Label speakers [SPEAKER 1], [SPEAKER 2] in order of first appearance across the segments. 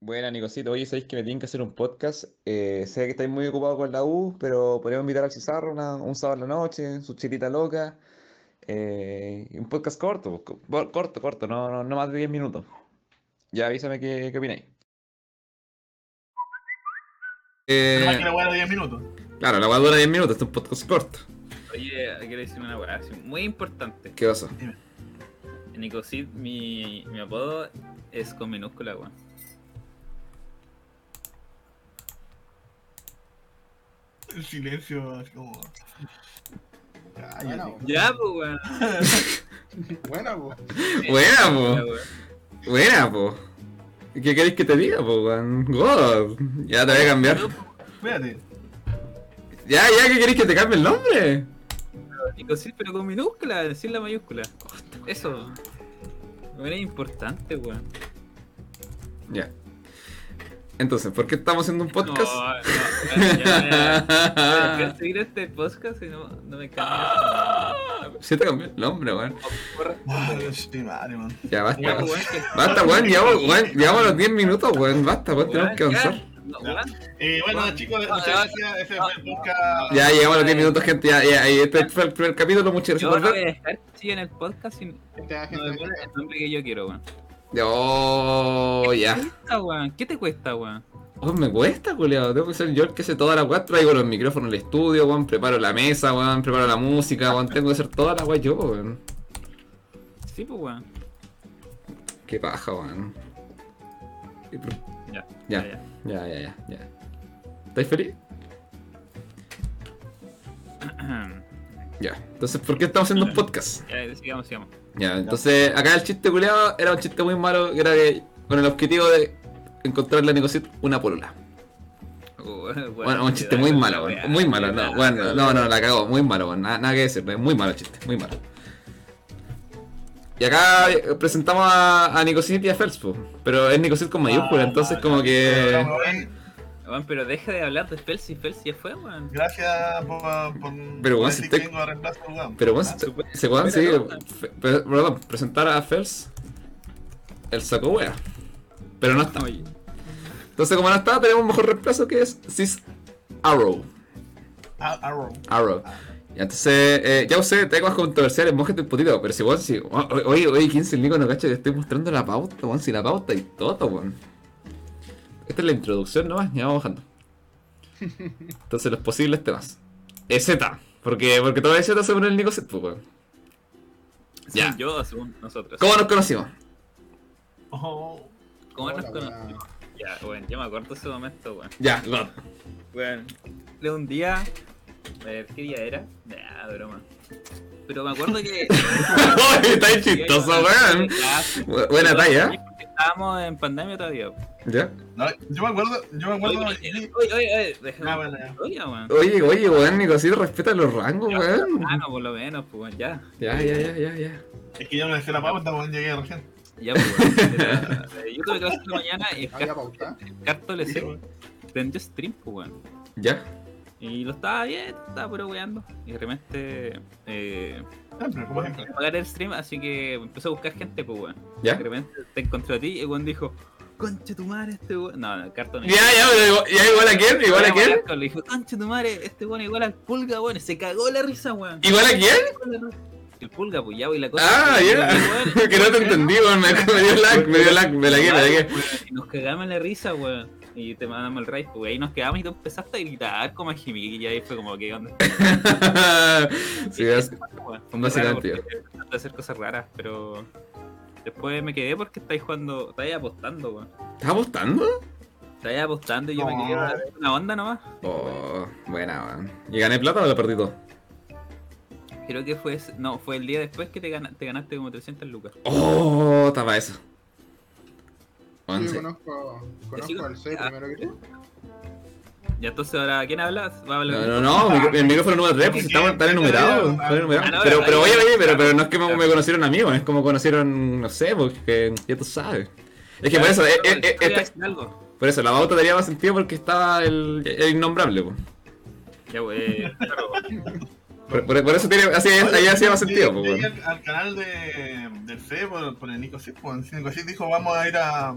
[SPEAKER 1] Buena, Nicosito. Oye, sabéis que me tienen que hacer un podcast. Eh, sé que estáis muy ocupados con la U, pero podríamos invitar al Cizarro una- un sábado en la noche, su chilita loca. eh, un podcast corto, co- bo- corto, corto, no, no, no más de 10 minutos. Ya avísame qué, qué opináis.
[SPEAKER 2] Eh,
[SPEAKER 3] Nomás que la weá era 10 minutos.
[SPEAKER 2] claro, la weá dura 10 minutos, este es un podcast corto.
[SPEAKER 4] Oye, quiero decirme una weá, así, muy importante.
[SPEAKER 2] ¿Qué pasa?
[SPEAKER 4] Nicosid, mi, mi apodo es con minúscula, weón.
[SPEAKER 3] El silencio, así como. Cállate.
[SPEAKER 5] Bueno,
[SPEAKER 4] Ya, pues, weón.
[SPEAKER 5] bueno, po.
[SPEAKER 2] Buena,
[SPEAKER 4] Ya,
[SPEAKER 2] po.
[SPEAKER 4] weón.
[SPEAKER 2] Buena, po. ¿Qué queréis que te diga, po, weón? God. Ya te voy a cambiar.
[SPEAKER 4] No,
[SPEAKER 3] Espérate.
[SPEAKER 2] Ya, ya, ¿qué queréis que te cambie el nombre?
[SPEAKER 4] Nicosid, pero con minúscula, sin la mayúscula. Eso. Weón, es importante, weón.
[SPEAKER 2] Ya. Entonces, ¿por qué estamos haciendo un podcast?
[SPEAKER 4] No, no, ya, ya, ya. Quiero seguir este podcast y no, no me cambia.
[SPEAKER 2] Sí te cambió el nombre, weón.
[SPEAKER 3] Ah, sí, madre, man.
[SPEAKER 2] Ya, basta.
[SPEAKER 4] Ya, pues,
[SPEAKER 2] basta.
[SPEAKER 4] weón, que-
[SPEAKER 2] Basta, weón, llevamos, weón, llevamos los 10 minutos, weón, basta, weón, tenemos que
[SPEAKER 4] weón, ya.
[SPEAKER 2] avanzar.
[SPEAKER 4] No, weón,
[SPEAKER 3] Eh, bueno, chicos, muchas gracias. Ese fue el podcast.
[SPEAKER 2] Ya, llegamos a los 10 minutos, gente, ya, ya, y este fue el primer capítulo, muchas gracias
[SPEAKER 4] Yo
[SPEAKER 2] por
[SPEAKER 4] no
[SPEAKER 2] ver.
[SPEAKER 4] voy a dejar que sigan el podcast sin
[SPEAKER 5] Gente,
[SPEAKER 3] Ah,
[SPEAKER 4] no me
[SPEAKER 5] gente,
[SPEAKER 4] ponen el nombre que yo quiero, weón.
[SPEAKER 2] Oh, ya.
[SPEAKER 4] ¿Qué te cuesta, weón? ¿Qué te cuesta, weón?
[SPEAKER 2] Oh, me cuesta, culiado. Tengo que ser yo el que hace toda la weá. Traigo los micrófonos al estudio, weón. Preparo la mesa, weón. Preparo la música, weón. Tengo que hacer toda la weá yo, weón.
[SPEAKER 4] Sí, pues, weón.
[SPEAKER 2] Qué paja, weón. Qué pro-
[SPEAKER 4] Ya,
[SPEAKER 2] Ya,
[SPEAKER 4] ya,
[SPEAKER 2] ya, ya,
[SPEAKER 4] ya.
[SPEAKER 2] ya, ya. ya. ¿Estáis feliz? Ya. Entonces, ¿por qué estamos haciendo un podcast?
[SPEAKER 4] ya, sigamos, sigamos.
[SPEAKER 2] Ya, entonces acá el chiste culeado era un chiste muy malo, que era que con el objetivo de encontrarle a Nicosit una polola.
[SPEAKER 4] Bueno,
[SPEAKER 2] Bueno, un chiste muy malo, weón. Muy malo, no, bueno, no, no, la cagó, muy malo, weón. Nada, nada que decir, es muy malo el chiste, muy malo. Y acá eh, presentamos a, a Nicosit y a Phelps, po, pero es Nicosit con mayúscula,
[SPEAKER 3] Ah,
[SPEAKER 2] entonces
[SPEAKER 3] ya,
[SPEAKER 2] como que...
[SPEAKER 3] Bueno, weón,
[SPEAKER 4] Weón, pero deja de hablar de Felsi, Felsi ya fue, weón.
[SPEAKER 3] Gracias por, por,
[SPEAKER 2] Pero,
[SPEAKER 3] por
[SPEAKER 2] weón, si
[SPEAKER 3] decir
[SPEAKER 2] te-
[SPEAKER 3] que vengo de reemplazo, weón.
[SPEAKER 2] Pero bueno,
[SPEAKER 3] Ah,
[SPEAKER 2] se,
[SPEAKER 4] super-
[SPEAKER 2] se pueden
[SPEAKER 4] super
[SPEAKER 2] seguir,
[SPEAKER 4] nota.
[SPEAKER 2] fe- pe- perdón, presentar a Phelps, el saco wea, pero no está.
[SPEAKER 4] Oye,
[SPEAKER 2] Entonces, como no está, tenemos un mejor reemplazo que es Cis Arrow.
[SPEAKER 3] Ah, Arrow.
[SPEAKER 2] Arrow. Y entonces, eh, ya usé temas controversiales, mojete un poquito, pero si vos, si, o- o- oye, oye, 15 el Nico no cacha que estoy mostrando la pauta, weón, si la pauta y todo, weón. Esta es la introducción nomás, ya vamos bajando. Entonces, los posibles temas. EZ, porque, porque todavía EZ según el Nico Z, pues, weón.
[SPEAKER 4] según
[SPEAKER 2] Ya.
[SPEAKER 4] Yo, según nosotros.
[SPEAKER 2] ¿Cómo nos conocimos?
[SPEAKER 3] Oh,
[SPEAKER 4] ¿Cómo nos
[SPEAKER 5] Hola,
[SPEAKER 4] conocimos? Ya, weón, yo me acuerdo ese momento, weón.
[SPEAKER 2] Ya, lo-
[SPEAKER 4] Weón, de un día. a ver, ¿Qué día era? Nah, broma. Pero me acuerdo que.
[SPEAKER 2] Está bien chistoso, weón.
[SPEAKER 4] Ya,
[SPEAKER 2] Bu- Buena talla, ¿eh?
[SPEAKER 4] porque Estábamos en pandemia todavía.
[SPEAKER 2] ¿Ya?
[SPEAKER 3] no, yo me acuerdo, yo me
[SPEAKER 4] Oye,
[SPEAKER 3] acuerdo.
[SPEAKER 4] oye, oye, oye, déjame
[SPEAKER 3] Ah, bueno, ya.
[SPEAKER 4] historia, weón.
[SPEAKER 2] Oye, oye, weón, Nico, así respeta los rangos,
[SPEAKER 4] Ya,
[SPEAKER 2] weón.
[SPEAKER 4] Ah, no, por lo menos, pues weón, ya.
[SPEAKER 2] Ya, ya, ya, ya, ya.
[SPEAKER 3] Es que yo me dejé la pauta cuando llegué recién.
[SPEAKER 4] Ya, pues, weón. Era- Yo tuve clase en la mañana y
[SPEAKER 5] Había pauta.
[SPEAKER 4] Carto le sé, prendió stream, pues weón.
[SPEAKER 2] Ya.
[SPEAKER 4] Y lo estaba bien, estaba puro weando. Y de repente eh,
[SPEAKER 3] Siempre, como siempre.
[SPEAKER 4] empecé a pagar el stream, así que empecé a buscar gente, pues weón.
[SPEAKER 2] Ya.
[SPEAKER 4] De repente te encontré a ti y el weón dijo, concha tu madre este weón. No, no, Carto no.
[SPEAKER 2] Ya, ya, pero igual, ya igual a quién, igual a quién,
[SPEAKER 4] Carto Le dijo, concha tu madre, este weón igual al pulga, weón. Y Se cagó la risa, weón.
[SPEAKER 2] igual a quién.
[SPEAKER 4] El pulga, pues ya, y la cosa.
[SPEAKER 2] Ah,
[SPEAKER 4] es que-
[SPEAKER 2] ya.
[SPEAKER 4] weón,
[SPEAKER 2] Que no te entendí, weón, me, me dio lag, me dio lag, me lagué, me lagué.
[SPEAKER 4] Y nos cagamos en la risa, weón. Y te mandamos el raid, pues ahí nos quedamos y tú empezaste a gritar como a Jimmy. Y ahí fue como que onda.
[SPEAKER 2] sí, es-
[SPEAKER 4] Weón,
[SPEAKER 2] Un
[SPEAKER 4] muy raro
[SPEAKER 2] vacilante,
[SPEAKER 4] porque trato de hacer cosas raras, pero. Después me quedé porque estáis jugando, estáis apostando, weón.
[SPEAKER 2] ¿Estás apostando?
[SPEAKER 4] Estáis apostando y yo me
[SPEAKER 3] No.
[SPEAKER 4] quedé a- una onda nomás.
[SPEAKER 2] Oh, buena, weón. ¿Y gané plata o la perdí todo?
[SPEAKER 4] Creo que fue, ese- no, fue el día después que te, gana- te ganaste como 300 lucas.
[SPEAKER 2] Oh, estaba eso. Weón,
[SPEAKER 5] Yo
[SPEAKER 2] sí.
[SPEAKER 5] conozco,
[SPEAKER 4] Sí,
[SPEAKER 5] conozco al C
[SPEAKER 4] ah.
[SPEAKER 5] primero que tú.
[SPEAKER 4] Ya entonces ahora, ¿quién hablas? Va a hablar.
[SPEAKER 2] No, no, no, mi- el micrófono número 3, pues estamos tan enumerados. están enumerados.
[SPEAKER 4] Ah, no,
[SPEAKER 2] Pero, pero
[SPEAKER 4] ahí,
[SPEAKER 2] oye,
[SPEAKER 4] ahí,
[SPEAKER 2] oye, pero,
[SPEAKER 4] claro.
[SPEAKER 2] pero no es que me, me conocieron a mí, bueno, es como conocieron, no sé, porque ya tú sabes. Es que por eso, eh, eh, eh,
[SPEAKER 4] Voy a
[SPEAKER 2] esta-
[SPEAKER 4] decir algo.
[SPEAKER 2] por eso, la bauta tenía más sentido porque estaba el, el innombrable, pues.
[SPEAKER 4] Ya, weón. eh, claro, weón.
[SPEAKER 2] Por, por- por eso tiene, así, ahí hacía más sentido, pues,
[SPEAKER 3] Llegué
[SPEAKER 2] weón.
[SPEAKER 3] al, al canal de, del C por, por el Nico Sid, weón. Sí, Nico Sid dijo, vamos a ir a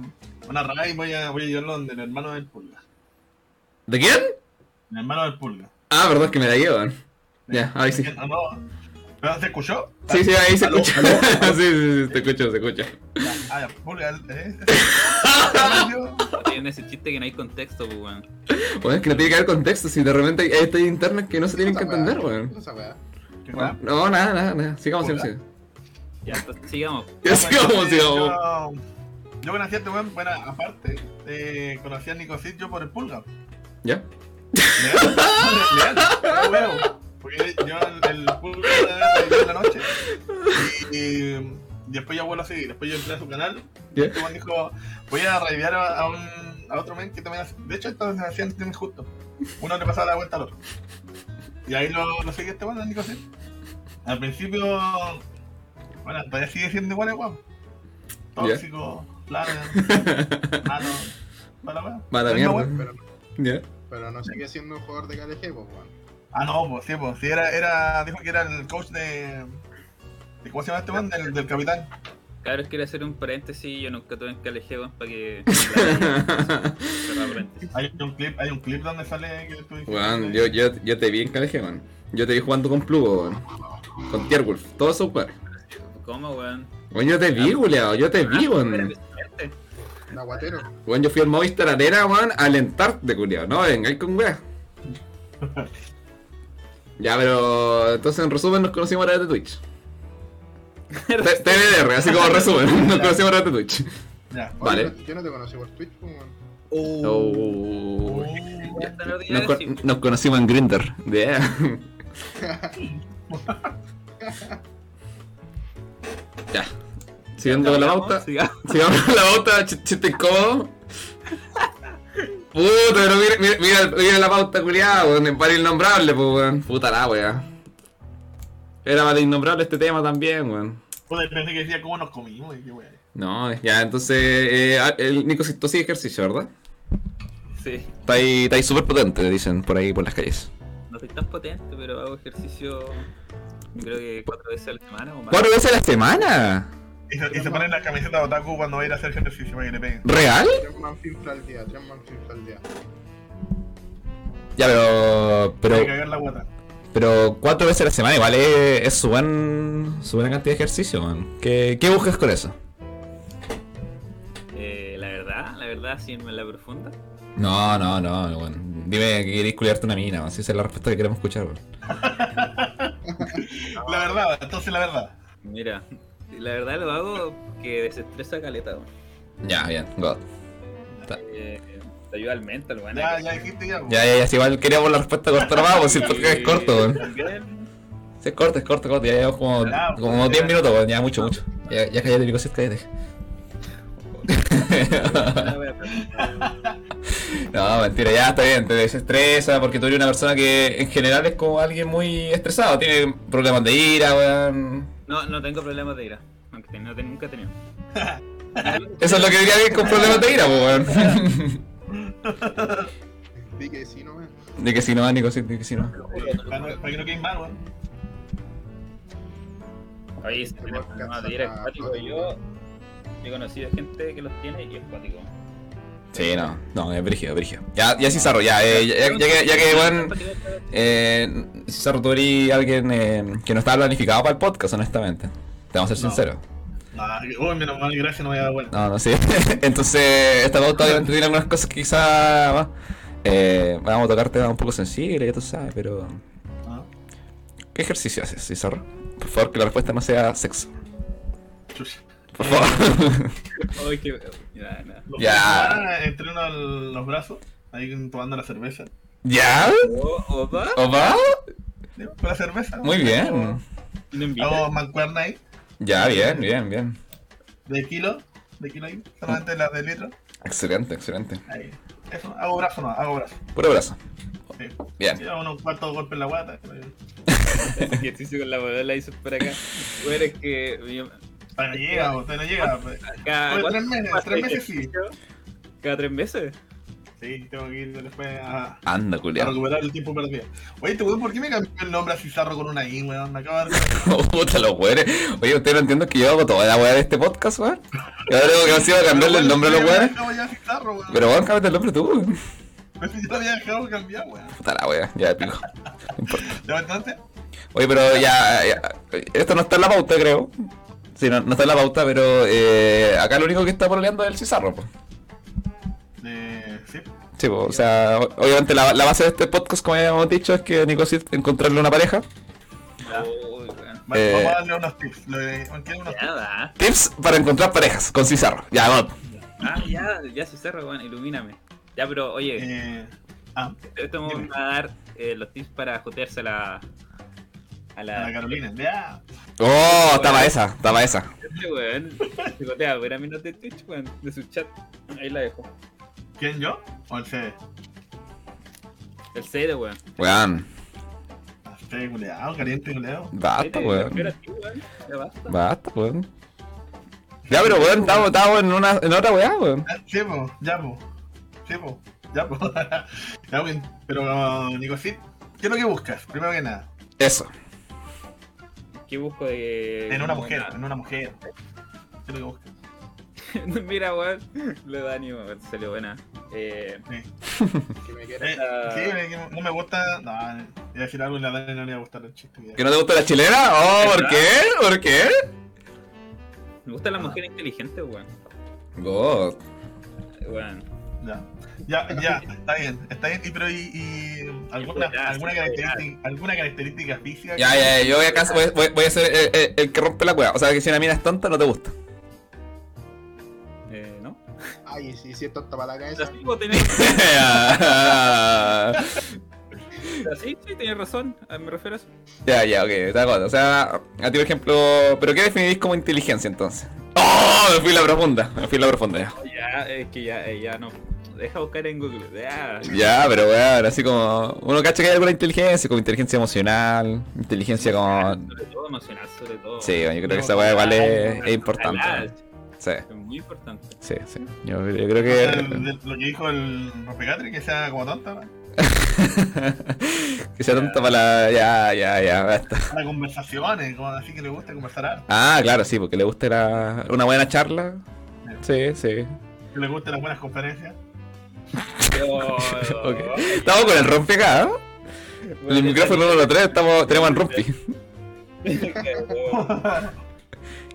[SPEAKER 3] una raid, voy a, voy a llevarlo donde el hermano del Pulga.
[SPEAKER 2] ¿De quién?
[SPEAKER 3] El hermano del Pulga.
[SPEAKER 2] Ah, verdad, es que me la llevan. Ya, ahí sí.
[SPEAKER 3] Ah, no. ¿Pero se escuchó?
[SPEAKER 2] Sí, sí, ahí se
[SPEAKER 3] Aló,
[SPEAKER 2] escucha.
[SPEAKER 3] aló.
[SPEAKER 2] Sí, sí, sí, se escucha, se escucha.
[SPEAKER 3] Ya, Ah, ya, Pulga, eh.
[SPEAKER 4] En ese chiste que no hay contexto, pues, weón.
[SPEAKER 2] Bueno, es que no tiene que haber contexto, si de repente hay, hay internas que no se tienen que
[SPEAKER 5] Esa weá,
[SPEAKER 2] entender, weón.
[SPEAKER 5] esa weá.
[SPEAKER 4] Ah,
[SPEAKER 3] ¿Qué weá?
[SPEAKER 2] No, nada, nada, nada. Sigamos, sigamos,
[SPEAKER 3] Hola.
[SPEAKER 2] sigamos.
[SPEAKER 4] Ya, entonces sigamos.
[SPEAKER 2] Ya sigamos,
[SPEAKER 3] Yo-
[SPEAKER 2] sigamos.
[SPEAKER 3] Yo conocí a este weón, bueno, aparte, eh, conocí a Nico Sid yo por el Pulga.
[SPEAKER 2] Ya.
[SPEAKER 3] Leal, leal, leal, huevo. Porque yo el, el pulga de la noche. Y, y después yo vuelvo así, después yo entré a su canal. Y
[SPEAKER 2] Ya.
[SPEAKER 3] este weón dijo, voy a raidear a, a un, a otro men que también hace. De hecho, estos se hacían streams justos. Uno le pasaba la vuelta al otro. Y ahí lo, lo seguí a este bueno, Nico sí. Al principio, bueno, todavía sigue siendo igual de guapo.
[SPEAKER 2] Ya.
[SPEAKER 3] Tóxico, claro, malo, mala weá.
[SPEAKER 2] Mala
[SPEAKER 3] Es una weá.
[SPEAKER 2] mierda.
[SPEAKER 5] Pero,
[SPEAKER 2] Ya.
[SPEAKER 5] pero no sigue siendo un jugador de KDG, pues, weón.
[SPEAKER 3] Ah, no, pues sí, pues sí, era, era, dijo que era el coach de. de- ¿Cómo se llama este weón? Del, del capitán.
[SPEAKER 4] Cabros, quiero hacer un paréntesis. Yo nunca tuve en KLG, weón, para que. Cerrar paréntesis.
[SPEAKER 3] Hay un clip, hay un clip donde sale que tú dijiste.
[SPEAKER 2] Weón, yo, yo, yo te vi en KLG, weón. Yo te vi jugando con Plugo, weón. Con Tierwolf, todos esos weón.
[SPEAKER 4] ¿Cómo, weón?
[SPEAKER 2] Weón, yo te vi, Juliao, yo te vi,
[SPEAKER 4] Ah,
[SPEAKER 2] weón.
[SPEAKER 4] espérate, espérate.
[SPEAKER 5] Un aguatero.
[SPEAKER 2] Weón, yo fui al Movistar Arena, weón, a alentarte, culiao. No, vengáis con weón. Ya, pero entonces en resumen nos conocimos a través de Twitch. T- TBR, así como resumen, nos conocimos a través de Twitch.
[SPEAKER 3] Ya.
[SPEAKER 2] Vale.
[SPEAKER 5] Oye, yo no te conocí por Twitch, pues, weón.
[SPEAKER 2] Oh.
[SPEAKER 4] Ya, esta no te iba
[SPEAKER 2] Nos,
[SPEAKER 4] a
[SPEAKER 2] con-
[SPEAKER 4] decir.
[SPEAKER 2] nos conocimos en Grindr. Yeah. ya. Siguiendo con la
[SPEAKER 4] Sigamos,
[SPEAKER 2] bauta.
[SPEAKER 4] sigamos.
[SPEAKER 2] Sigamos con la bauta, ch- chiste incómodo. Puta, pero mira, mira, mira, mira la pauta culiada, weón. Para el innombrable, pues, weón. Puta la wea. Era para el innombrable este tema también, weón.
[SPEAKER 3] Joder, Pues pensé que decía cómo nos comimos y qué weón.
[SPEAKER 2] No, ya, entonces. eh, ah, el Nico, tú sí ejercicio, ¿verdad?
[SPEAKER 4] Sí.
[SPEAKER 2] Está ahí, está ahí súper potente, dicen por ahí, por las calles.
[SPEAKER 4] No soy tan potente, pero hago ejercicio. yo Creo que cuatro veces a la semana o más.
[SPEAKER 2] ¿Cuatro veces a la semana?
[SPEAKER 3] Y se, y se ponen la camiseta de Otaku cuando va a ir a hacer ejercicio para que le peguen.
[SPEAKER 2] ¿Real?
[SPEAKER 5] Tres manfifla al día, tres manfifla al día.
[SPEAKER 2] Ya, pero.
[SPEAKER 3] Tiene que
[SPEAKER 2] Pero,
[SPEAKER 3] cagar la guata.
[SPEAKER 2] pero cuatro veces a la semana igual es, es su, buen, su buena cantidad de ejercicio, man. ¿Qué, qué buscas con eso?
[SPEAKER 4] Eh, la verdad, la verdad, sí, en la profunda.
[SPEAKER 2] No, no, no, no, weón. Dime que querés culiarte una mina, man. Si esa es la respuesta que queremos escuchar, weón.
[SPEAKER 3] La verdad, entonces la verdad.
[SPEAKER 4] Mira, la verdad lo hago que desestresa caleta, weón.
[SPEAKER 2] Ya, bien, God.
[SPEAKER 4] Eh, te ayuda al mental, weón. Eh,
[SPEAKER 3] Ya, ya dijiste ya. weón.
[SPEAKER 2] Ya, ya, ya, si igual queríamos la respuesta corta nomás, pues si el podcast es corto, weón.
[SPEAKER 4] También,
[SPEAKER 2] Si es corto, es corto, corto. Ya llevamos como,
[SPEAKER 3] Ya,
[SPEAKER 2] como
[SPEAKER 3] pues,
[SPEAKER 2] 10
[SPEAKER 3] ya.
[SPEAKER 2] minutos, weón. Ya, mucho, mucho. Ya, ya cállate, Nico, si cállate.
[SPEAKER 4] la wea, pero-
[SPEAKER 2] No, mentira, ya está bien, te desestresa porque tú eres una persona que en general es como alguien muy estresado, tiene problemas de ira, weón.
[SPEAKER 4] No, no tengo problemas de ira. Aunque ten- no ten- nunca he tenido.
[SPEAKER 2] Eso es lo que diría alguien con problemas de ira, po, weón.
[SPEAKER 5] Di que sí, no, weón.
[SPEAKER 2] de que si no, Nico, sí, de que si no.
[SPEAKER 3] pues. Para, no- para que no queden mal, weón.
[SPEAKER 4] Oye, si tienes problemas de ira, es cuático. Yo he conocido gente que los tiene y es cuático.
[SPEAKER 2] Sí, no, no, es brígido, brígido. Ya, ya Cizarro, ya, eh, ya, ya que, ya que, weón. Eh, Cizarro, tú eres alguien eh, que no estaba planificado para el podcast, honestamente. Te vamos a ser
[SPEAKER 3] No.
[SPEAKER 2] sinceros.
[SPEAKER 3] Ah, uy, menos mal, gracias, no me da bueno.
[SPEAKER 2] No, no sé. Entonces, esta pauta obviamente tiene algunas cosas que quizá más. eh, vamos a tocar temas un poco sensibles, ya tú sabes, pero.
[SPEAKER 3] Ah,
[SPEAKER 2] ¿Qué ejercicio haces, Cizarro? Por favor, que la respuesta no sea sexo.
[SPEAKER 3] chucha.
[SPEAKER 2] Por favor.
[SPEAKER 4] Ay, qué. Ya, nada.
[SPEAKER 3] Los
[SPEAKER 2] Ya.
[SPEAKER 3] ya. Ah, Entreno al- los brazos, ahí tomando la cerveza.
[SPEAKER 2] ¿Ya?
[SPEAKER 4] O- Oh, Opa,
[SPEAKER 2] ¿O va?
[SPEAKER 3] Con la cerveza.
[SPEAKER 2] Muy bien.
[SPEAKER 4] no invita.
[SPEAKER 3] Hago mancuerna ahí,
[SPEAKER 2] Ya, bien, bien, bien.
[SPEAKER 3] de kilo, de kilo ahí, solamente las de litro.
[SPEAKER 2] Excelente, excelente.
[SPEAKER 3] Ahí. Eso, hago brazo no, hago brazo.
[SPEAKER 2] Puro abrazo.
[SPEAKER 3] Sí.
[SPEAKER 2] Bien.
[SPEAKER 3] Llevo unos cuartos golpes en la guata. pero-
[SPEAKER 4] Ese ejercicio con la bodola hizo por acá. Bueno, es que. yo-
[SPEAKER 3] Todavía no llega, bo, todavía no llega. pues.
[SPEAKER 4] Cada
[SPEAKER 3] Oye,
[SPEAKER 4] ¿cuánto
[SPEAKER 3] tres meses,
[SPEAKER 4] pasa
[SPEAKER 3] tres meses sí.
[SPEAKER 4] ejercicio? ¿Cada tres meses?
[SPEAKER 3] Sí, tengo que ir después a,
[SPEAKER 2] Anda,
[SPEAKER 3] a
[SPEAKER 2] culiao.
[SPEAKER 3] recuperar el tiempo perdido. Oye, este weón, ¿por qué me cambió el nombre a Cizarro con una I, weón? Me acaba de.
[SPEAKER 2] Puta, los weones. Oye, ustedes no entienden que yo hago toda la weá de este podcast, weón. Y ahora tengo que haber sido a cambiarle el nombre a los weones.
[SPEAKER 3] Ya Cizarro, weón.
[SPEAKER 2] Pero weón, cámbiate el nombre tú, weón.
[SPEAKER 3] Pero si yo lo había dejado cambiar, weón.
[SPEAKER 2] Puta la weá, ya pico. No importa.
[SPEAKER 3] ¿Ya entonces?
[SPEAKER 2] Oye, pero ya, ya- Esto no está en la pauta, creo. Sí, no, no está en la pauta, pero eh, acá lo único que está pololeando es el Cizarro, pues.
[SPEAKER 3] Eh, sí.
[SPEAKER 2] Sí, po, o sea, o- obviamente la, la base de este podcast, como ya hemos dicho, es que Nico Sid encontrarle una pareja.
[SPEAKER 3] Ya.
[SPEAKER 4] Uy, Oh, weón.
[SPEAKER 3] Vamos
[SPEAKER 2] Eh.
[SPEAKER 3] a darle unos tips. Le, ¿quieren unos tips?
[SPEAKER 4] Nada.
[SPEAKER 2] Tips para encontrar parejas con Cizarro. Ya, no.
[SPEAKER 4] Ah, ya, ya se cerra, weón, ilumíname. Ya, pero oye,
[SPEAKER 3] Eh, ah,
[SPEAKER 4] esto me
[SPEAKER 3] dime.
[SPEAKER 4] va a dar eh, los tips para jotearse a la. A la.
[SPEAKER 3] Ana Carolina. Ya.
[SPEAKER 2] Oh, estaba esa, estaba esa.
[SPEAKER 4] Este weón se jotea, pero a mí no te Twitch, weón, de su chat. Ahí la dejo.
[SPEAKER 3] ¿Quién yo? ¿O el CD?
[SPEAKER 4] El CD, weón.
[SPEAKER 2] Weón,
[SPEAKER 3] Ah, CD culeado, caliente culeado.
[SPEAKER 2] basta,
[SPEAKER 4] Vete, espera,
[SPEAKER 2] weón.
[SPEAKER 4] tío, weón. Ya basta.
[SPEAKER 2] Basta, weón. Ya, pero weón, estamos, estamos en, una, en otra weá, weón.
[SPEAKER 3] Ah, Sí, po, ya, po. Sí, po, ya, po. ya, bien. Pero, Nico, sí, ¿qué es lo que buscas? Primero que nada,
[SPEAKER 2] Eso.
[SPEAKER 4] ¿Qué busco de.?
[SPEAKER 3] en una mujer, en una mujer. ¿Qué es lo que buscas?
[SPEAKER 4] Mira, weón. Le da ánimo, weón. Salió buena. Eh,
[SPEAKER 5] Que me quiera.
[SPEAKER 3] Eh, sí, es que no me gusta. No, voy a decir algo y la Dani no le va a gustar el chiste. que-
[SPEAKER 2] ¿Que no te gusta la chilena? Oh, ¿por qué? ¿Por qué?
[SPEAKER 4] me gustan
[SPEAKER 3] Ah.
[SPEAKER 4] las mujeres inteligentes, weón.
[SPEAKER 2] God.
[SPEAKER 4] Weón.
[SPEAKER 3] Ya, ya, ya, está bien, está bien. Y, pero, y, y alguna,
[SPEAKER 4] Ya,
[SPEAKER 3] alguna,
[SPEAKER 4] ya.
[SPEAKER 3] característica, alguna característica física.
[SPEAKER 2] Ya, ya, ya, yo voy a, cas- voy, voy- voy a ser el, el- el que rompe la weá. O sea, que si una mina es tonta, no te gusta.
[SPEAKER 4] Eh, ¿no?
[SPEAKER 5] Ay, sí, sí, esto está para la cabeza.
[SPEAKER 4] Así, vos tenés.
[SPEAKER 2] ya,
[SPEAKER 4] Así, sí, tenés razón. Ah, Me refiero a eso.
[SPEAKER 2] ya, ok, está acuerdo. O sea, a ti, por ejemplo, ¿pero qué definirís como inteligencia entonces? ¡Oh! Me fui a la profunda, me fui a la profunda ya.
[SPEAKER 4] Ya, es que ya, eh, ya no. Deja buscar en Google. Ya.
[SPEAKER 2] Ya, pero weón, así como. Uno cacha que hay alguna inteligencia, como inteligencia emocional, inteligencia como.
[SPEAKER 4] Sobre todo emocional, sobre todo.
[SPEAKER 2] Sí, yo creo que esa weá igual es, es importante.
[SPEAKER 4] Ojalá,
[SPEAKER 2] Sí,
[SPEAKER 4] Es muy importante.
[SPEAKER 2] sí, sí. Yo, yo creo
[SPEAKER 3] O sea, el-
[SPEAKER 2] que.
[SPEAKER 3] de- lo que dijo el Rompecatri, que sea como tonta, ¿no?
[SPEAKER 2] que sea tonta para la. Ya, ya, ya, basta.
[SPEAKER 3] para conversaciones, eh, como así que le gusta conversar harto,
[SPEAKER 2] Ah, claro, sí, porque le gusta la- una buena charla. Sí, sí.
[SPEAKER 3] que le gusten las buenas conferencias.
[SPEAKER 2] Ok. Estamos con el rompe acá, ¿no? El micrófono número 3, estamos, tenemos al rompi.
[SPEAKER 4] oh,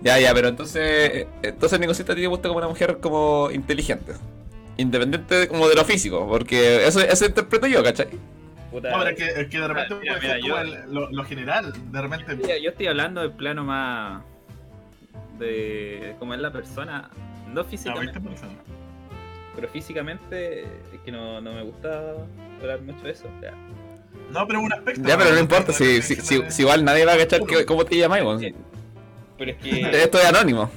[SPEAKER 2] Ya, ya, pero entonces, eh, entonces Nicosita a ti te gusta como una mujer como inteligente. Independiente de- como de lo físico, porque eso, eso interpreto yo, ¿cachai?
[SPEAKER 4] Puta,
[SPEAKER 3] No, pero es que, es que de repente
[SPEAKER 4] Ah, mira,
[SPEAKER 3] puede ser
[SPEAKER 4] mira,
[SPEAKER 3] como el- lo, lo general, de repente.
[SPEAKER 4] Mira, yo estoy hablando del plano más de cómo es la persona, no
[SPEAKER 3] Ah, ¿viste?
[SPEAKER 4] físicamente,
[SPEAKER 3] Por eso.
[SPEAKER 4] pero físicamente es que no, no me gusta hablar mucho de eso. o sea,
[SPEAKER 3] No, pero es un aspecto.
[SPEAKER 2] Ya, pero no importa, si,
[SPEAKER 3] repente
[SPEAKER 2] si,
[SPEAKER 3] es
[SPEAKER 2] si,
[SPEAKER 3] una-
[SPEAKER 2] si igual nadie va a cachar que- cómo te llamáis, weón.
[SPEAKER 4] Pero es que,
[SPEAKER 2] Esto es anónimo.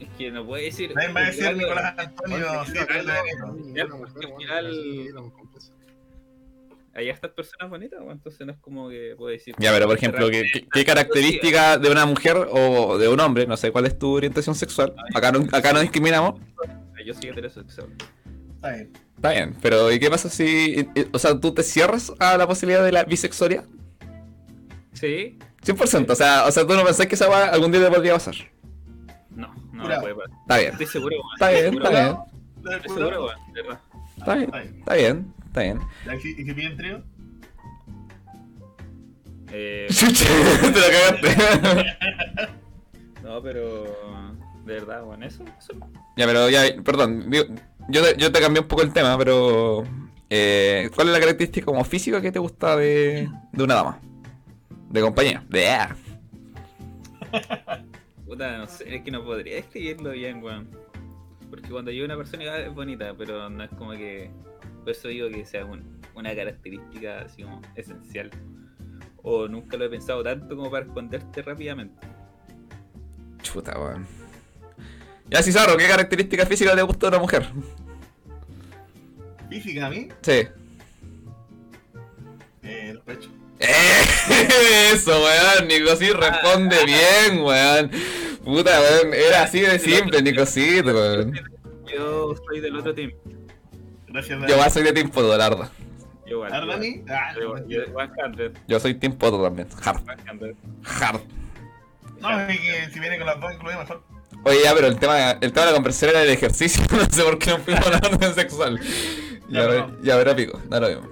[SPEAKER 4] es que no puede decir.
[SPEAKER 3] Nadie va a decir
[SPEAKER 4] algo-
[SPEAKER 3] Nicolás Antonio, sí,
[SPEAKER 5] Porque
[SPEAKER 3] Carlos
[SPEAKER 5] no
[SPEAKER 3] de Niro.
[SPEAKER 5] hay ninguna mujer, weón, que
[SPEAKER 4] eh, Al final-
[SPEAKER 5] se quiera con compensa.
[SPEAKER 4] Hay estas personas bonitas, bueno, entonces no es como que puedo decir.
[SPEAKER 2] Ya, pero por ejemplo, ¿qué, qué- qué característica de una mujer o de un hombre, no sé cuál es tu orientación sexual, acá no, acá no discriminamos,
[SPEAKER 4] Yo soy heterosexual.
[SPEAKER 3] Está bien.
[SPEAKER 2] está bien, pero ¿y qué pasa si, eh, o sea, tú te cierras a la posibilidad de la bisexualidad?
[SPEAKER 4] ¿Sí?
[SPEAKER 2] 100%, o sea, o sea, tú no pensás que esa weá algún día te podría pasar.
[SPEAKER 4] No, no
[SPEAKER 3] Jurado.
[SPEAKER 4] me puede pasar.
[SPEAKER 2] Está bien,
[SPEAKER 4] Estoy seguro, weón.
[SPEAKER 2] Está bien,
[SPEAKER 4] Estoy
[SPEAKER 2] está
[SPEAKER 4] seguro,
[SPEAKER 2] bien.
[SPEAKER 4] Estoy seguro, weón, de verdad.
[SPEAKER 2] está bien,
[SPEAKER 3] Está bien.
[SPEAKER 2] está bien, está bien.
[SPEAKER 3] ¿Y si- y si piden trío?
[SPEAKER 4] Eh,
[SPEAKER 2] Chucha, te la cagaste.
[SPEAKER 4] no, pero. De verdad, bueno, eso. eso
[SPEAKER 2] ya, pero ya, perdón, digo, yo, te- yo te cambié un poco el tema, pero... eh, ¿Cuál es la característica como física que te gusta de, de una dama? De compañía. De...
[SPEAKER 4] Puta, no sé, es que no podría describirlo bien, weón. Porque cuando llega una persona igual es bonita, pero no es como que. Por eso digo que sea un- una característica así como esencial. O nunca lo he pensado tanto como para responderte rápidamente.
[SPEAKER 2] Chuta, weón. Ya, Cizarro, ¿qué característica física te gusta de una mujer?
[SPEAKER 3] Física a mí,
[SPEAKER 2] Sí.
[SPEAKER 3] eh, los pechos.
[SPEAKER 2] ¡Eh! Eso, weón, Nicosí responde bien, weón. Puta, weón, era así de simple, Nicosí, weón.
[SPEAKER 4] Yo soy del otro team.
[SPEAKER 3] Gracias,
[SPEAKER 2] Yo
[SPEAKER 3] Dani.
[SPEAKER 2] más soy de tiempo todo, la verdad.
[SPEAKER 4] Yo igual.
[SPEAKER 3] A ver, Dani. Ah,
[SPEAKER 4] Yo,
[SPEAKER 3] no,
[SPEAKER 4] yo, 100,
[SPEAKER 2] Yo soy tiempo todo también. Hard,
[SPEAKER 4] 100.
[SPEAKER 2] hard.
[SPEAKER 3] no, es que si viene con las dos incluidas, mejor.
[SPEAKER 2] Oye, ya, pero el tema, el tema de la conversación era el ejercicio. No sé por qué no fuimos a la orden sexual.
[SPEAKER 3] Ya,
[SPEAKER 2] Ya,
[SPEAKER 3] pero
[SPEAKER 2] ver- ya verá, pico. Da lo mismo.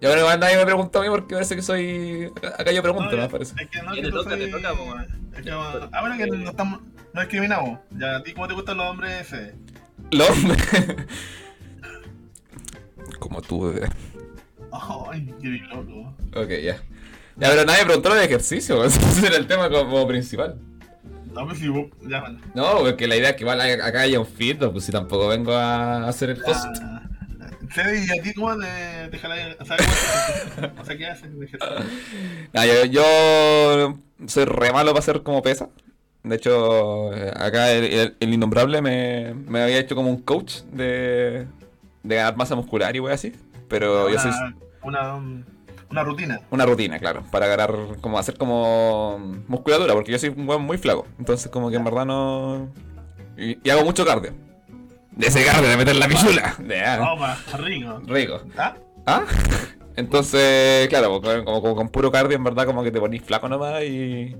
[SPEAKER 2] Ya, pero igual nadie me preguntó a mí porque parece que soy. Acá yo pregunto,
[SPEAKER 3] ya,
[SPEAKER 2] ¿no? Parece.
[SPEAKER 3] Es que no, que
[SPEAKER 4] Ya te
[SPEAKER 3] tú
[SPEAKER 4] toca, te
[SPEAKER 3] soy-
[SPEAKER 4] toca, po, man.
[SPEAKER 3] es que, ah, bueno, que no estamos. No discriminamos. Ya, ¿a ti cómo te gustan los hombres? eh?
[SPEAKER 2] Los hombres. Como tú, bebé.
[SPEAKER 3] Ay, qué loco.
[SPEAKER 2] Ok, ya. Ya, pero nadie preguntó lo de ejercicio. Ese era el tema como principal.
[SPEAKER 3] No, pues si vos. Ya, bueno.
[SPEAKER 2] No, porque la idea es que igual hay- acá haya un fit, pues si tampoco vengo a hacer el host.
[SPEAKER 3] Ah, Cedi, ¿y a ti cómo te, te jala? O sea, ¿cómo te- o sea, ¿qué haces? Dije,
[SPEAKER 2] Nah, Ah, yo, yo soy re malo para hacer como pesa. De hecho, eh, acá el, el- el innombrable me, me había hecho como un coach de, de ganar masa muscular y wey así. Pero yo soy
[SPEAKER 3] Una, una, um, una rutina.
[SPEAKER 2] una rutina, claro, para ganar, como hacer como musculatura, porque yo soy un weón muy flaco. Entonces, como que en verdad no. Y, y hago mucho cardio. De ese cardio, de meter la pichula. De- ah,
[SPEAKER 3] Opa, rico.
[SPEAKER 2] rico.
[SPEAKER 3] ¿Ah?
[SPEAKER 2] ¿Ah? Entonces, claro, como, como- como con puro cardio, en verdad, como que te ponís flaco nomás y.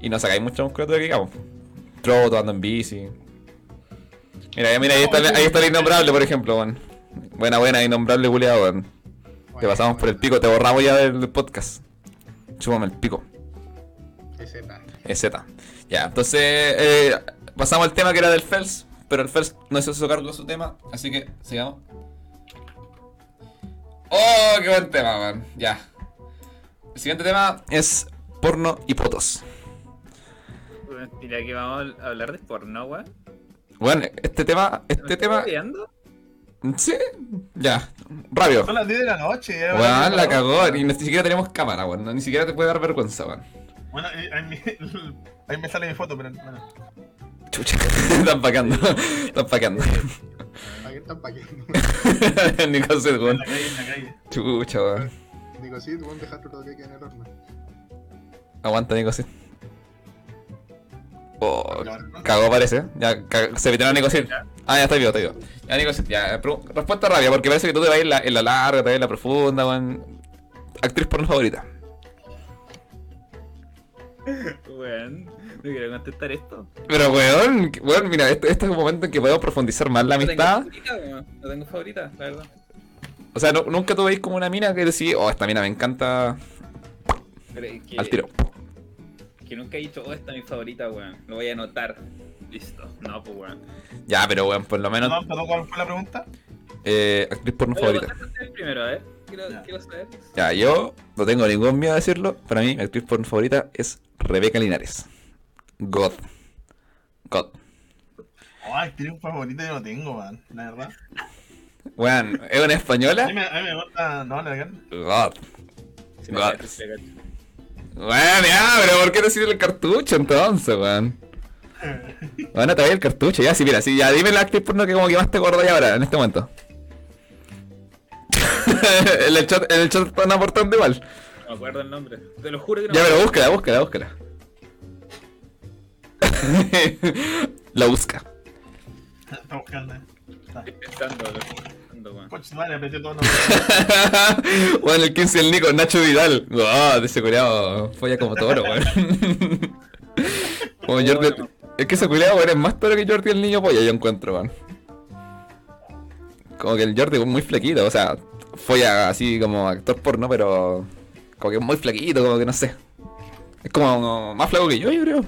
[SPEAKER 2] Y no sacáis mucha musculatura, digamos. Troto, ando en bici. Mira, ya- mira, ahí está, ahí está el innombrable, por ejemplo, weón. Buena, buena, innombrable, buleado, weón. Te
[SPEAKER 5] Bueno,
[SPEAKER 2] pasamos por el pico, te borramos ya del podcast. Chúpame el pico.
[SPEAKER 5] Ese tanque.
[SPEAKER 2] Es Z. Ya, entonces eh, pasamos al tema que era del Fels, pero el Fels no se hizo cargo de su tema, así que sigamos. ¡Oh, qué buen tema, man! Ya. El siguiente tema es porno y potos.
[SPEAKER 4] Mira que vamos a hablar de porno, weón.
[SPEAKER 2] Bueno, este tema,
[SPEAKER 4] ¿Me
[SPEAKER 2] este
[SPEAKER 4] estoy
[SPEAKER 2] tema...
[SPEAKER 4] rodeando?
[SPEAKER 2] Sí, ya. Rabio.
[SPEAKER 3] Son las 10 de la noche. ya,
[SPEAKER 2] Weón,
[SPEAKER 3] bueno,
[SPEAKER 2] la cagó, y ni siquiera tenemos cámara, weón. Ni siquiera te puede dar vergüenza, weón.
[SPEAKER 3] Bueno, ahí, ahí me- ahí me sale mi foto, pero bueno.
[SPEAKER 2] Chucha, están pacando, están pacando.
[SPEAKER 5] ¿Para qué están pa' qué?
[SPEAKER 2] Nico Sed,
[SPEAKER 3] En
[SPEAKER 2] weón.
[SPEAKER 3] la calle, en la calle.
[SPEAKER 2] Chucha, weón.
[SPEAKER 5] Digo, sí, tú dejar tu que en el horno.
[SPEAKER 2] Aguanta, Nicosit. Oh,
[SPEAKER 3] Ya, bueno.
[SPEAKER 2] cagó parece. Ya, ca- se evitaron a Nicosit. Ah, ya está vivo, está vivo. Ya, Nicosit, ya. pero- Respuesta rabia, porque parece que tú te vas en la, en la larga, te vas en la profunda, weón. Actriz porno favorita.
[SPEAKER 4] Weón, no quiero contestar esto.
[SPEAKER 2] Pero, weón, que- weón, mira, este, este es un momento en que podemos profundizar más la
[SPEAKER 4] No tengo
[SPEAKER 2] amistad.
[SPEAKER 4] favorita, weón. No tengo favorita, la verdad.
[SPEAKER 2] O sea, no- nunca tú veis como una mina que decís, oh, esta mina me encanta
[SPEAKER 4] Pero es que,
[SPEAKER 2] al tiro.
[SPEAKER 4] Que nunca he dicho, oh, esta es mi favorita, weón. Lo voy a anotar. Listo. No, pues weón.
[SPEAKER 2] Ya, pero, weón, por lo menos,
[SPEAKER 3] No, perdón, ¿cuál fue la pregunta?
[SPEAKER 2] eh, actriz porno
[SPEAKER 4] Oye,
[SPEAKER 2] favorita.
[SPEAKER 4] contestaste el primero, a ver. Quiero,
[SPEAKER 3] Ya.
[SPEAKER 4] quiero saber.
[SPEAKER 2] Ya, yo no tengo ningún miedo a decirlo. Para mí, mi actriz porno favorita es Rebeca Linares. God. God.
[SPEAKER 3] Ay, tiene un favorito yo no tengo, man. La verdad.
[SPEAKER 2] Weón, es una
[SPEAKER 3] A mí
[SPEAKER 2] española.
[SPEAKER 3] me, a mí me gusta. No, la verdad.
[SPEAKER 2] God.
[SPEAKER 4] Si no,
[SPEAKER 2] God.
[SPEAKER 4] ya, si la cacho.
[SPEAKER 2] Weón, ya, pero ¿por qué no sirve el cartucho entonces, weón? Bueno, te voy el cartucho, ya, sí, mira, sí, ya dime la actriz porno que como que más te acordáis ahora, en este momento. en el chat, en el chat están aportando igual.
[SPEAKER 4] No me acuerdo el nombre. Te lo juro que no
[SPEAKER 2] Ya,
[SPEAKER 4] me
[SPEAKER 2] pero
[SPEAKER 4] acuerdo.
[SPEAKER 2] búscala, búscala, búscala. la busca.
[SPEAKER 3] Está buscando. Está.
[SPEAKER 4] Estoy pensando, lo estoy pensando, weón.
[SPEAKER 3] Pues vale, apreté todo. No,
[SPEAKER 2] bueno, el 15 el Nico, Nacho Vidal. Wow, de ese culiao folla como toro, weón. Como Jordi- Es que ese culiao, weón, es más toro que Jordi el niño polla, yo encuentro, weón. Como que el Jordi es muy flaquito, o sea, folla así como actor porno, pero como que es muy flaquito, como que no sé. Es como más flaco que yo, yo creo.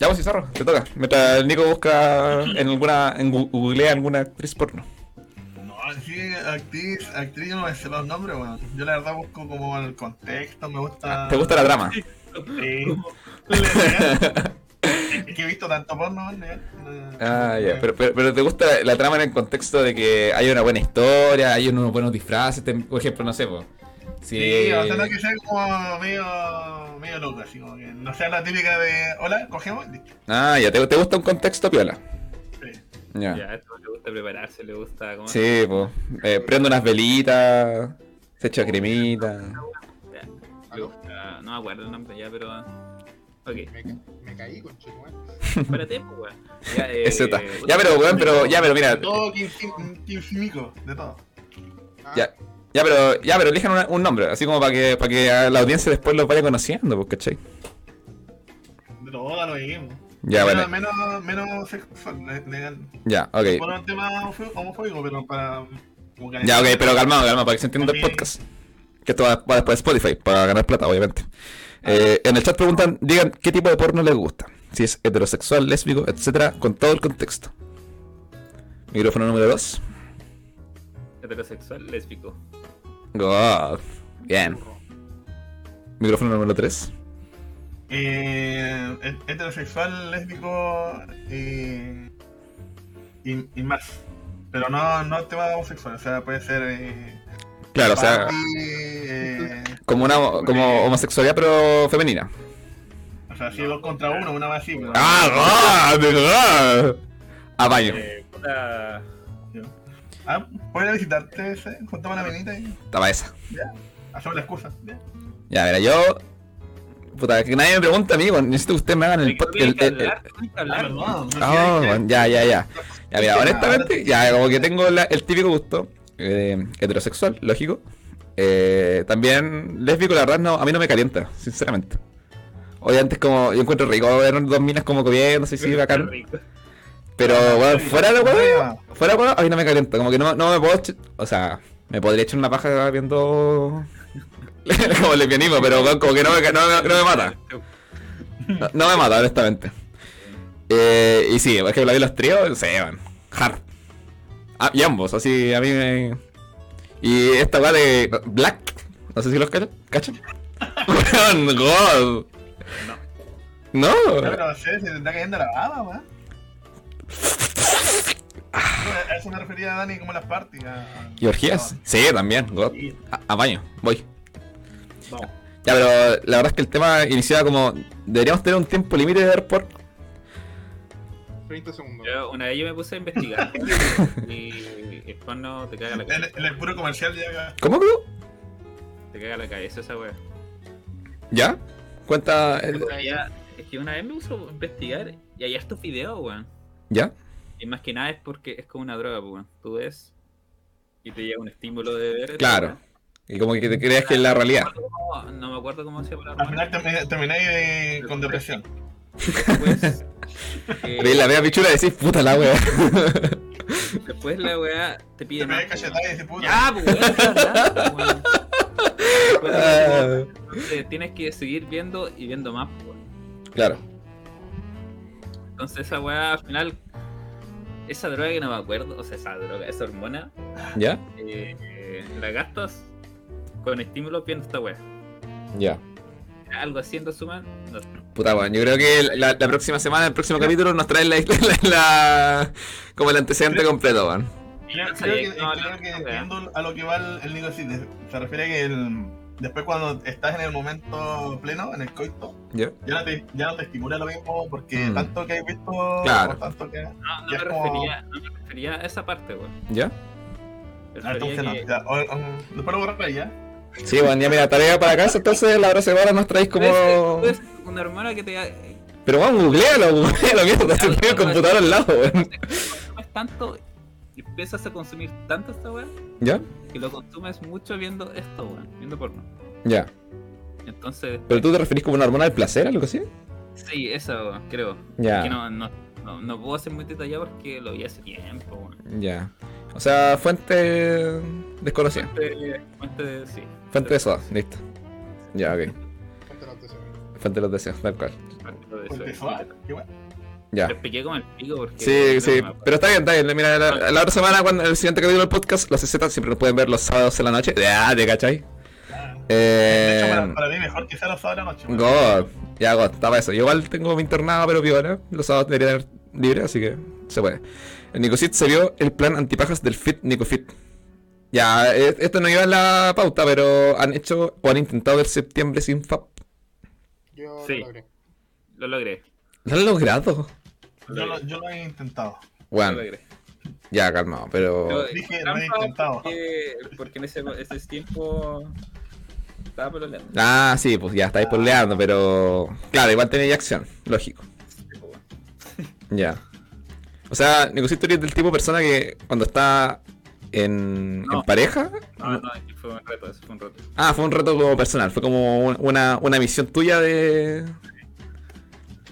[SPEAKER 2] Ya vos, Cizarro, te toca. Mientras el Nico busca en alguna. en gu- googlea alguna actriz porno.
[SPEAKER 3] no sí, actriz, actriz, yo no me sé los nombres, weón. Yo la verdad busco como el contexto, me gusta.
[SPEAKER 2] ¿Te gusta la trama?
[SPEAKER 3] Sí. La verdad, Es que he visto tanto porno, man. la verdad.
[SPEAKER 2] Ah, ya, pero, pero, pero te gusta la, la trama en el contexto de que hay una buena historia, hay unos buenos disfraces, te- por ejemplo, no sé, po. Si,
[SPEAKER 3] Sí, o sea, no que sea como medio, medio loco, así como que no sea la típica de hola, cogemos, listo.
[SPEAKER 2] Ah, ya, te, te gusta un contexto piola.
[SPEAKER 3] Sí.
[SPEAKER 2] Ya.
[SPEAKER 4] Ya, a esto le gusta prepararse, le gusta. ¿cómo?
[SPEAKER 2] Sí, pues. prendo unas velitas, se echa cremita.
[SPEAKER 4] Le gusta- No me acuerdo el nombre ya, pero. Ok,
[SPEAKER 5] Me, ca- me caí con chingüey.
[SPEAKER 4] para tiempo, weón. Ya, eh,
[SPEAKER 2] Es Z. Ya, pero, weón, pero, ya, pero, mira.
[SPEAKER 3] Todo quinfimico, de todo.
[SPEAKER 5] Ah,
[SPEAKER 2] Ya. Ya, pero, ya, pero elijan una- un nombre, así como para que, para que a la audiencia después los vaya conociendo, pues, ¿cachai?
[SPEAKER 3] De todo lo lleguemos.
[SPEAKER 2] Ya,
[SPEAKER 3] menos,
[SPEAKER 2] bueno,
[SPEAKER 3] menos, menos sexual, le- legal.
[SPEAKER 2] ya, ok.
[SPEAKER 3] Por un tema homofo- homofóbico, pero para. como que-
[SPEAKER 2] Ya, ok, pero calmado, calmado, para que se entienda el
[SPEAKER 3] Ok.
[SPEAKER 2] podcast. Que esto va, va después de Spotify, para ganar plata, obviamente. Eh, en el chat preguntan, digan qué tipo de porno les gusta. Si es heterosexual, lésbico, etcétera, con todo el contexto. Micrófono número 2.
[SPEAKER 4] heterosexual, lésbico.
[SPEAKER 2] God. Bien. Micrófono número 3.
[SPEAKER 3] Eh, het- heterosexual, lésbico y, y, y más. Pero no, no tema homosexual, o sea, puede ser. Eh,
[SPEAKER 2] Claro, o sea,
[SPEAKER 3] party, eh,
[SPEAKER 2] como una como homosexualidad pero femenina.
[SPEAKER 3] o sea, si dos contra uno, una más así. Pero,
[SPEAKER 2] ¡Ah, God! God. A baño.
[SPEAKER 4] Eh, puta.
[SPEAKER 3] Ah, voy a ir a visitarte, ¿sí? juntamos una venita y
[SPEAKER 2] Estaba esa.
[SPEAKER 3] hacemos la excusa. ¿ya?
[SPEAKER 2] Ya, mira, yo. Puta, que nadie me pregunta a mí, weón, necesito que ustedes me hagan el podcast.
[SPEAKER 4] Tienen que hablar, tienen que hablar, weón.
[SPEAKER 3] Ah, perdón,
[SPEAKER 2] Ah,
[SPEAKER 3] sí,
[SPEAKER 2] bueno, ya, ya, ya. Ya, mira,
[SPEAKER 3] Ya,
[SPEAKER 2] honestamente, ya, como que tengo la- el típico gusto eh, heterosexual, lógico. Eh, también lésbico, la verdad, no, a mí no me calienta, sinceramente. Hoy antes como, yo encuentro rico ver dos minas como comiendo, sí, sí, bacán.
[SPEAKER 4] Rico.
[SPEAKER 2] Pero, bueno, fuera de
[SPEAKER 3] no,
[SPEAKER 2] huevo,
[SPEAKER 3] no.
[SPEAKER 2] fuera de huevo, a mí no me calienta. Como que no, no me puedo, ech- o sea, me podría echar una paja viendo como lesbianismo, pero weón, como que no me, no me- no me mata. No, no me mata, honestamente. Eh, y sí, por ejemplo, a mí los tríos se llevan. Hard. Ah, y ambos, así a mí me. Y esta weá de Black. No sé si los cachan. ¿Cachan? Weón, God. No.
[SPEAKER 3] Ya, pero no sé, se te está cayendo la baba, man. A eso me refería Dani como las parties. a-
[SPEAKER 2] Ah. ¿Y orgías? Sí, también, God.
[SPEAKER 3] Sí.
[SPEAKER 2] A, a baño, voy.
[SPEAKER 3] Vamos.
[SPEAKER 2] Ya, pero la verdad es que el tema iniciaba como. Deberíamos tener un tiempo límite de ver por.
[SPEAKER 5] 30 segundos.
[SPEAKER 4] Yo, una vez yo me puse a investigar y el porno te caga la
[SPEAKER 3] En,
[SPEAKER 4] cabeza.
[SPEAKER 3] en el puro comercial llega.
[SPEAKER 2] ¿Cómo, bro?
[SPEAKER 4] Te caga la cabeza esa weá.
[SPEAKER 2] ¿Ya? Cuenta. eh, el-
[SPEAKER 4] Puta, ya- Es que una vez me puse a investigar y hay estos videos, weón.
[SPEAKER 2] ¿Ya?
[SPEAKER 4] Y más que nada es porque es como una droga, pues, weón. Tú ves y te llega un estímulo de ver.
[SPEAKER 2] Claro. Y como que te creas que es la realidad.
[SPEAKER 4] No, no me acuerdo cómo se llama la
[SPEAKER 3] Al final terminé, terminé eh, con depresión.
[SPEAKER 4] Después,
[SPEAKER 2] Veis la
[SPEAKER 4] eh,
[SPEAKER 2] vea pichula y decís, puta la wea.
[SPEAKER 4] después la weá te pide.
[SPEAKER 3] Te
[SPEAKER 4] más,
[SPEAKER 3] pegué cachetada y dice
[SPEAKER 4] weón.
[SPEAKER 3] puta.
[SPEAKER 4] Ya, pues, weón, ¿qué hablando, weón? Después te
[SPEAKER 2] Ah,
[SPEAKER 4] pide- Entonces, tienes que seguir viendo y viendo más, pues, weón.
[SPEAKER 2] claro.
[SPEAKER 4] Entonces esa weá al final. Esa droga que no me acuerdo, o sea, esa droga, esa hormona,
[SPEAKER 2] ¿Ya?
[SPEAKER 4] eh, eh, la gastas con estímulos viendo esta weá.
[SPEAKER 2] Ya.
[SPEAKER 4] Algo así en resumen, no sé.
[SPEAKER 2] Puta weón, yo creo que la, la próxima semana, el próximo capítulo, nos trae la, la- la- como el antecedente completo, weón.
[SPEAKER 3] Creo, creo que,
[SPEAKER 4] No sabía que no
[SPEAKER 3] creo
[SPEAKER 4] hablaba
[SPEAKER 3] que
[SPEAKER 4] de esa weá.
[SPEAKER 3] entiendo a lo que va el, el Nico Cid. Se refiere a que el- después cuando estás en el momento pleno, en el coito,
[SPEAKER 2] ¿Ya?
[SPEAKER 3] ya no te, ya no te estimula lo mismo porque
[SPEAKER 2] Mm.
[SPEAKER 3] tanto que has visto,
[SPEAKER 2] Claro.
[SPEAKER 3] o tanto que... Ah,
[SPEAKER 4] No,
[SPEAKER 3] Ya
[SPEAKER 4] no me
[SPEAKER 3] es como-
[SPEAKER 4] refería, no me refería a esa parte, weón.
[SPEAKER 2] ¿Ya?
[SPEAKER 4] Me refería
[SPEAKER 3] entonces no,
[SPEAKER 4] que-
[SPEAKER 3] ya, o- o- después lo borraré ya.
[SPEAKER 2] Sí, weón, ya mira, tarea para casa, entonces la otra semana nos traéis como.
[SPEAKER 4] Tú ves- tú ves una hormona que te da-
[SPEAKER 2] Pero weón, googlealo, googlealo, mierda, se tiene el computador al lado, weón.
[SPEAKER 4] consumes tanto y empiezas a consumir tanto esta weá
[SPEAKER 2] ¿Ya?
[SPEAKER 4] que lo consumes mucho viendo esto, weón, viendo porno.
[SPEAKER 2] Ya.
[SPEAKER 4] Entonces,
[SPEAKER 2] ¿Pero tú te referís como una hormona del placer, algo así?
[SPEAKER 4] sí, eso, weón, creo.
[SPEAKER 2] Ya.
[SPEAKER 4] Que no, no, no, no puedo ser muy detallado porque lo vi hace tiempo, weón.
[SPEAKER 2] Ya. O sea, fuente desconocida.
[SPEAKER 4] Fuente- fuente- sí.
[SPEAKER 2] Fuente de soda, listo. Ya, ok.
[SPEAKER 5] Ponte los 30 segundos.
[SPEAKER 2] Fuente de los deseos, tal cual.
[SPEAKER 4] Fuente de
[SPEAKER 3] Porque
[SPEAKER 4] soda.
[SPEAKER 3] eso, qué bueno.
[SPEAKER 2] Ya.
[SPEAKER 4] Lo expliqué como el pico porque...
[SPEAKER 2] Sí,
[SPEAKER 4] no
[SPEAKER 2] sí,
[SPEAKER 4] me acuerdo.
[SPEAKER 2] pero está bien, está bien. Mira, la, la otra semana, cuando el siguiente capítulo del podcast, los CZ siempre lo pueden ver los sábados en la noche. Ah, ¿te cachai?
[SPEAKER 3] Ah. De hecho,
[SPEAKER 2] Eh,
[SPEAKER 3] para, para mí mejor que sea los sábados de la noche. weón.
[SPEAKER 2] God, ya God, estaba eso. Yo igual tengo mi internado, pero piola. Los sábados debería tener libre, así que se puede. El Nicosit se vio el plan antipajas del Fit Nicofit. Ya, eh, esto no iba en la pauta, pero han hecho o han intentado ver septiembre sin FAP.
[SPEAKER 5] Yo
[SPEAKER 4] Sí.
[SPEAKER 5] lo logré.
[SPEAKER 4] Lo logré.
[SPEAKER 2] ¿Lo han logrado?
[SPEAKER 3] Yo lo, yo lo he intentado.
[SPEAKER 4] Lo
[SPEAKER 2] Bueno,
[SPEAKER 4] logré.
[SPEAKER 2] ya, calmado, pero.
[SPEAKER 4] Pero
[SPEAKER 3] Dije,
[SPEAKER 4] es
[SPEAKER 3] lo he
[SPEAKER 4] trampa
[SPEAKER 3] intentado.
[SPEAKER 4] Porque, porque en ese, ese tiempo estaba pololeando.
[SPEAKER 2] Ah, sí, pues ya estáis poleando, pero. Claro, igual tenéis acción, lógico. Ya. O sea, Nicosito eres del tipo de persona que cuando está en,
[SPEAKER 4] No.
[SPEAKER 2] en pareja.
[SPEAKER 4] No, no, aquí fue un reto, eso fue un reto.
[SPEAKER 2] Ah, fue un reto como personal, fue como un- una, una misión tuya de.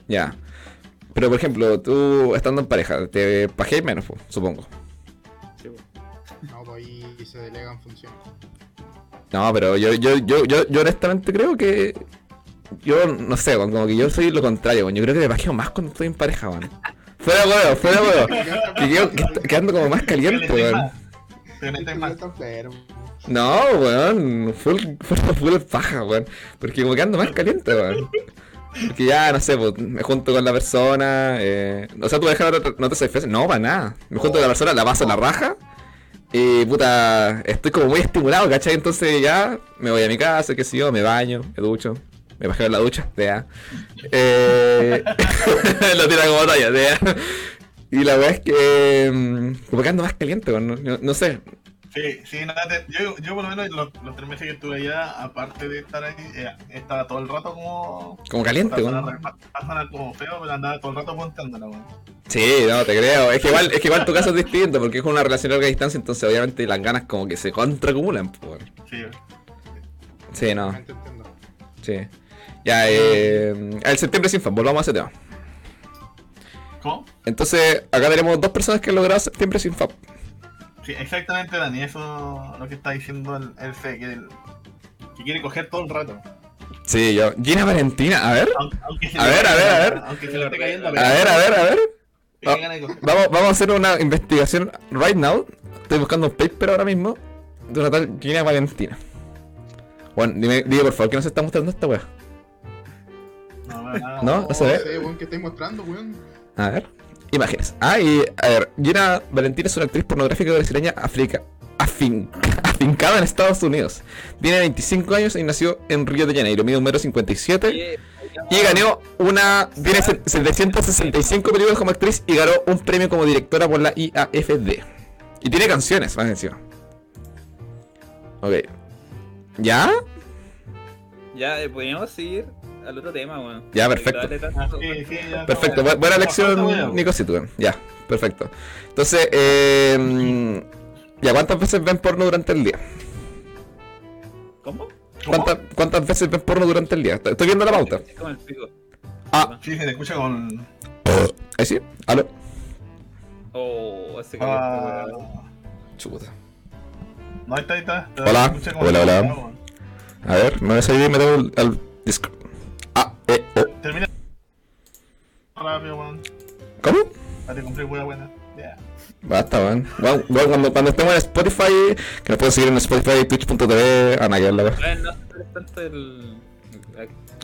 [SPEAKER 2] Ya. Pero por ejemplo, tú estando en pareja, te pajeáis menos, pues, supongo.
[SPEAKER 4] Sí, pues.
[SPEAKER 5] No, pues ahí se delegan funciones.
[SPEAKER 2] No, pero yo, yo, yo, yo, yo honestamente creo que. Yo no sé, weón, como que yo soy lo contrario, weón. Yo creo que me bajeo más cuando estoy en pareja, weón. Fuera huevo, fuera huevo. Que quedo- que est- quedando como más caliente, weón.
[SPEAKER 3] Pero no estáis
[SPEAKER 5] Este
[SPEAKER 3] mal.
[SPEAKER 5] está enfermo.
[SPEAKER 2] No, weón. Full, full, full paja, weón. Porque como que ando más caliente, weón. Porque ya, no sé, pues, me junto con la persona. Eh... O sea, tu pareja no te, no te satisface. No, para nada. Me junto con la persona, la paso en la raja. Y puta, estoy como muy estimulado, ¿cachai? Entonces ya me voy a mi casa, qué sé yo, me baño, me ducho. Me bajé en la ducha, ya. Eh... Lo tira como talla, ya. Y la verdad es que. mm, Como que ando más caliente, weón. No- no- no sé,
[SPEAKER 3] Sí, sí, nada, te- yo, yo por lo menos los, los tres meses que estuve allá, aparte de estar ahí, eh, estaba todo el rato como...
[SPEAKER 2] Como caliente,
[SPEAKER 3] Pasaba
[SPEAKER 2] weón.
[SPEAKER 3] como feo, pero andaba todo el rato apuntándola, weón.
[SPEAKER 2] Sí, no, te creo. Es que igual, es que igual tu caso es distinto, porque es una relación a larga distancia, entonces obviamente las ganas como que se contraacumulan, pues. weón.
[SPEAKER 3] Sí,
[SPEAKER 2] Sí, no,
[SPEAKER 5] Realmente entiendo.
[SPEAKER 2] sí. Ya, eh, el septiembre sin fan, volvamos a ese tema.
[SPEAKER 3] ¿cómo?
[SPEAKER 2] Entonces, acá tenemos dos personas que han logrado septiembre sin fan.
[SPEAKER 3] Sí, exactamente, Dani, eso lo que está diciendo el, el Fe, que, el- que quiere coger todo el rato.
[SPEAKER 2] Sí, yo. Gina Valentina, a ver.
[SPEAKER 3] Aunque- aunque se
[SPEAKER 2] A
[SPEAKER 3] le-
[SPEAKER 2] ver, a ver, a ver.
[SPEAKER 3] Aunque se le esté cayendo,
[SPEAKER 4] A
[SPEAKER 2] A ver, a ver, a ver.
[SPEAKER 3] tiene ganas de coger.
[SPEAKER 2] Vamos, vamos a hacer una investigación right now. Estoy buscando un paper ahora mismo de una tal Gina Valentina. Bueno, dime, dime por favor que no se está mostrando esta weá.
[SPEAKER 3] No, no, no.
[SPEAKER 2] ¿No? ¿No se ve?
[SPEAKER 5] sé, weón, que estáis mostrando, weón.
[SPEAKER 2] A ver. Imágenes. Ah, y a ver. Gina Valentina es una actriz pornográfica brasileña africa, afin- afincada en Estados Unidos. Tiene 25 años y nació en Río de Janeiro. Mide un metro 57.
[SPEAKER 4] Oye,
[SPEAKER 2] Y ganó una. Tiene se- 765 películas como actriz y ganó un premio como directora por la IAFD. Y tiene canciones, más encima. Ok. ¿Ya?
[SPEAKER 4] Ya, eh, podríamos seguir al otro tema, weón.
[SPEAKER 2] Ya,
[SPEAKER 4] Porque
[SPEAKER 2] perfecto.
[SPEAKER 4] darle
[SPEAKER 3] Ah,
[SPEAKER 4] tanto-
[SPEAKER 3] sí, sí, ya está,
[SPEAKER 2] Perfecto,
[SPEAKER 3] bueno.
[SPEAKER 2] bu- buena
[SPEAKER 3] Bastante bueno.
[SPEAKER 2] lección, Nico Situen. Ya, perfecto. Entonces, eh, ¿ya cuántas veces ven porno durante el día?
[SPEAKER 4] ¿Cómo?
[SPEAKER 3] ¿Cómo?
[SPEAKER 2] ¿Cuántas, ¿Cuántas veces ven porno durante el día? Estoy estoy viendo la pauta.
[SPEAKER 4] Es como el pico.
[SPEAKER 2] Ah.
[SPEAKER 3] Sí, se te escucha con...
[SPEAKER 2] Ahí sí, aló.
[SPEAKER 4] Oh, ese caliente,
[SPEAKER 3] Ah,
[SPEAKER 4] weón.
[SPEAKER 2] Chuta.
[SPEAKER 3] no, ahí está, ahí está. Te
[SPEAKER 2] Hola.
[SPEAKER 3] escucha con-
[SPEAKER 2] Hola, hola. A ver, me voy a salir y me tengo al Discord. Ah, eh, oh.
[SPEAKER 3] Termina rápido, weón.
[SPEAKER 2] ¿Cómo?
[SPEAKER 3] Ya te compré buena buena. Ya.
[SPEAKER 2] Basta, weón. Weón, weón, cuando, cuando estemos en Spotify, que nos pueden seguir en Spotify, twitch.tv, Anaguer, la
[SPEAKER 3] Ah.
[SPEAKER 2] verdad.
[SPEAKER 4] Weón, no esperes tanto el.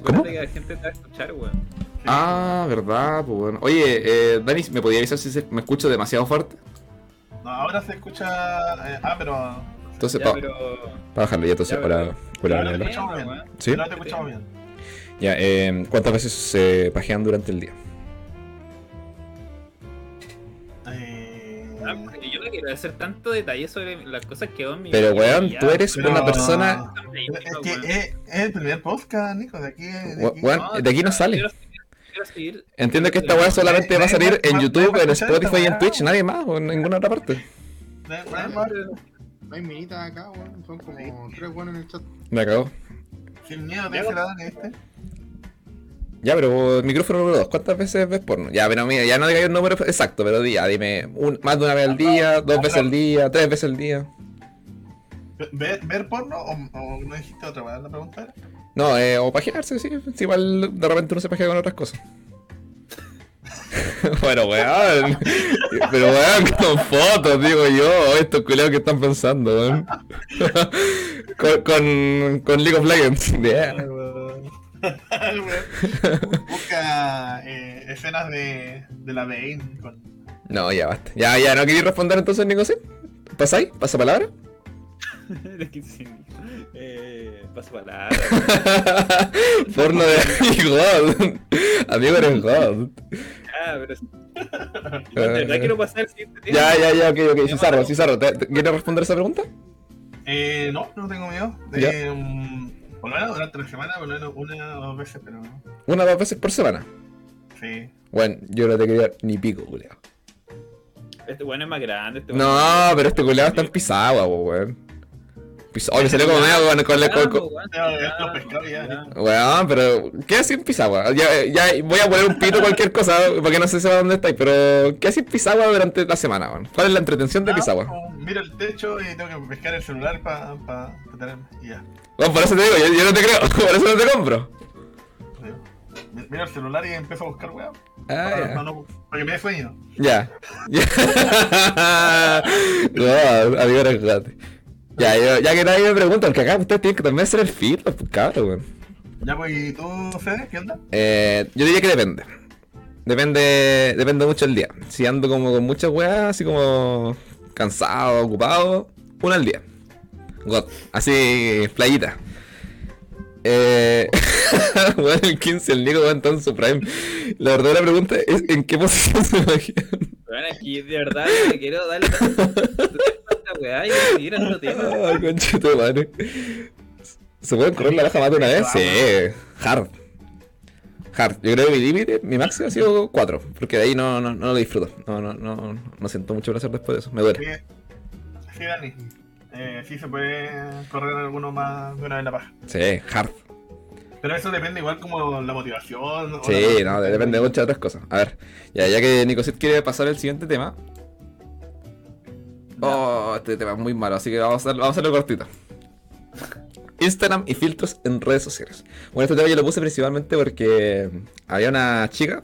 [SPEAKER 2] ¿Cómo?
[SPEAKER 4] Acuérdate que la gente te va a escuchar, weón.
[SPEAKER 3] Sí.
[SPEAKER 2] Ah, verdad, pues bueno. Oye, eh, Dani, ¿me podía avisar si se- me escucho demasiado fuerte?
[SPEAKER 3] No, ahora se escucha... eh, ah, pero...
[SPEAKER 2] Entonces,
[SPEAKER 4] Ya,
[SPEAKER 2] pa-
[SPEAKER 4] pero.
[SPEAKER 2] Para bajarlo ya, entonces,
[SPEAKER 4] Ya,
[SPEAKER 2] hola,
[SPEAKER 4] pero-
[SPEAKER 2] hola,
[SPEAKER 3] Ahora
[SPEAKER 2] hola, hola.
[SPEAKER 3] te escuchamos
[SPEAKER 4] hola.
[SPEAKER 3] bien.
[SPEAKER 2] ¿Sí?
[SPEAKER 3] Ahora te escuchamos bien.
[SPEAKER 2] Ya, eh, ¿cuántas veces se pajean durante el día?
[SPEAKER 3] Eh,
[SPEAKER 4] Ah, porque yo no quiero hacer tanto detalle sobre las cosas que don mi.
[SPEAKER 2] Pero, weón,
[SPEAKER 4] Ya,
[SPEAKER 2] tú eres
[SPEAKER 3] pero-
[SPEAKER 2] una persona...
[SPEAKER 3] Es que es, es el primer podcast, Nico, de aquí. De
[SPEAKER 2] We-
[SPEAKER 3] aquí.
[SPEAKER 2] Weón, de aquí no sale.
[SPEAKER 4] Quiero seguir- quiero seguir-
[SPEAKER 2] Entiendo que esta weá solamente va a salir en YouTube, en Spotify y en Twitch, nadie más, o en ninguna otra parte.
[SPEAKER 3] De- de- de-
[SPEAKER 5] No hay minitas acá, weón. Son como tres weones en el chat.
[SPEAKER 2] Me acabó.
[SPEAKER 3] Sin miedo te hace la Dani, ¿viste?
[SPEAKER 2] Ya, pero micrófono número 2, ¿cuántas veces ves porno? Ya, pero mira, ya no digas el número exacto, pero día, dime, un- más de una vez al día, dos veces al día, tres veces al día.
[SPEAKER 3] Ve- ¿Ver, ver porno o, o no dijiste otra vez la pregunta?
[SPEAKER 2] No, eh, o pajearse, sí. sí, igual de repente uno se pajea con otras cosas. bueno, weón. Pero weón, con fotos, digo yo. Estos culeros que están pensando, weón. con, con, con League of Legends. Yeah.
[SPEAKER 3] Busca eh, escenas de, de la Bane con.
[SPEAKER 2] No, ya basta. Ya, ya, ¿no queréis responder entonces, Nico? ¿Sí? ¿Pasáis? ¿Pasa palabra?
[SPEAKER 4] De que sí. Eh, Paso palabra.
[SPEAKER 2] Porno de God. Amigo eres God.
[SPEAKER 4] Ah, pero. Yo de verdad quiero pasar al siguiente tema.
[SPEAKER 2] Ya, ya, ya, ok, ok. Cizarro, Cizarro, ¿te, te- quieres responder esa pregunta?
[SPEAKER 3] Eh, no, no tengo miedo.
[SPEAKER 2] Ya.
[SPEAKER 3] Eh, mm, Por lo menos durante la semana, por lo menos una o dos veces, pero.
[SPEAKER 2] Una o dos veces por semana.
[SPEAKER 3] Sí.
[SPEAKER 2] Bueno, yo no te quería dar ni pico, culiao.
[SPEAKER 4] Este weón es más grande. Este weón
[SPEAKER 2] No, pero este culiao está en pisagua, po, weón. Pis- Oye, salió como medio con, con, con, con- Weón, pero ¿qué haces en Pisagua? Ya, ya voy a poner un pito cualquier cosa para que no se sepa dónde estáis, pero ¿qué haces en Pisagua durante la semana, weón? ¿Cuál es la entretención de
[SPEAKER 3] Ah,
[SPEAKER 2] Pisagua?
[SPEAKER 3] pues, Miro el techo y tengo que pescar el celular para pa, pa tener. Y ya.
[SPEAKER 2] Bueno, por eso te digo, yo, yo no te creo, por eso no te compro.
[SPEAKER 3] Sí. Mi- Miro el celular y empiezo a buscar weá. para,
[SPEAKER 2] Ah,
[SPEAKER 3] no- para que me dé sueño.
[SPEAKER 2] ya. Ya. no, amigo, relájate. Ya, yo, ya que nadie me pregunta, porque acá ustedes tienen que también hacer el fit, pues cabrón, weón.
[SPEAKER 3] Ya, pues, ¿y tú, Fede? ¿Qué onda?
[SPEAKER 2] Eh, yo diría que depende. Depende depende mucho el día. Si ando como con muchas weas, así como cansado, ocupado, una al día. God. Así, playita. Eh, weón, el 15, el Nico weón, está en su prime. La verdadera pregunta es: ¿en qué posición se imagina?
[SPEAKER 4] Bueno, aquí de verdad te quiero darle esta weá y seguir otro tema.
[SPEAKER 2] Ah, concha de tu madre. ¿Se pueden correr la baja más de una vez? Sí, hard. Hard. Yo creo que mi límite, mi máximo ha sido 4, porque de ahí no, no, no lo disfruto. No, no, no, no siento mucho placer después de eso. Me duele.
[SPEAKER 3] Sí, sí Dani. Eh, sí se puede correr alguno más de una vez la paja.
[SPEAKER 2] Sí, hard.
[SPEAKER 3] Pero eso depende igual como la motivación. o
[SPEAKER 2] Sí,
[SPEAKER 3] la-
[SPEAKER 2] no, depende de muchas otras cosas. A ver, ya, ya que Nicosit quiere pasar al siguiente tema. Oh, este tema es muy malo, así que vamos a hacerlo, vamos a hacerlo cortito. Instagram y filtros en redes sociales. Bueno, este tema yo lo puse principalmente porque había una chica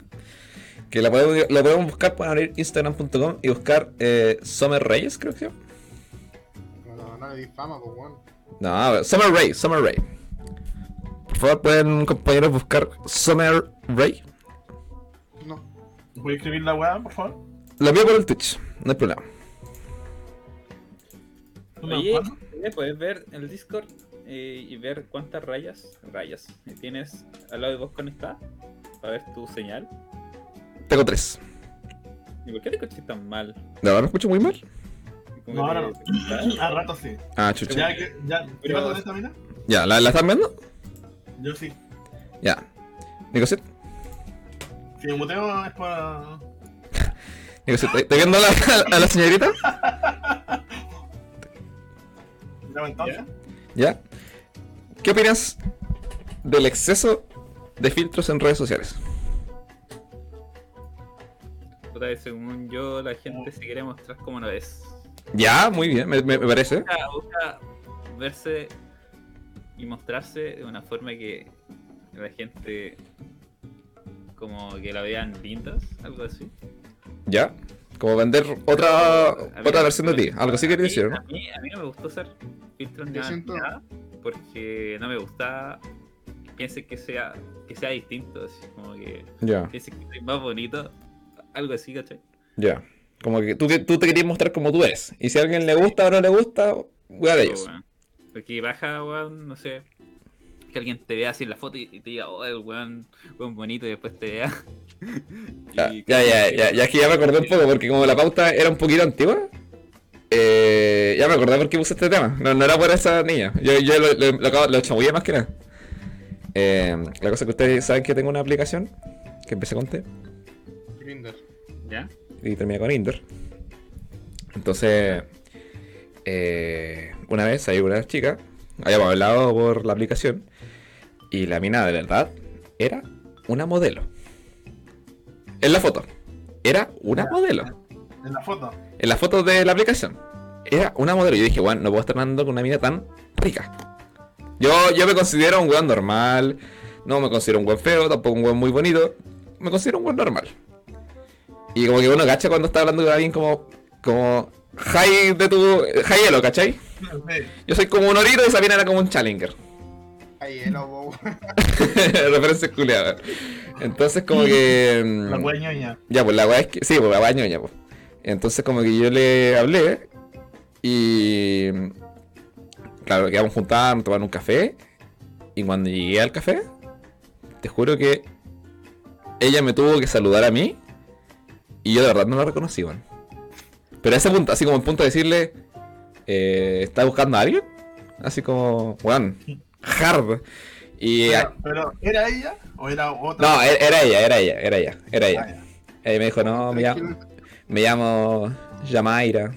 [SPEAKER 2] que la podemos, la podemos buscar, pueden abrir instagram.com y buscar eh, Summer Reyes, creo que se llama.
[SPEAKER 5] No, no le di fama, pues, weón.
[SPEAKER 2] No, a ver, Summer Ray, Summer Ray. Por favor, pueden compañeros buscar Summer Ray.
[SPEAKER 5] No.
[SPEAKER 3] ¿Puedes escribir la weá, por favor?
[SPEAKER 2] La veo por el Twitch, no hay problema.
[SPEAKER 3] ¿Una
[SPEAKER 4] Oye,
[SPEAKER 3] cuatro?
[SPEAKER 4] oye, puedes ver el Discord eh, y ver cuántas rayas, rayas eh, tienes al lado de vos conectada para ver tu señal.
[SPEAKER 2] Tengo tres.
[SPEAKER 4] ¿Y por qué te escuchas tan mal?
[SPEAKER 2] ¿La verdad me escucho muy mal?
[SPEAKER 4] Como
[SPEAKER 3] No,
[SPEAKER 4] que
[SPEAKER 3] ahora no.
[SPEAKER 4] te- te-
[SPEAKER 3] A rato sí.
[SPEAKER 2] Ah, chucha.
[SPEAKER 3] Ya, que- ya. ¿Qué
[SPEAKER 4] Pero-
[SPEAKER 3] pasa con esta mina?
[SPEAKER 2] Ya, ¿la, la están viendo?
[SPEAKER 3] Yo sí.
[SPEAKER 2] Ya. Nicosit,
[SPEAKER 3] Si me muteo es para.
[SPEAKER 2] Nicosit, ¿estás viendo a la, a la señorita?
[SPEAKER 3] Ya, entonces.
[SPEAKER 2] ¿Ya? ¿Qué opinas del exceso de filtros en redes sociales?
[SPEAKER 4] Puta, que según yo, la gente se quiere mostrar como no es.
[SPEAKER 2] Ya, muy bien, me, me- me parece.
[SPEAKER 4] Busca, busca verse y mostrarse de una forma que la gente como que la vean lindas, algo así.
[SPEAKER 2] Ya. Como vender otra, otra versión de ti. Algo así quería
[SPEAKER 4] quería
[SPEAKER 2] decir,
[SPEAKER 4] A
[SPEAKER 2] ¿no?
[SPEAKER 4] mí, a mí no me gustó hacer filtros
[SPEAKER 5] Yo
[SPEAKER 4] ni nada,
[SPEAKER 5] siento-
[SPEAKER 4] nada, porque no me gusta que piensen que sea, que sea distinto, así como que
[SPEAKER 2] Ya,
[SPEAKER 4] piensen que soy más bonito, algo así, ¿cachai?
[SPEAKER 2] ya. Como que tú, que tú te querías mostrar como tú eres. Y si a alguien le gusta o no le gusta, weá de
[SPEAKER 4] Pero,
[SPEAKER 2] ellos.
[SPEAKER 4] weón, Porque baja, weón, no sé. Que alguien te vea así en la foto y y te diga, oh, el weón, weón bonito, y después te vea.
[SPEAKER 2] Ya,
[SPEAKER 4] Y-
[SPEAKER 2] ya, ya, ya, ya es que ya me acordé un poco porque como la pauta era un poquito antigua, eh, ya me acordé por qué puse este tema. No, no era por esa niña. Yo, yo lo, lo, lo acabo- lo chamullé más que nada. Eh, la cosa que ustedes saben que tengo una aplicación que empecé con T
[SPEAKER 5] Grinder.
[SPEAKER 4] ¿Ya?
[SPEAKER 2] y terminé con Indoor. Entonces, eh, una vez hay una chica, habíamos hablado por la aplicación, y la mina de verdad era una modelo. En la foto, era una modelo
[SPEAKER 3] En la foto.
[SPEAKER 2] en las fotos de la aplicación. Era una modelo. Yo dije, bueno, no puedo estar andando con una mina tan rica. Yo, yo me considero un weón normal. No me considero un weón feo, tampoco un weón muy bonito. Me considero un weón normal. Y como que uno gacha cuando está hablando con alguien como. como. high de tu. high elo, ¿cachai?
[SPEAKER 3] Sí.
[SPEAKER 2] Yo soy como un orito y esa mina era como un challenger.
[SPEAKER 5] Ay, hielo, po, weón.
[SPEAKER 2] Referencia culiada. Entonces como que. mm,
[SPEAKER 3] La wea ñoña.
[SPEAKER 2] Ya, pues la weá es que. Sí, pues la weá es ñoña, pues. Entonces, como que yo le hablé y. Claro, quedamos juntados, nos tomaron un café. Y cuando llegué al café, te juro que. Ella me tuvo que saludar a mí. Y yo de verdad no la reconocí, weón. Pero a ese punto, así como en punto de decirle. Eh, ¿Estás buscando a alguien? Así como, weón, hard. Y
[SPEAKER 3] Pero, pero, ¿era ella o era otra?
[SPEAKER 2] No, e- era ella, era ella, era ella, era
[SPEAKER 3] Ah,
[SPEAKER 2] ella.
[SPEAKER 3] ya.
[SPEAKER 2] Ella me dijo, no, me llamo, me llamo Yamaira.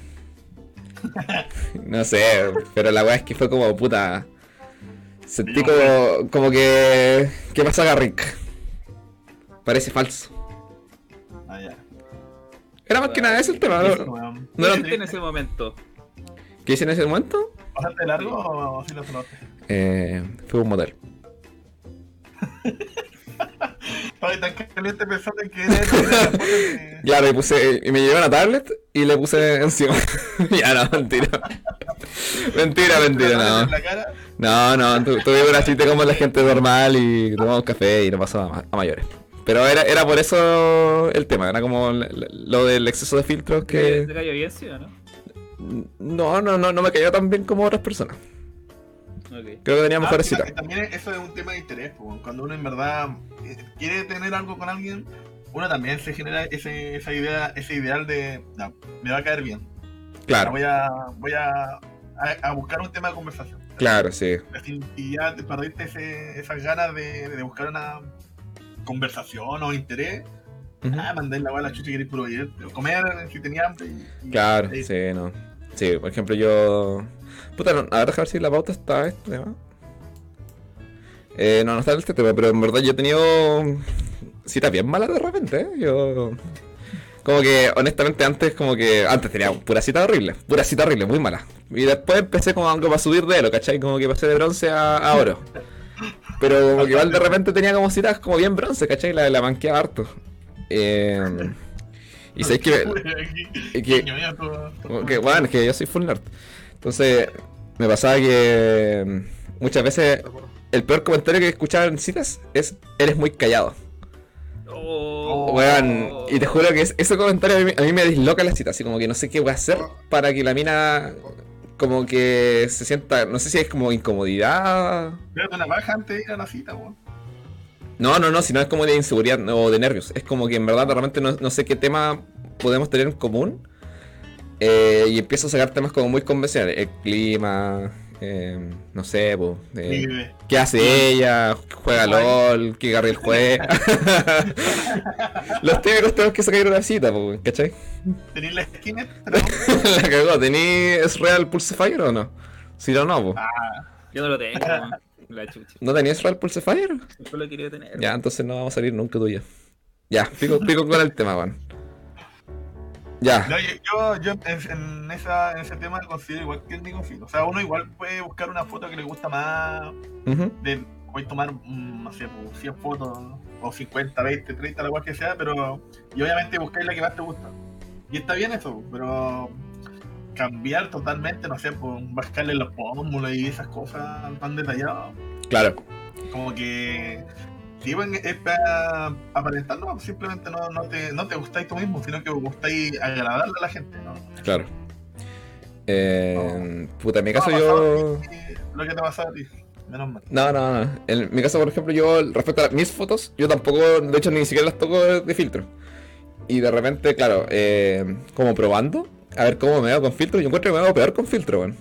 [SPEAKER 2] No sé, pero la weá es que fue como puta. Sentí como, como que. ¿Qué pasa, Garrick? Parece falso.
[SPEAKER 3] Ah, ya.
[SPEAKER 2] Era más que nada ese el tema.
[SPEAKER 3] Eso,
[SPEAKER 2] ¿no?
[SPEAKER 3] weón.
[SPEAKER 2] No era-
[SPEAKER 4] en ese momento?
[SPEAKER 2] ¿Qué hice en ese momento?
[SPEAKER 3] ¿Pasaste largo o sí lo solaste?
[SPEAKER 2] Eh, fue un motel.
[SPEAKER 3] Estaba tan caliente pensando en que era esa foto que-
[SPEAKER 2] Claro, y puse. Y me llevé una tablet y le puse encima. ya no, mentira. mentira, mentira, no.
[SPEAKER 3] en la cara.
[SPEAKER 2] No, no, tu- tuve una cita como la gente normal y tomamos café y no pasó a, ma- a mayores. Pero era, era por eso el tema, era como l- l- lo del exceso de filtros
[SPEAKER 4] ¿Te,
[SPEAKER 2] que...
[SPEAKER 4] te cayó bien, sí o no?
[SPEAKER 2] No, no, no, no me cayó tan bien como otras personas.
[SPEAKER 4] Ok.
[SPEAKER 2] Creo que tenía
[SPEAKER 3] Ah,
[SPEAKER 2] mejores
[SPEAKER 3] mira,
[SPEAKER 2] citas.
[SPEAKER 3] que También eso es un tema de interés, po, weón. cuando uno en verdad eh, quiere tener algo con alguien, uno también se genera ese, esa idea, ese ideal de, "No, me va a caer bien,
[SPEAKER 2] Claro,
[SPEAKER 3] voy a, voy a, a, a buscar un tema de conversación.
[SPEAKER 2] claro, sí.
[SPEAKER 3] Así, y ya te perdiste ese- esas ganas de, de buscar una conversación o interés,
[SPEAKER 2] Ujú.
[SPEAKER 3] ah, mandar la bola a la chucha y querer puro ir, o comer si tenía hambre. y- y-
[SPEAKER 2] Claro,
[SPEAKER 3] y-
[SPEAKER 2] sí, no. Sí, por ejemplo, yo. Puta, no, a ver, déjame ver si la pauta está este tema. Eh, no, no está este tema, pero en verdad yo he tenido citas bien malas de repente, ¿eh? Yo. Como que, honestamente, antes, como que. Antes tenía pura cita horrible, pura cita horrible, muy mala. Y después empecé como algo para subir de lo, ¿cachai? Como que pasé de bronce a, a oro. Pero como que igual de repente tenía como citas como bien bronce, ¿cachai? La, la manqueaba harto. Eh, y sé que. y que-
[SPEAKER 3] Niño, mira, tú- tú-
[SPEAKER 2] como que, bueno, es que yo soy full nerd. Entonces, me pasaba que mm, muchas veces el peor comentario que escuchaba en citas es: Eres muy callado.
[SPEAKER 4] Oh,
[SPEAKER 2] Weón, y te juro que es- ese comentario a mí, a mí me disloca las citas. Así como que no sé qué voy a hacer para que la mina, como que se sienta, no sé si es como incomodidad.
[SPEAKER 3] Espérate una baja antes de ir a la cita, weón.
[SPEAKER 2] No, no, no, sino es como de inseguridad no, o de nervios. Es como que en verdad realmente no, no sé qué tema podemos tener en común. Eh, y empiezo a sacar temas como muy convencionales. El clima, eh, no sé, po, eh,
[SPEAKER 3] Libre.
[SPEAKER 2] qué hace ella, juega LOL, qué Gabriel juega. Los típicos temas que sacar en una cita, po, ¿cachai?
[SPEAKER 3] ¿Tenéis la skin? pero-
[SPEAKER 2] La cagó, ¿tení es real Pulse Fire o no? Si no, no, po.
[SPEAKER 4] Yo no lo tengo, weón. La chucha.
[SPEAKER 2] ¿No tenías real Pulse Fire?
[SPEAKER 4] Yo lo quería tener.
[SPEAKER 2] Ya, entonces no vamos a salir nunca tuya. Ya, pico, pico con el tema, Juan. Ya,
[SPEAKER 3] No, yo, yo, yo en, en esa, en ese tema considero igual que el Nico Phil. O sea, uno igual puede buscar una foto que le gusta más.
[SPEAKER 2] ujú,
[SPEAKER 3] De, puede tomar, mm, no sé, pues, 100 fotos, o 50, 20, 30, la cual que sea, pero. Y obviamente buscáis la que más te gusta. Y está bien eso, pero. Cambiar totalmente, no sé, pues, bajarle los pómulos y esas cosas tan detalladas.
[SPEAKER 2] claro.
[SPEAKER 3] como que si iban es para aparentar no, simplemente no, no te, no te gustáis tú mismo, sino que gustáis agradarle a la gente, ¿no?
[SPEAKER 2] Claro. Eh, puta, en mi
[SPEAKER 3] No,
[SPEAKER 2] caso
[SPEAKER 3] ha pasado
[SPEAKER 2] yo...
[SPEAKER 3] a ti, Lo que te pasa a ti, menos mal.
[SPEAKER 2] No, no, no. En mi caso, por ejemplo, yo, respecto a mis fotos, yo tampoco, de hecho, ni siquiera las toco de filtro. Y de repente, claro, eh, como probando, a ver cómo me veo con filtro, yo encuentro que me veo peor con filtro, weón.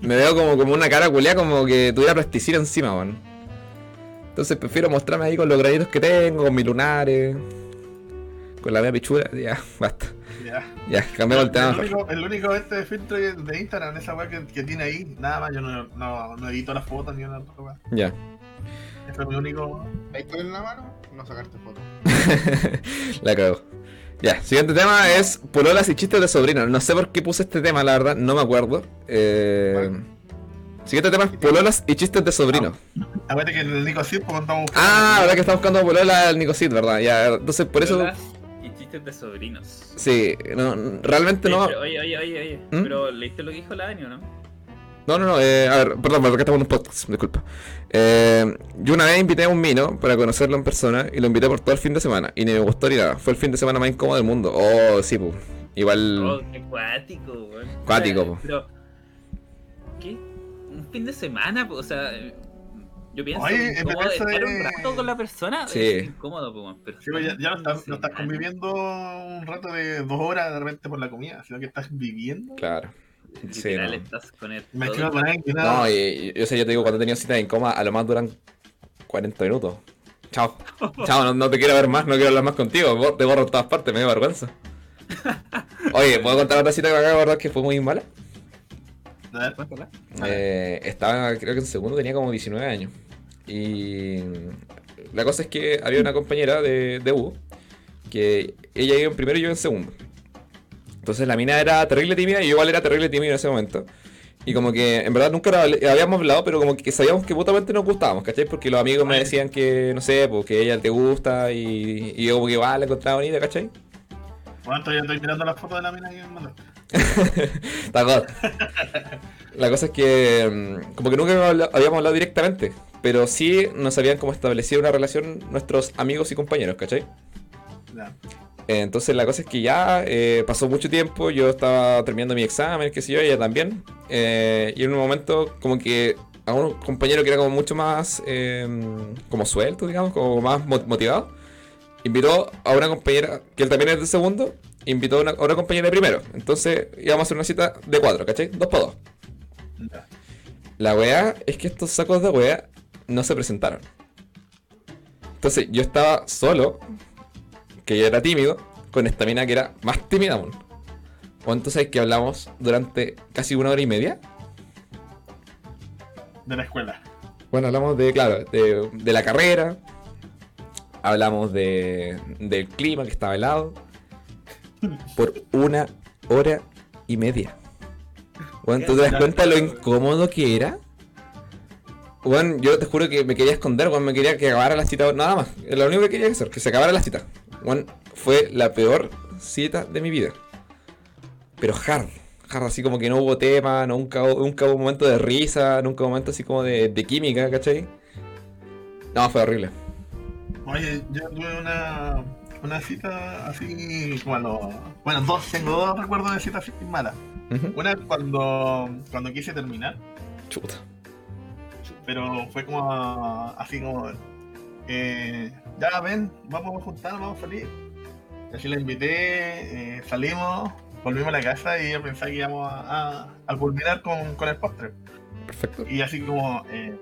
[SPEAKER 2] Me veo como, como una cara culeada, como que tuviera plasticina encima, weón. Entonces prefiero mostrarme ahí con los granitos que tengo, con mis lunares, con la media pichura, ya, basta.
[SPEAKER 3] Ya.
[SPEAKER 2] Ya, cambiamos el tema.
[SPEAKER 3] el,
[SPEAKER 2] mejor.
[SPEAKER 3] único, el único este filtro de Instagram, esa weá que, que tiene ahí, nada más, yo no, no, no edito las fotos ni una otra weá.
[SPEAKER 2] Ya.
[SPEAKER 3] Ese es mi único.
[SPEAKER 5] La historia en la mano, no sacarte foto.
[SPEAKER 2] La cago. Ya, siguiente tema es pololas y chistes de sobrinos. No sé por qué puse este tema, la verdad, no me acuerdo. Eh, siguiente tema es pololas y chistes de sobrinos.
[SPEAKER 3] Acuérdate que el Nico sí, pues estamos buscando.
[SPEAKER 2] Ah, verdad que estamos buscando polola al Nicosit, ¿verdad? Ya, entonces por eso...
[SPEAKER 4] Lolas Y chistes de sobrinos.
[SPEAKER 2] Sí, no, realmente no...
[SPEAKER 4] Oye, Oye, oye, oye, oye.
[SPEAKER 2] ¿Mm?
[SPEAKER 4] Pero leíste lo que dijo la Dani, ¿o ¿no?
[SPEAKER 2] No, no, no, eh, a ver, perdón, perdón, que estamos en un podcast, disculpa. Eh, yo una vez invité a un mino para conocerlo en persona y lo invité por todo el fin de semana y ni me gustó ni nada. Fue el fin de semana más incómodo del mundo. Oh, sí, pu. Igual...
[SPEAKER 4] Oh, qué cuático, weón.
[SPEAKER 2] Mm. Cuático,
[SPEAKER 4] O sea,
[SPEAKER 2] po.
[SPEAKER 4] Pero. ¿Qué? Un fin de semana, po, o sea. Yo pienso
[SPEAKER 3] Oye,
[SPEAKER 4] que incómodo
[SPEAKER 3] pero eso
[SPEAKER 4] estar un
[SPEAKER 3] es-
[SPEAKER 4] rato con la persona
[SPEAKER 2] Sí.
[SPEAKER 4] es incómodo, po, weón, pero
[SPEAKER 3] eh, Sí, pues, ya, ya no estás, no
[SPEAKER 4] fin de
[SPEAKER 3] estás
[SPEAKER 4] semana.
[SPEAKER 3] conviviendo un rato de dos horas de repente por la comida, sino que estás viviendo
[SPEAKER 2] Claro.
[SPEAKER 4] Literal,
[SPEAKER 2] no.
[SPEAKER 4] estás con él.
[SPEAKER 3] Me
[SPEAKER 4] todo
[SPEAKER 3] quiero
[SPEAKER 4] el-
[SPEAKER 3] poner que nada.
[SPEAKER 2] No, y, y- o sea, yo te digo, cuando he tenido cita en coma, a lo más duran 40 minutos. Chao. Chao, no, no te quiero ver más, no quiero hablar más contigo. bo- Te borro en todas partes, me da vergüenza. Oye, ¿puedo contar otra cita que me acabo de acordar que fue muy mala?
[SPEAKER 3] A ver,
[SPEAKER 4] Cuéntala.
[SPEAKER 2] Eh, estaba, creo que en segundo tenía como 19 años. Y la cosa es que había una compañera de, de U que ella iba en primero y yo en segundo. Entonces la mina era terrible tímida y yo igual era terrible tímido en ese momento. Y como que en verdad nunca habl- habíamos hablado, pero como que sabíamos que mutuamente nos gustábamos, ¿cachai? Porque los amigos me decían que, no sé, porque ella te gusta y, y yo como que va, la encontraba bonita, ¿cachai?
[SPEAKER 3] bueno, todavía estoy mirando las fotos de la mina que me mandaste.
[SPEAKER 2] Está God. La cosa es que mm, como que nunca habíamos habla- habíamos hablado directamente, pero sí nos habían como establecido una relación nuestros amigos y compañeros, ¿cachai?
[SPEAKER 3] Ya.
[SPEAKER 2] Entonces la cosa es que ya eh, pasó mucho tiempo, yo estaba terminando mi examen, qué sé yo, ella también. eh, y en un momento como que a un compañero que era como mucho más eh, como suelto, digamos, como más mo- motivado, invitó a una compañera, que él también es de segundo, invitó a una, a una compañera de primero. Entonces íbamos a hacer una cita de cuatro, ¿cachai? Dos para dos.
[SPEAKER 3] Ya.
[SPEAKER 2] La weá es que estos sacos de weá no se presentaron. Entonces yo estaba solo, que yo era tímido, con esta mina que era más tímida aún. O entonces que hablamos durante casi una hora y media.
[SPEAKER 3] De la escuela.
[SPEAKER 2] Bueno, hablamos de, claro, de, de la carrera. Hablamos de, del clima que estaba helado. Por una hora y media. Bueno, ¿tú te das cuenta lo incómodo que era? Bueno, yo te juro que me quería esconder, bueno, me quería que acabara la cita, nada más. Lo único que quería hacer, que se acabara la cita. Bueno, fue la peor cita de mi vida. Pero hard, hard, así como que no hubo tema, nunca, hubo- nunca hubo un momento de risa, nunca hubo un momento así como de, de química, ¿cachai? No, fue horrible.
[SPEAKER 3] Oye, yo tuve una, una cita así como a los... Bueno, dos, tengo dos recuerdos de citas así malas.
[SPEAKER 2] Ujú.
[SPEAKER 3] Una cuando, cuando quise terminar,
[SPEAKER 2] Chuta.
[SPEAKER 3] pero fue como a- así como... eh, ya ven, vamos a juntar, vamos a salir. Y Así la invité, eh, salimos, volvimos a la casa y yo pensaba que íbamos a, a, a culminar con, con el postre.
[SPEAKER 2] Perfecto.
[SPEAKER 3] Y así como... Eh,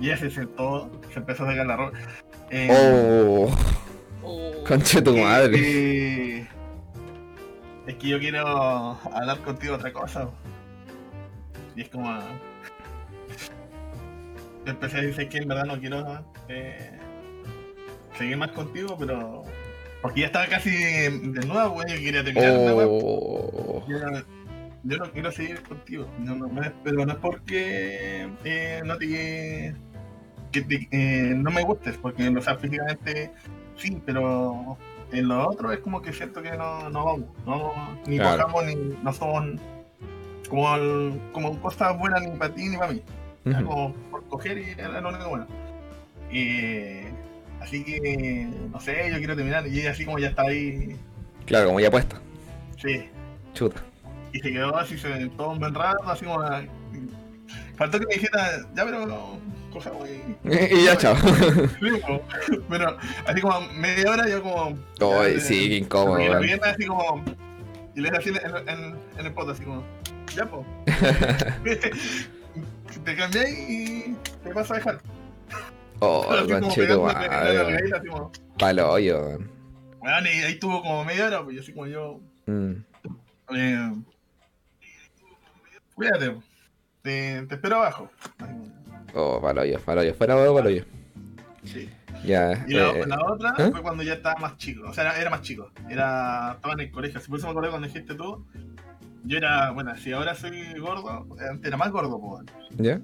[SPEAKER 3] y ella se sentó, se empezó a sacar la ropa. Eh,
[SPEAKER 2] Oh, conche tu
[SPEAKER 3] que-
[SPEAKER 2] madre.
[SPEAKER 3] eh, que- Es que yo quiero hablar contigo de otra cosa. Y es como. yo Empecé a decir que en verdad no quiero eh, seguir más contigo, pero. Porque ya estaba casi desnuda, güey. Yo quería terminar una weá.
[SPEAKER 2] Oh,
[SPEAKER 3] Yo, no- yo no quiero seguir contigo. No, no, no es- pero no es porque. eh, no te. Que te- eh, no me gustes, porque o sea, físicamente sí, pero en lo otro es como que siento que no, no vamos, no, ni
[SPEAKER 2] Claro.
[SPEAKER 3] bajamos, ni no somos como, el- como cosas buenas ni para ti ni para mí. Era
[SPEAKER 2] Ujú.
[SPEAKER 3] como por coger y era lo único bueno. Eh, así que, no sé, yo quiero terminar y ella así como ya está ahí,
[SPEAKER 2] Claro, como ya puesta.
[SPEAKER 3] sí,
[SPEAKER 2] Chuta.
[SPEAKER 3] y se quedó así se, todo un buen rato, así como... la- Faltó que me dijera, ya pero no, cojamos y...
[SPEAKER 2] Y ya, chao.
[SPEAKER 3] Sí, como- pero así como media hora yo como...
[SPEAKER 2] Ay,
[SPEAKER 3] ya,
[SPEAKER 2] sí, qué incómodo.
[SPEAKER 3] Como que la
[SPEAKER 2] weón.
[SPEAKER 3] pierna así como. Y le hace así en, en, en el poto, así como. Ya, po. te cambié y te vas a dejar.
[SPEAKER 2] Oh,
[SPEAKER 3] Así como
[SPEAKER 2] conche tu
[SPEAKER 3] pegándole a
[SPEAKER 2] madre.
[SPEAKER 3] la
[SPEAKER 2] weón.
[SPEAKER 3] regadera, así como,
[SPEAKER 2] Palo hoyo, weón.
[SPEAKER 3] Weón, y ahí tuvo como media hora, pues yo así como yo.
[SPEAKER 2] Mm.
[SPEAKER 3] Eh, cuídate, po. te, te espero abajo. Así como,
[SPEAKER 2] Oh, palo hoyo, palo hoyo. Fuera, weón, palo hoyo.
[SPEAKER 3] Sí.
[SPEAKER 2] Ya.
[SPEAKER 3] Y la,
[SPEAKER 2] eh,
[SPEAKER 3] la otra
[SPEAKER 2] ¿eh?
[SPEAKER 3] fue cuando ya estaba más chico, o sea, era, era más chico, era, estaba en el colegio, así por eso me acuerdo cuando dijiste tú, yo era, bueno, si ahora soy gordo, antes era más gordo, pues,
[SPEAKER 2] ¿Ya?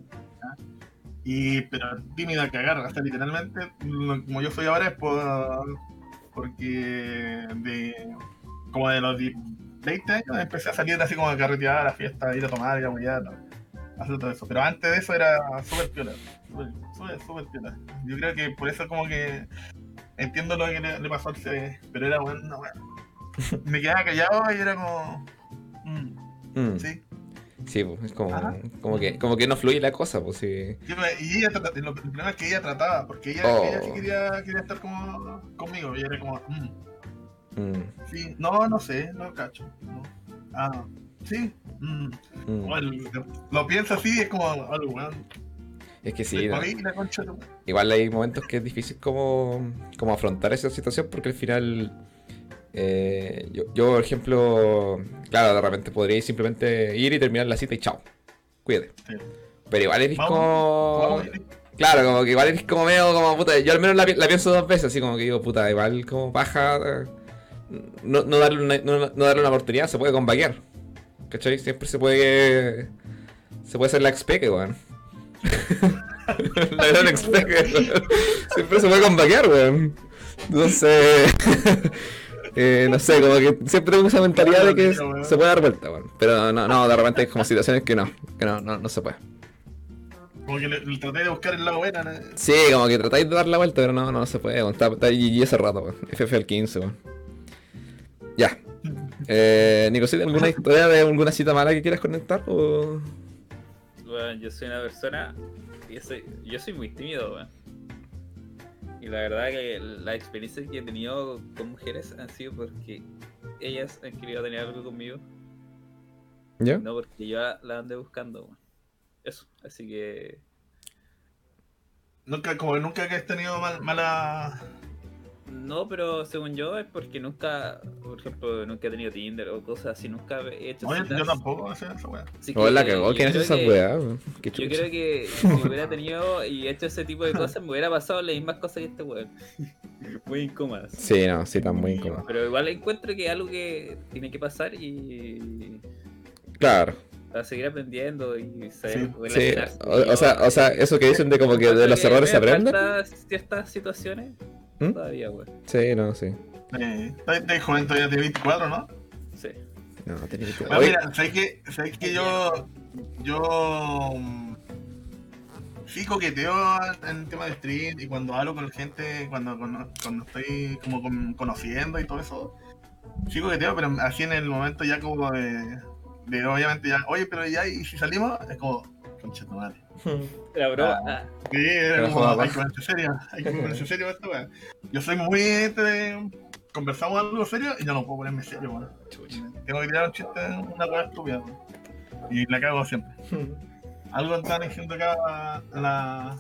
[SPEAKER 3] Y, pero tímido a cagar, o sea, literalmente, lo- como yo soy ahora es por, porque de, como de los 10, 20 años empecé a salir así como a carretear, a la fiesta, a ir a tomar, ir a huear, a hacer todo eso. Pero antes de eso era súper piola, súper, súper, súper piola. Yo creo que por eso como que entiendo lo que le, le pasó al CD, pero era bueno, no, bueno. Me quedaba callado y era como... mm,
[SPEAKER 2] Mm.
[SPEAKER 3] sí.
[SPEAKER 2] Sí, pues, es como,
[SPEAKER 3] Ajá.
[SPEAKER 2] como, que, como que no fluye la cosa, pues sí.
[SPEAKER 3] Sí, pero- Y ella, trata- lo- el problema es que ella trataba, porque ella,
[SPEAKER 2] Oh.
[SPEAKER 3] ella sí quería, quería estar como, conmigo, y era como, "Mm,
[SPEAKER 2] Mm.
[SPEAKER 3] sí, no, no sé, no cacho, no. Ah, sí, Mm.
[SPEAKER 2] Mm.
[SPEAKER 3] Bueno, lo, lo pienso así y es como, algo, weón.
[SPEAKER 2] Es que sí,
[SPEAKER 3] Sí,
[SPEAKER 2] da-
[SPEAKER 3] la concha de tu madre.
[SPEAKER 2] igual hay momentos que es difícil como, como afrontar esa situación porque al final, eh, yo, yo, por ejemplo, claro, de repente podría ir simplemente ir y terminar la cita y chao, cuídate.
[SPEAKER 3] Sí.
[SPEAKER 2] Pero igual eres
[SPEAKER 3] Vamos,
[SPEAKER 2] como...
[SPEAKER 3] Vamos, mire.
[SPEAKER 2] Claro, como que igual eres como medio como puta. Yo al menos la, pi- la pienso dos veces, así como que digo, puta, igual como paja. eh, No, no, darle, una, no, no darle una oportunidad, se puede combaquear. ¿Cachai? Siempre se puede. Se puede hacer la expeque, weón. la gran expeque, weón. Siempre se puede combaquear, weón. Entonces. eh, no sé, como que siempre tengo esa mentalidad de que
[SPEAKER 3] Claro,
[SPEAKER 2] se puede dar vuelta, weón. Pero no, no, de repente hay como situaciones que no, que no, no, no se puede.
[SPEAKER 3] Como que le, le traté de buscar el lado bueno. eh, ¿no?
[SPEAKER 2] Sí, como que tratáis de dar la vuelta, pero no, no se puede. weón. Está, está GG hace rato, weón. FF al 15, weón. Ya. Eh, Nicosita, ¿alguna historia de alguna cita mala que quieras conectar? O...
[SPEAKER 4] Weón, yo soy una persona. Yo soy, yo soy muy tímido, weón. Y la verdad que las experiencias que he tenido con mujeres han sido porque ellas han querido tener algo conmigo,
[SPEAKER 2] ¿Ya?
[SPEAKER 4] no porque yo la, la ande buscando, weón. Eso, así que.
[SPEAKER 3] Nunca, como que nunca que has tenido mal- mala.
[SPEAKER 4] No, pero según yo es porque nunca, por ejemplo, nunca he tenido Tinder o cosas así, nunca he hecho
[SPEAKER 3] Oye,
[SPEAKER 4] citas.
[SPEAKER 3] yo tampoco voy a hacer esa weá.
[SPEAKER 4] Así que
[SPEAKER 2] Hola, Oh, cagó.
[SPEAKER 4] yo
[SPEAKER 2] ¿Quién hace
[SPEAKER 4] creo
[SPEAKER 2] esa
[SPEAKER 4] que-
[SPEAKER 2] weá? weón? Qué
[SPEAKER 4] Yo
[SPEAKER 2] chucha.
[SPEAKER 4] creo que si hubiera tenido y hecho ese tipo de cosas, me hubiera pasado las mismas cosas que este weón. Muy incómodas.
[SPEAKER 2] Sí, no, sí, está muy incómodo.
[SPEAKER 4] Pero igual encuentro que es algo que tiene que pasar y
[SPEAKER 2] Claro.
[SPEAKER 4] para seguir aprendiendo y
[SPEAKER 3] Sí,
[SPEAKER 4] saber
[SPEAKER 2] Sí.
[SPEAKER 4] relacionarse.
[SPEAKER 2] O, o sea, o sea, eso que dicen de como que de
[SPEAKER 4] Encuentro
[SPEAKER 2] los errores se
[SPEAKER 4] me
[SPEAKER 2] aprende.
[SPEAKER 4] falta ciertas situaciones
[SPEAKER 2] ¿Mm?
[SPEAKER 4] todavía, weón.
[SPEAKER 2] Sí, no, sí.
[SPEAKER 3] Eh, Estás estás joven todavía de 24, ¿no?
[SPEAKER 4] Sí.
[SPEAKER 2] No, tenés que.
[SPEAKER 3] Bueno,
[SPEAKER 4] Ah,
[SPEAKER 2] Oye,
[SPEAKER 3] mira, sabes que, sabes que yo. Yo. mm, Sí coqueteo en el tema de stream y cuando hablo con gente, cuando, cono- cuando estoy como con- conociendo y todo eso, sí coqueteo, pero así en el momento ya como de, de obviamente ya, oye, pero ya, ¿y si salimos? Es como, concha tu madre.
[SPEAKER 4] La broma.
[SPEAKER 3] Sí, era
[SPEAKER 2] Pero
[SPEAKER 3] como,
[SPEAKER 2] joda,
[SPEAKER 3] hay que ponerse serio, hay que ponerse serio para esta wea. Yo soy muy este, conversamos algo serio y yo no puedo ponerme serio, weón. Tengo que tirar un chiste, una wea estúpida, weón. Y la cago siempre. Algo están diciendo acá la.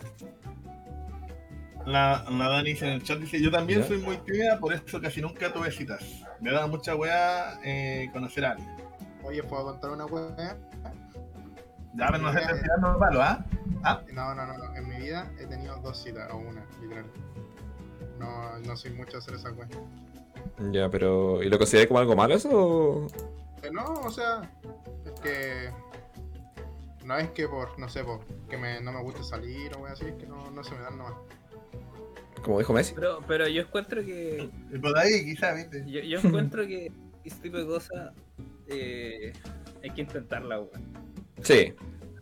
[SPEAKER 3] La, la Dani dice en el chat dice, yo también
[SPEAKER 2] ¿Ya?
[SPEAKER 3] soy muy tímida, por eso casi nunca tuve citas. Me da mucha weá eh, conocer a alguien.
[SPEAKER 5] Oye, ¿puedo contar una weá?
[SPEAKER 3] Ya, pero no se estén tirando palo, ¿ah?
[SPEAKER 5] No, no, no, no. En mi vida he tenido dos citas o una, literal. No, no soy mucho de hacer esa weá.
[SPEAKER 2] Ya, pero. ¿Y lo consideras como algo malo eso? o-
[SPEAKER 5] Eh, No, o sea, es que. No es que por, no sé, por que me, no me guste salir o weá así, es que no, no se me dan nomás.
[SPEAKER 2] Como dijo Messi.
[SPEAKER 4] Pero, pero yo encuentro que
[SPEAKER 3] Y Por ahí quizás, viste.
[SPEAKER 4] Yo, yo encuentro que este tipo de cosas eh, hay que intentarla, weón.
[SPEAKER 2] Sí.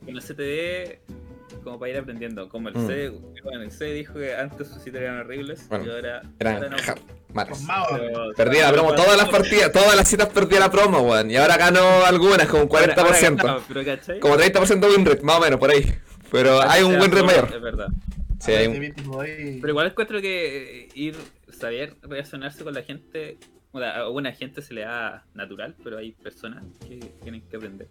[SPEAKER 4] Que no se te dé como para ir aprendiendo. Como el
[SPEAKER 2] Mm.
[SPEAKER 4] C, bueno, el C dijo que antes sus citas eran horribles
[SPEAKER 2] Bueno,
[SPEAKER 4] y ahora, ahora
[SPEAKER 2] Eran
[SPEAKER 4] no.
[SPEAKER 2] jar- malas.
[SPEAKER 3] Con Mao, weón.
[SPEAKER 4] Pero-
[SPEAKER 2] Perdí la promo, todas las partidas, todas las citas perdí la promo, weón. Y ahora gano algunas, como un
[SPEAKER 4] Ahora- ahora
[SPEAKER 2] 40%.
[SPEAKER 4] ganaba, pero ¿cachai?
[SPEAKER 2] Como 30% win rate, más o menos, por ahí. Pero hay un
[SPEAKER 4] Era
[SPEAKER 2] win rate
[SPEAKER 4] todo- Eh,
[SPEAKER 2] mayor.
[SPEAKER 4] Es verdad.
[SPEAKER 2] Sí, hay
[SPEAKER 3] Sí,
[SPEAKER 2] un...
[SPEAKER 3] viste, Este por ahí.
[SPEAKER 4] Pero igual encuentro que eh, ir, saber relacionarse con la gente. Bueno, a alguna gente se le da natural, pero hay personas que tienen que aprender.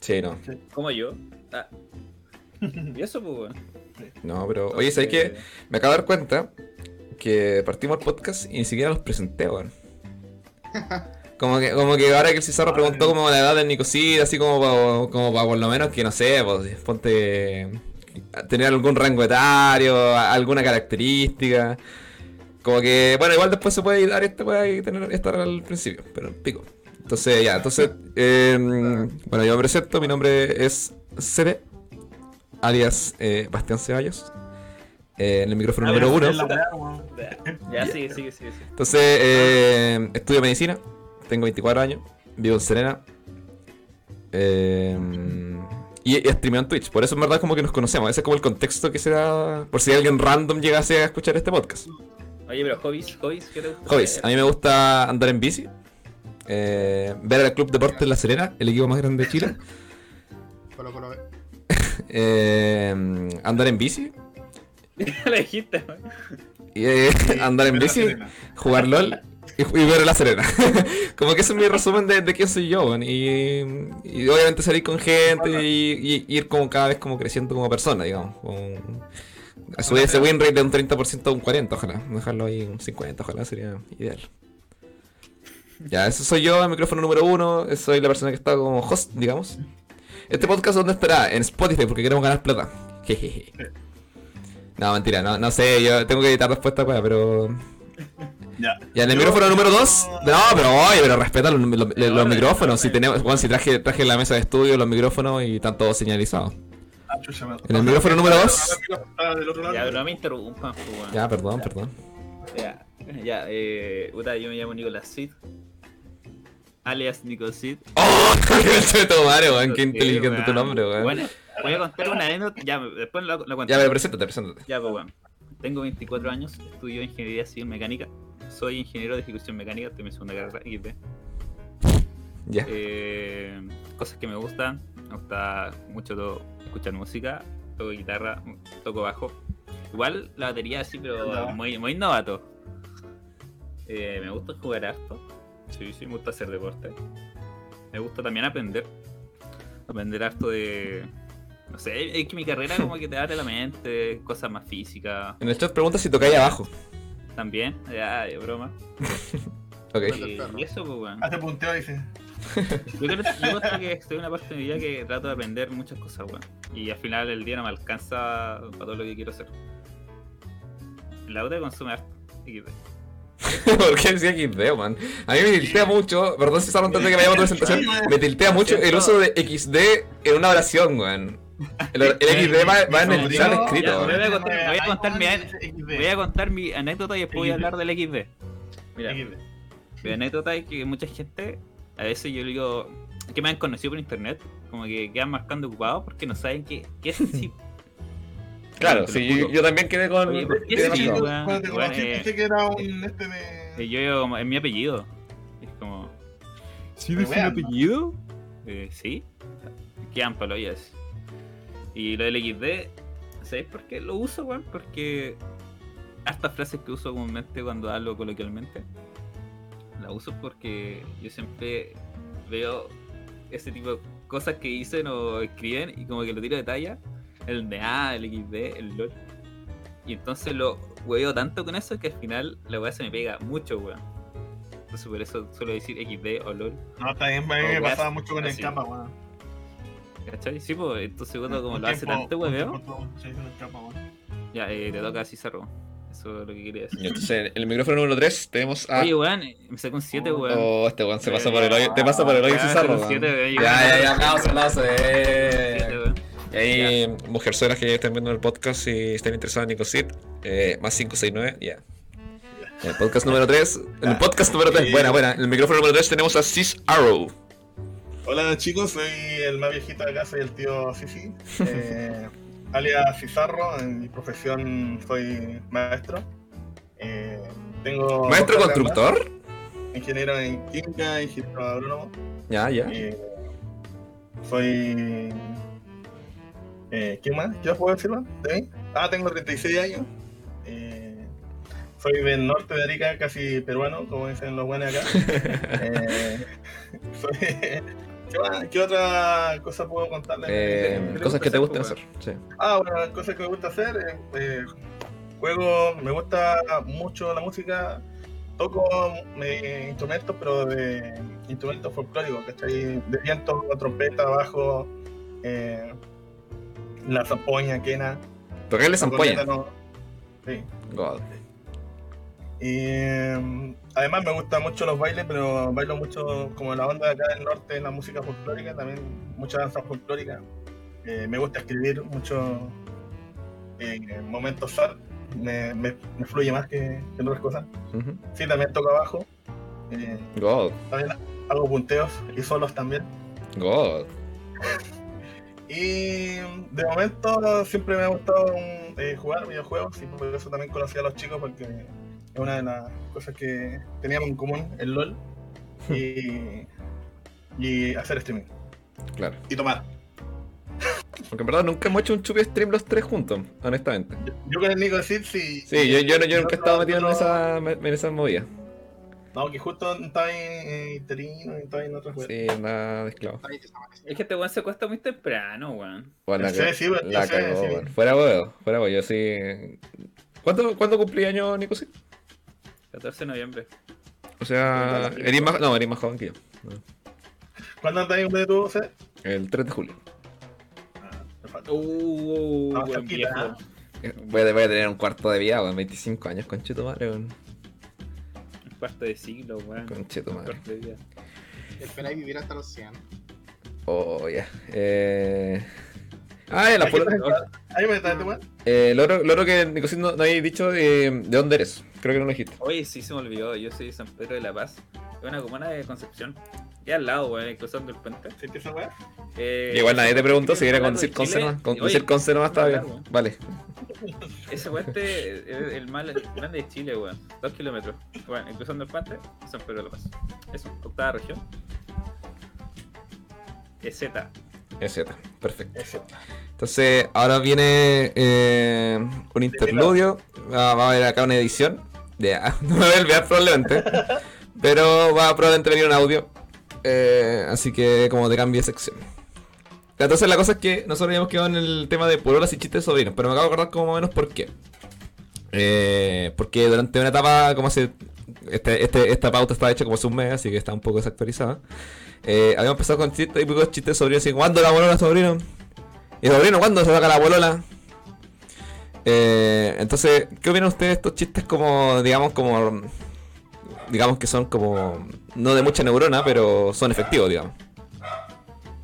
[SPEAKER 2] Sí, no.
[SPEAKER 4] Como yo. Ah. Y eso, pues, bueno.
[SPEAKER 2] No, pero... Oye, ¿sabes qué? Me acabo de dar cuenta que partimos el podcast y ni siquiera los presenté, weón. Como que, como que ahora que el Cizarro preguntó como la edad del Nicosida, así como para como pa por lo menos que no sé, pues, ponte tener algún rango etario, a- alguna característica. Como que, bueno, igual después se puede editar esta weá y tener, estar al principio, pero pico. Entonces, ya, entonces, eh, bueno, yo me presento, mi nombre es Cede, alias eh, Bastián Ceballos, eh, en el micrófono
[SPEAKER 4] A ver,
[SPEAKER 2] número uno.
[SPEAKER 3] Es la weá, weón.
[SPEAKER 4] Ya, sigue, sigue, sigue. sigue.
[SPEAKER 2] Entonces, eh, estudio medicina, tengo 24 años, vivo en Serena. eh, y, y streameo en Twitch, por eso en verdad como que nos conocemos, ese es como el contexto que se da por si alguien random llegase a escuchar este podcast.
[SPEAKER 4] Oye, pero hobbies, hobbies, ¿qué te gusta?
[SPEAKER 2] Hobbies, a mí me gusta andar en bici, eh, ver al Club Deportes La Serena, el equipo más grande de Chile,
[SPEAKER 5] Colo, colo, eh.
[SPEAKER 2] eh, andar en bici,
[SPEAKER 4] La dijiste, güey.
[SPEAKER 2] y, eh, andar en
[SPEAKER 3] Pero
[SPEAKER 2] bici,
[SPEAKER 3] serena.
[SPEAKER 2] jugar LOL Y, y ver La Serena. como que ese es mi resumen de, de quién soy yo, weón. Y, y obviamente salir con gente y, y ir como cada vez como creciendo como persona, digamos. Con- a subir ese win rate de un 30% a un 40%, ojalá. Dejarlo ahí un 50%, ojalá, sería ideal. Ya, eso soy yo, el micrófono número uno. Soy la persona que está como host, digamos. Este podcast, ¿dónde estará? En Spotify, porque queremos ganar plata. Jejeje. No, mentira, no, no sé, yo tengo que editar después esta weá, pero
[SPEAKER 3] Ya.
[SPEAKER 2] ya, en el
[SPEAKER 3] Yo-
[SPEAKER 2] micrófono número 2.
[SPEAKER 3] yo-
[SPEAKER 2] No, pero oye, pero respeta los, los- los
[SPEAKER 3] Ahora,
[SPEAKER 2] micrófonos. Si
[SPEAKER 3] ahora.
[SPEAKER 2] tenemos, Juan, si traje, traje la mesa de estudio, los micrófonos y están todos señalizados.
[SPEAKER 3] Ah, chucha, me-
[SPEAKER 2] En el micrófono número dos.
[SPEAKER 3] Ah, del otro lado.
[SPEAKER 4] Ya, pero no me interrumpan, pues, weón.
[SPEAKER 2] Ya, perdón, perdón.
[SPEAKER 4] Ya, ya, eh. puta, yo me llamo Nicolás Sid. Alias Nico Sid.
[SPEAKER 2] ¡Oh! ¡Qué de tu madre, weón! ¡Qué
[SPEAKER 4] Sí,
[SPEAKER 2] inteligente tu
[SPEAKER 4] weón.
[SPEAKER 2] nombre, weón!
[SPEAKER 4] Bueno, voy a contar una anécdota. Ya, después la, la cuento.
[SPEAKER 2] Ya, pero preséntate, preséntate.
[SPEAKER 4] Ya, pues bueno. Tengo 24 años, estudio ingeniería civil mecánica. Soy ingeniero de ejecución mecánica, estoy en mi segunda carrera, XD.
[SPEAKER 2] Ya.
[SPEAKER 4] Eh, cosas que me gustan. Me gusta mucho todo, escuchar música, toco guitarra, toco bajo. Igual la batería sí, pero
[SPEAKER 3] Ya.
[SPEAKER 4] muy, muy novato. Eh, me gusta jugar harto. Sí, sí, me gusta hacer deporte. Me gusta también aprender. Aprender harto de... No sé, es que mi carrera como que te abre la mente, cosas más físicas
[SPEAKER 2] En el chat pregunta si tocáis abajo.
[SPEAKER 4] también. Ya, de broma.
[SPEAKER 2] Ok.
[SPEAKER 5] Bueno.
[SPEAKER 4] Y, y eso, pues, bueno.
[SPEAKER 3] Hace punteo dice.
[SPEAKER 4] Yo creo yo creo que estoy en una parte de mi vida que trato de aprender muchas cosas, weón. Y al final del día no me alcanza para todo lo que quiero hacer. La otra consume harto. XD.
[SPEAKER 2] ¿Por qué decía XD, man? A mí me tiltea mucho, perdón si César, antes de que vayamos a tu presentación, me tiltea mucho el uso de XD en una oración, weón. El, el XD va, va en el chat escrito,
[SPEAKER 4] me
[SPEAKER 2] weón.
[SPEAKER 4] voy a contar- me voy a contar mi-
[SPEAKER 3] XD.
[SPEAKER 4] Voy a contar mi anécdota y después voy a hablar del XD. Mira,
[SPEAKER 3] XD.
[SPEAKER 4] mi anécdota es que mucha gente, a veces yo le digo, que me han conocido por internet, como que quedan marcando ocupados porque no saben qué, qué es en sí.
[SPEAKER 2] Claro,
[SPEAKER 4] Te lo
[SPEAKER 2] sí,
[SPEAKER 4] juro.
[SPEAKER 2] yo, yo también quedé con.
[SPEAKER 4] Oye, ¿por qué
[SPEAKER 2] quedé
[SPEAKER 4] sí,
[SPEAKER 2] con-
[SPEAKER 3] Sí,
[SPEAKER 4] weón?
[SPEAKER 3] cuando te
[SPEAKER 4] Weón,
[SPEAKER 3] conocí,
[SPEAKER 4] eh,
[SPEAKER 3] pensé que era un este de.
[SPEAKER 4] Y yo, es mi apellido. Es como. ¿Sí
[SPEAKER 3] Pero
[SPEAKER 4] dice mi
[SPEAKER 3] vean, ¿no?
[SPEAKER 4] apellido? Eh, sí. Quedan paloyas. Y lo del XD, ¿sabéis por qué lo uso, weón? Porque. Estas frases que uso comúnmente cuando hablo coloquialmente, las uso porque yo siempre veo ese tipo de cosas que dicen o escriben y como que lo tiro de talla. El NA, el XD, el LOL. Y entonces lo hueveo tanto con eso que al final la weá se me pega mucho, weón. Entonces por eso suelo decir XD o LOL.
[SPEAKER 3] No, también me
[SPEAKER 4] Oh,
[SPEAKER 3] pasaba
[SPEAKER 4] weón.
[SPEAKER 3] mucho con el
[SPEAKER 4] Así.
[SPEAKER 3] capa, weón.
[SPEAKER 4] ¿Cachai? Sí, pues entonces cuando como
[SPEAKER 3] Un
[SPEAKER 4] lo hace
[SPEAKER 3] tiempo-
[SPEAKER 4] tanto
[SPEAKER 3] un
[SPEAKER 4] hueveo,
[SPEAKER 3] tiempo todo se hizo el capa, weón.
[SPEAKER 4] ya eh, te toca así cerro. Eso es lo que quería
[SPEAKER 2] Y
[SPEAKER 4] decir.
[SPEAKER 2] entonces, el micrófono número 3 tenemos a.
[SPEAKER 4] Oye, weón, eh, me sacó un 7, weón.
[SPEAKER 2] Oh, este weón Ah. se
[SPEAKER 4] Pero
[SPEAKER 2] pasa
[SPEAKER 3] eh,
[SPEAKER 4] ya,
[SPEAKER 2] por el hoyo. Te pasa por el hoyo,
[SPEAKER 4] ya,
[SPEAKER 2] César.
[SPEAKER 4] pero
[SPEAKER 2] weón.
[SPEAKER 4] siete, eh,
[SPEAKER 2] Ya,
[SPEAKER 4] yo-
[SPEAKER 2] ya, ya, aplauso, aplauso.
[SPEAKER 4] Siete,
[SPEAKER 2] eh.
[SPEAKER 4] weón.
[SPEAKER 2] Y ahí, mujerzuelas que estén viendo el podcast, si están interesadas en Nicosit, eh, más 569, ya. El podcast número 3. El podcast número 3,
[SPEAKER 3] Y-
[SPEAKER 2] buena, buena. En el micrófono número 3 tenemos a Cis Arrow.
[SPEAKER 3] Hola chicos, soy el más viejito de casa y el tío Sisi. Eh, alias Cizarro, en mi profesión soy maestro. Eh, tengo
[SPEAKER 2] Maestro
[SPEAKER 3] dos carreras
[SPEAKER 2] constructor.
[SPEAKER 3] más, Ingeniero en química, ingeniero agrónomo.
[SPEAKER 2] Ya, ya.
[SPEAKER 3] Eh, soy. Eh, ¿Qué más? ¿Qué más puedo decir más de mí? Ah, tengo 36 años. Eh, soy del norte de Arica, casi peruano, como dicen los buenos acá. Eh, soy- ¿Qué, más? ¿Qué otra cosa puedo contarles?
[SPEAKER 2] Eh,
[SPEAKER 4] le
[SPEAKER 2] cosas que te
[SPEAKER 4] gusta
[SPEAKER 2] gusten
[SPEAKER 4] hacer,
[SPEAKER 2] hacer. Sí.
[SPEAKER 3] Ah, bueno, cosas que me gusta hacer. eh, eh, juego, me gusta mucho la música. Toco eh, instrumentos, pero de instrumentos folclóricos, ¿cachai? De viento, trompeta, bajo, eh, la zampoña, quena.
[SPEAKER 2] Tocarle
[SPEAKER 3] la corneta,
[SPEAKER 2] zampoña.
[SPEAKER 3] no. Sí.
[SPEAKER 2] God.
[SPEAKER 3] Y eh, además me gustan mucho los bailes, pero bailo mucho como la onda de acá del norte, la música folclórica, también mucha danza folclórica. Eh, me gusta escribir mucho eh, momentos sad, me, me- me fluye más que, que en otras cosas.
[SPEAKER 2] Ujú.
[SPEAKER 3] Sí, también toco abajo, eh,
[SPEAKER 2] God.
[SPEAKER 3] también hago punteos y solos también.
[SPEAKER 2] God.
[SPEAKER 3] Y de momento siempre me ha gustado mm, eh, jugar videojuegos y por eso también conocí a los chicos porque es una de las cosas que teníamos en común, el LOL y, y hacer streaming.
[SPEAKER 2] Claro.
[SPEAKER 3] Y tomar.
[SPEAKER 2] Porque en verdad nunca hemos hecho un chupi stream los tres juntos, honestamente.
[SPEAKER 3] Yo con el Nico Sid sí.
[SPEAKER 2] Sí, yo, yo, no- yo
[SPEAKER 3] y
[SPEAKER 2] nunca he
[SPEAKER 3] otro-
[SPEAKER 2] estado metido en
[SPEAKER 3] otro-
[SPEAKER 2] esa, en esas movidas.
[SPEAKER 3] No, que justo estaba en interino y estaba en otra wea.
[SPEAKER 2] Sí, nada de esclavo.
[SPEAKER 5] Está ahí, desaparecido.
[SPEAKER 4] Es que este weón se cuesta muy temprano, weón.
[SPEAKER 2] Bueno, la,
[SPEAKER 3] Sí,
[SPEAKER 2] ca-
[SPEAKER 3] sí, bueno,
[SPEAKER 2] la
[SPEAKER 3] sí,
[SPEAKER 2] cagó,
[SPEAKER 3] sí.
[SPEAKER 2] bueno. Fuera huevo, fuera huevo, yo sí. ¿Cuándo, ¿cuándo cumplí año, Nico? Sí?
[SPEAKER 4] 14 de noviembre.
[SPEAKER 2] O sea, eres más, no, eres más joven que yo.
[SPEAKER 3] ¿Cuándo andáis en medio tú, José?
[SPEAKER 2] El 3 de julio.
[SPEAKER 3] Ah, me falta.
[SPEAKER 4] Uh,
[SPEAKER 3] Estamos
[SPEAKER 4] weón
[SPEAKER 3] cerquita,
[SPEAKER 4] viejo.
[SPEAKER 3] ¿eh?
[SPEAKER 2] Eh, Voy a, voy a tener un cuarto de vida, weón. 25 años, conchetumare, weón.
[SPEAKER 4] Cuarto de siglo, weón.
[SPEAKER 2] Conchetumare.
[SPEAKER 4] Cuarto de vida.
[SPEAKER 5] Esperáis vivir hasta los 100.
[SPEAKER 2] Oh, ya. Eh. Ah, ya, la
[SPEAKER 3] Hay que
[SPEAKER 2] polola.
[SPEAKER 3] presentar- Ahí me está este weón.
[SPEAKER 2] Eh, lo, otro, lo otro que Nicosis no, no habéis dicho de, de dónde eres. Creo que no lo dijiste.
[SPEAKER 4] Oye, sí se me olvidó, yo soy de San Pedro de la Paz. Es una comuna de Concepción. Ya al lado, weón, cruzando el puente.
[SPEAKER 3] ¿Sí que esa weá?
[SPEAKER 4] Eh,
[SPEAKER 2] Igual nadie te preguntó si era con
[SPEAKER 4] Chile,
[SPEAKER 2] circonce nomás. Con, con
[SPEAKER 4] oye,
[SPEAKER 2] circonce nomás estaba
[SPEAKER 4] claro,
[SPEAKER 2] bien.
[SPEAKER 4] weón.
[SPEAKER 2] Vale.
[SPEAKER 4] Ese puente es el más grande de Chile, weón. Dos kilómetros. Bueno, cruzando el puente, San Pedro de la Paz. Eso, octava región. Eh, EZ.
[SPEAKER 2] Es Z. Perfecto. Entonces, ahora viene eh, un interludio. Va, va a haber acá una edición. De, no me voy a olvidar probablemente. pero va a probablemente venir un audio. eh, así que como te cambie de sección. Entonces la cosa es que nosotros habíamos quedado en el tema de pololas y chistes de sobrinos, pero me acabo de acordar como más o menos por qué. Eh, porque durante una etapa, como hace... Este, este- esta pauta estaba hecha como hace un mes, así que está un poco desactualizada. Eh, habíamos empezado con chistes, típicos chistes de sobrinos, así, ¿cuándo la bolola, sobrino? Y sobrino, ¿cuándo se saca la bolola? Eh, entonces, ¿qué opinan ustedes de estos chistes como, digamos, como... Digamos que son como... No de mucha neurona, pero son efectivos, digamos.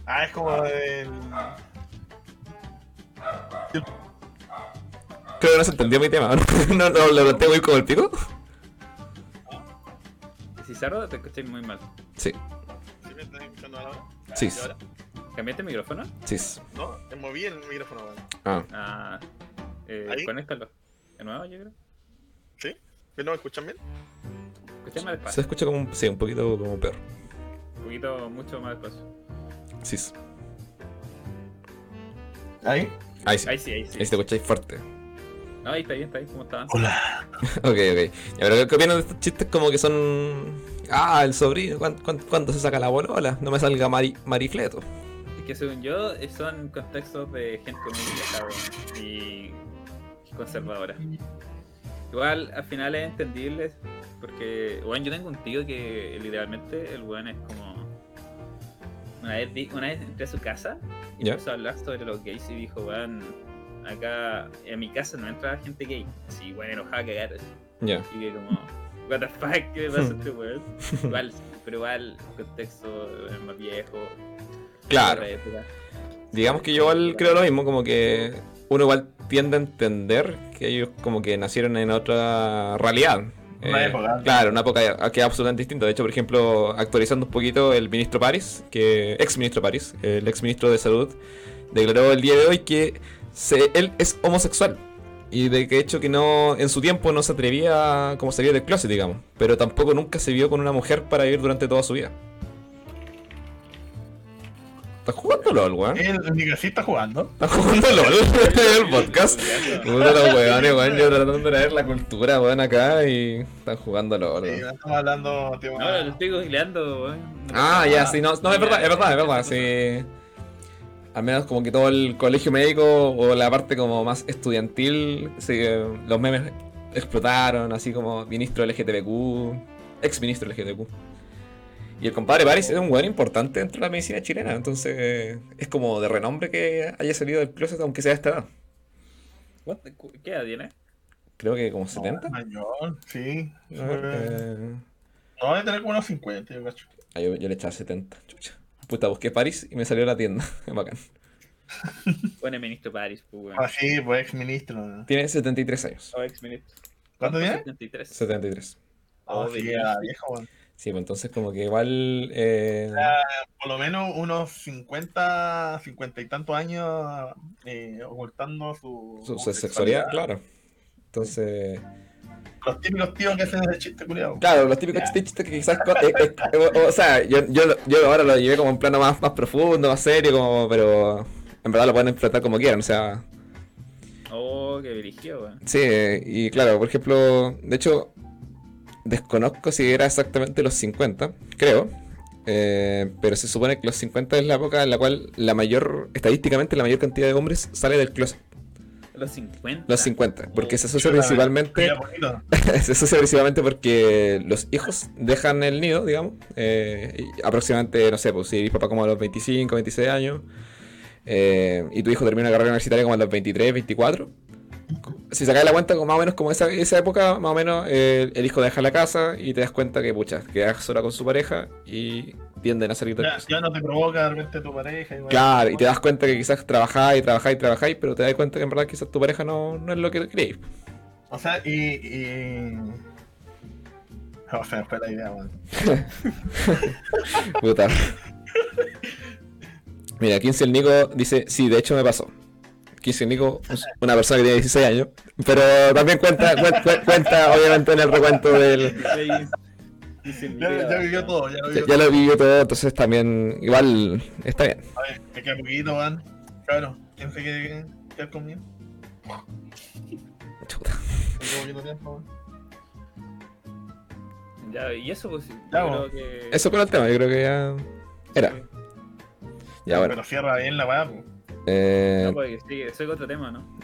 [SPEAKER 3] Ah, es como el.
[SPEAKER 2] Creo que no se entendió mi tema. No, no, lo planteé muy como el pico.
[SPEAKER 4] Cizarro, te escuché muy mal.
[SPEAKER 2] Sí,
[SPEAKER 3] ¿Sí me estás escuchando ahora?
[SPEAKER 2] Sí.
[SPEAKER 3] ¿Y ahora?
[SPEAKER 4] ¿Cambiaste el micrófono?
[SPEAKER 2] sí.
[SPEAKER 3] No, te moví el micrófono, weón.
[SPEAKER 2] Ah,
[SPEAKER 4] Ah, eh,
[SPEAKER 3] ¿Ahí?
[SPEAKER 4] conéctalo. De nuevo, yo creo.
[SPEAKER 3] ¿Sí? ¿Que no me escuchan bien?
[SPEAKER 4] Escuché
[SPEAKER 2] se
[SPEAKER 4] más despacio.
[SPEAKER 2] escucha como un, sí, un poquito como peor.
[SPEAKER 4] Un poquito, mucho más despacio.
[SPEAKER 2] Sí.
[SPEAKER 3] Ahí.
[SPEAKER 2] Ahí sí. Este-
[SPEAKER 4] Ahí sí, ahí sí.
[SPEAKER 2] Ahí se escucha fuerte.
[SPEAKER 4] No, ahí está bien, está bien, ¿cómo está?
[SPEAKER 3] Hola.
[SPEAKER 2] Ok, ok. Ya, pero ¿qué opinan de estos chistes como que son. Ah, el sobrino, ¿cuán- cuán- ¿cuándo, se saca la bolola? No me salga mari- marifleto.
[SPEAKER 4] Es que según yo, eh, son contextos de gente muy vieja weón, y conservadora. Igual, al final es entendible, porque, bueno, yo tengo un tío que literalmente el weón es como... Una vez, di- una vez entré a su casa y
[SPEAKER 2] ¿Ya?
[SPEAKER 4] empezó a hablar sobre los gays y dijo, weón, acá en mi casa no entra gente gay. Así, weón, enojada a cagar. así.
[SPEAKER 2] Ya.
[SPEAKER 4] Y que como, what the fuck, ¿qué le pasa a este weón? Igual, pero igual, contexto eh, más viejo.
[SPEAKER 2] Claro.
[SPEAKER 4] otra época.
[SPEAKER 2] Digamos que yo igual creo lo mismo, como que uno igual tiende a entender que ellos como que nacieron en otra realidad. Eh,
[SPEAKER 3] Una época.
[SPEAKER 2] Claro, una época que es absolutamente distinta. De hecho, por ejemplo, actualizando un poquito, el ministro París, que ex ministro París, el ex ministro de Salud, declaró el día de hoy que se- él es homosexual. Y de que hecho que no, en su tiempo no se atrevía como salir del closet, digamos. Pero tampoco nunca se vio con una mujer para vivir durante toda su vida. ¿Estás ¿eh? jugando LOL, weón?
[SPEAKER 3] El Nicosi está jugando.
[SPEAKER 2] ¿Estás jugando LOL el podcast? Puta los weones, weón. Yo tratando de traer la cultura, weón, acá y están jugando LOL.
[SPEAKER 3] Sí,
[SPEAKER 2] weón.
[SPEAKER 3] estamos hablando, tío.
[SPEAKER 4] No, lo estoy googleando, weón.
[SPEAKER 2] Ah, ya, sí, no, no, es
[SPEAKER 4] Ya,
[SPEAKER 2] verdad, es verdad, es verdad,
[SPEAKER 4] ya,
[SPEAKER 2] sí. Al menos como que todo el colegio médico o la parte como más estudiantil, sí, eh, los memes explotaron, así como ministro LGTBQ, ex ministro LGTBQ. Y el compadre Paris es un weón importante dentro de la medicina chilena, entonces eh, es como de renombre que haya salido del closet, aunque sea a esta edad.
[SPEAKER 4] What the- cu- ¿Qué edad tiene?
[SPEAKER 2] Creo que como
[SPEAKER 3] No,
[SPEAKER 2] 70.
[SPEAKER 3] mayor, sí.
[SPEAKER 2] A ver, eh,
[SPEAKER 3] No, debe tener como unos 50, yo cacho.
[SPEAKER 2] ah, yo, yo le echaba 70, chucha. Puta, busqué Paris y me salió la tienda. Bacán.
[SPEAKER 4] Bueno, el ministro Paris, pues, weón.
[SPEAKER 3] Ah, sí, pues ex ministro.
[SPEAKER 2] Tiene 73 años.
[SPEAKER 4] O ex ministro.
[SPEAKER 3] ¿Cuánto tiene?
[SPEAKER 4] 73.
[SPEAKER 2] 73.
[SPEAKER 3] Ah, sí, era viejo, weón.
[SPEAKER 2] Sí, pues entonces como que igual... eh,
[SPEAKER 3] Por lo menos unos 50, 50 y tantos años eh, ocultando su,
[SPEAKER 2] su, su sexualidad, claro. Entonces...
[SPEAKER 3] Los típicos tíos que hacen ese chiste culiado.
[SPEAKER 2] Claro, los típicos chistes chistes que quizás... co- eh, eh, o, o sea, yo, yo, lo- yo ahora lo llevé como en plano más, más profundo, más serio, como, pero... En verdad lo pueden enfrentar como quieran, o sea...
[SPEAKER 4] Oh, qué dirigió, weón.
[SPEAKER 2] Sí, y claro, por ejemplo, de hecho, Desconozco si era exactamente los 50, creo. eh, pero se supone que los 50 es la época en la cual la mayor, estadísticamente, la mayor cantidad de hombres sale del closet.
[SPEAKER 4] Los 50.
[SPEAKER 2] Los 50, porque se asocia
[SPEAKER 3] Yo la-
[SPEAKER 2] principalmente
[SPEAKER 3] Ya, pues, bonito.
[SPEAKER 2] se asocia principalmente porque los hijos dejan el nido, digamos, eh, y aproximadamente, no sé, pues si eres papá como a los 25, 26 años, eh, y tu hijo termina una carrera universitaria como a los 23, 24, si sacas la cuenta, como más o menos como esa, esa época, más o menos eh, el hijo deja la casa y te das cuenta que, pucha, quedas sola con su pareja y tienden a salir del
[SPEAKER 3] Ya,
[SPEAKER 2] closet.
[SPEAKER 3] ya no te provoca de repente tu pareja. igual.
[SPEAKER 2] Claro, y te das cuenta que quizás trabajáis, trabajáis, trabajáis, pero te das cuenta que en verdad quizás tu pareja no, no es lo que creéis.
[SPEAKER 3] O sea, y. y... O sea, fue la idea, weón.
[SPEAKER 2] Puta. Mira, 15 el Nico dice, sí, de hecho me pasó. 15 el Nico, es una persona que tiene 16 años, pero también cuenta, cuen- cuen- cuenta obviamente en el recuento del...
[SPEAKER 3] Ya, ya vivió todo, ya
[SPEAKER 2] Ya,
[SPEAKER 3] vivió
[SPEAKER 2] ya lo vivió todo, entonces también, igual, está bien.
[SPEAKER 3] todo. A ver, me queda poquito, weón. Claro, ¿quién se quiere quedar conmigo?
[SPEAKER 2] Chuta.
[SPEAKER 3] Me queda poquito tiempo, weón.
[SPEAKER 4] Ya, y eso pues. yo
[SPEAKER 3] Ya,
[SPEAKER 4] creo
[SPEAKER 3] vos.
[SPEAKER 4] que-
[SPEAKER 2] Eso con el tema, yo creo que ya era. Ya bueno.
[SPEAKER 3] Pero cierra bien la weá, pues.
[SPEAKER 2] eh,
[SPEAKER 4] No, porque sigue, eso es otro tema, ¿no?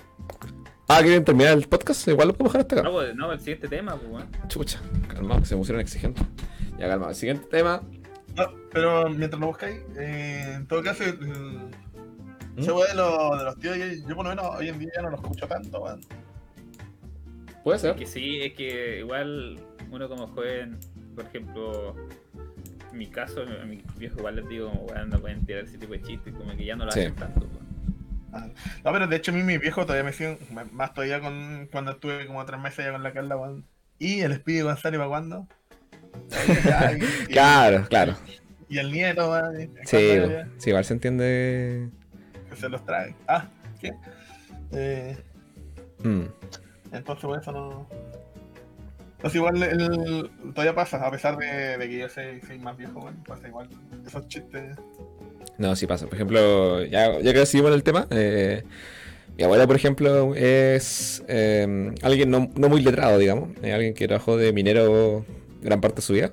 [SPEAKER 2] Ah, ¿quieren terminar el podcast? Igual lo podemos dejar hasta acá.
[SPEAKER 4] No, pues, no, el siguiente tema, pues, weón.
[SPEAKER 2] Chucha, calma, se pusieron exigentes. Ya calma, el siguiente tema.
[SPEAKER 3] No, pero mientras lo buscáis, eh, en todo caso, el-
[SPEAKER 2] ¿Mm?
[SPEAKER 3] esa weá de, los- de los tíos, yo, yo por lo menos hoy en día ya no los escucho tanto, weón.
[SPEAKER 2] Puede ser.
[SPEAKER 4] Que sí, es que igual uno como joven, por ejemplo, en mi caso, a mis viejos igual les digo, como, weón, no pueden tirar ese tipo de chistes, como que ya no lo
[SPEAKER 2] Sí.
[SPEAKER 4] hacen tanto. weón.
[SPEAKER 3] No, pero de hecho a mí mis viejos todavía me siguen, m- más todavía con cuando estuve como tres meses allá con la Carla, weón. ¿Y el Speedy González para cuándo? Ay, y-
[SPEAKER 2] Claro, claro.
[SPEAKER 3] Y el nieto, weón.
[SPEAKER 2] Sí,
[SPEAKER 3] ¿cuándo
[SPEAKER 2] bo-
[SPEAKER 3] ya?
[SPEAKER 2] sí, igual se entiende.
[SPEAKER 3] Que se los trae. Ah, ¿qué? Eh,
[SPEAKER 2] Mm.
[SPEAKER 3] entonces por eso no... Entonces igual el- todavía pasa, a pesar de, de que yo soy, soy más viejo, weón. Pasa igual esos chistes.
[SPEAKER 2] No, sí pasa. Por ejemplo, ya, ya que seguimos en el tema, eh, mi abuela, por ejemplo, es eh, alguien no, no muy letrado, digamos. eh, alguien que trabajó de minero gran parte de su vida.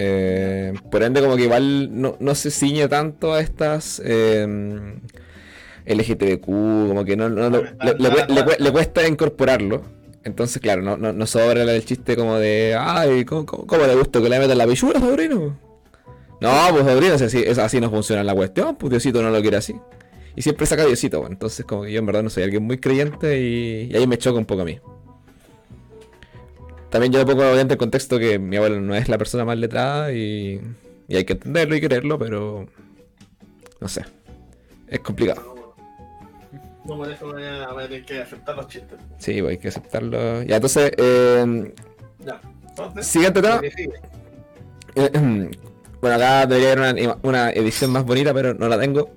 [SPEAKER 2] Eh, por ende, como que igual no, no se ciñe tanto a estas eh, LGTBQ, como que no, no- no- le, le cue- le cue- le cuesta incorporarlo. Entonces, claro, no, no, no sobra el chiste como de, ay, ¿cómo, cómo- cómo le gusta que le metan la pichura, sobrino? No, pues sobrino, si así, es- así no funciona la cuestión, pues Diosito no lo quiere así. Y siempre saca Diosito, bueno, entonces como que yo en verdad no soy alguien muy creyente y, y ahí me choca un poco a mí. También yo le pongo obviamente en contexto que mi abuelo no es la persona más letrada y, y hay que entenderlo y quererlo, pero no sé. Es complicado.
[SPEAKER 3] No, por eso voy a, voy a tener que aceptar los chistes.
[SPEAKER 2] Sí, pues hay que aceptarlo. Ya, entonces, eh,
[SPEAKER 3] Ya. Entonces,
[SPEAKER 2] siguiente tema.
[SPEAKER 3] lo que sigue.
[SPEAKER 2] Bueno, acá debería haber una, ima- una edición más bonita, pero no la tengo.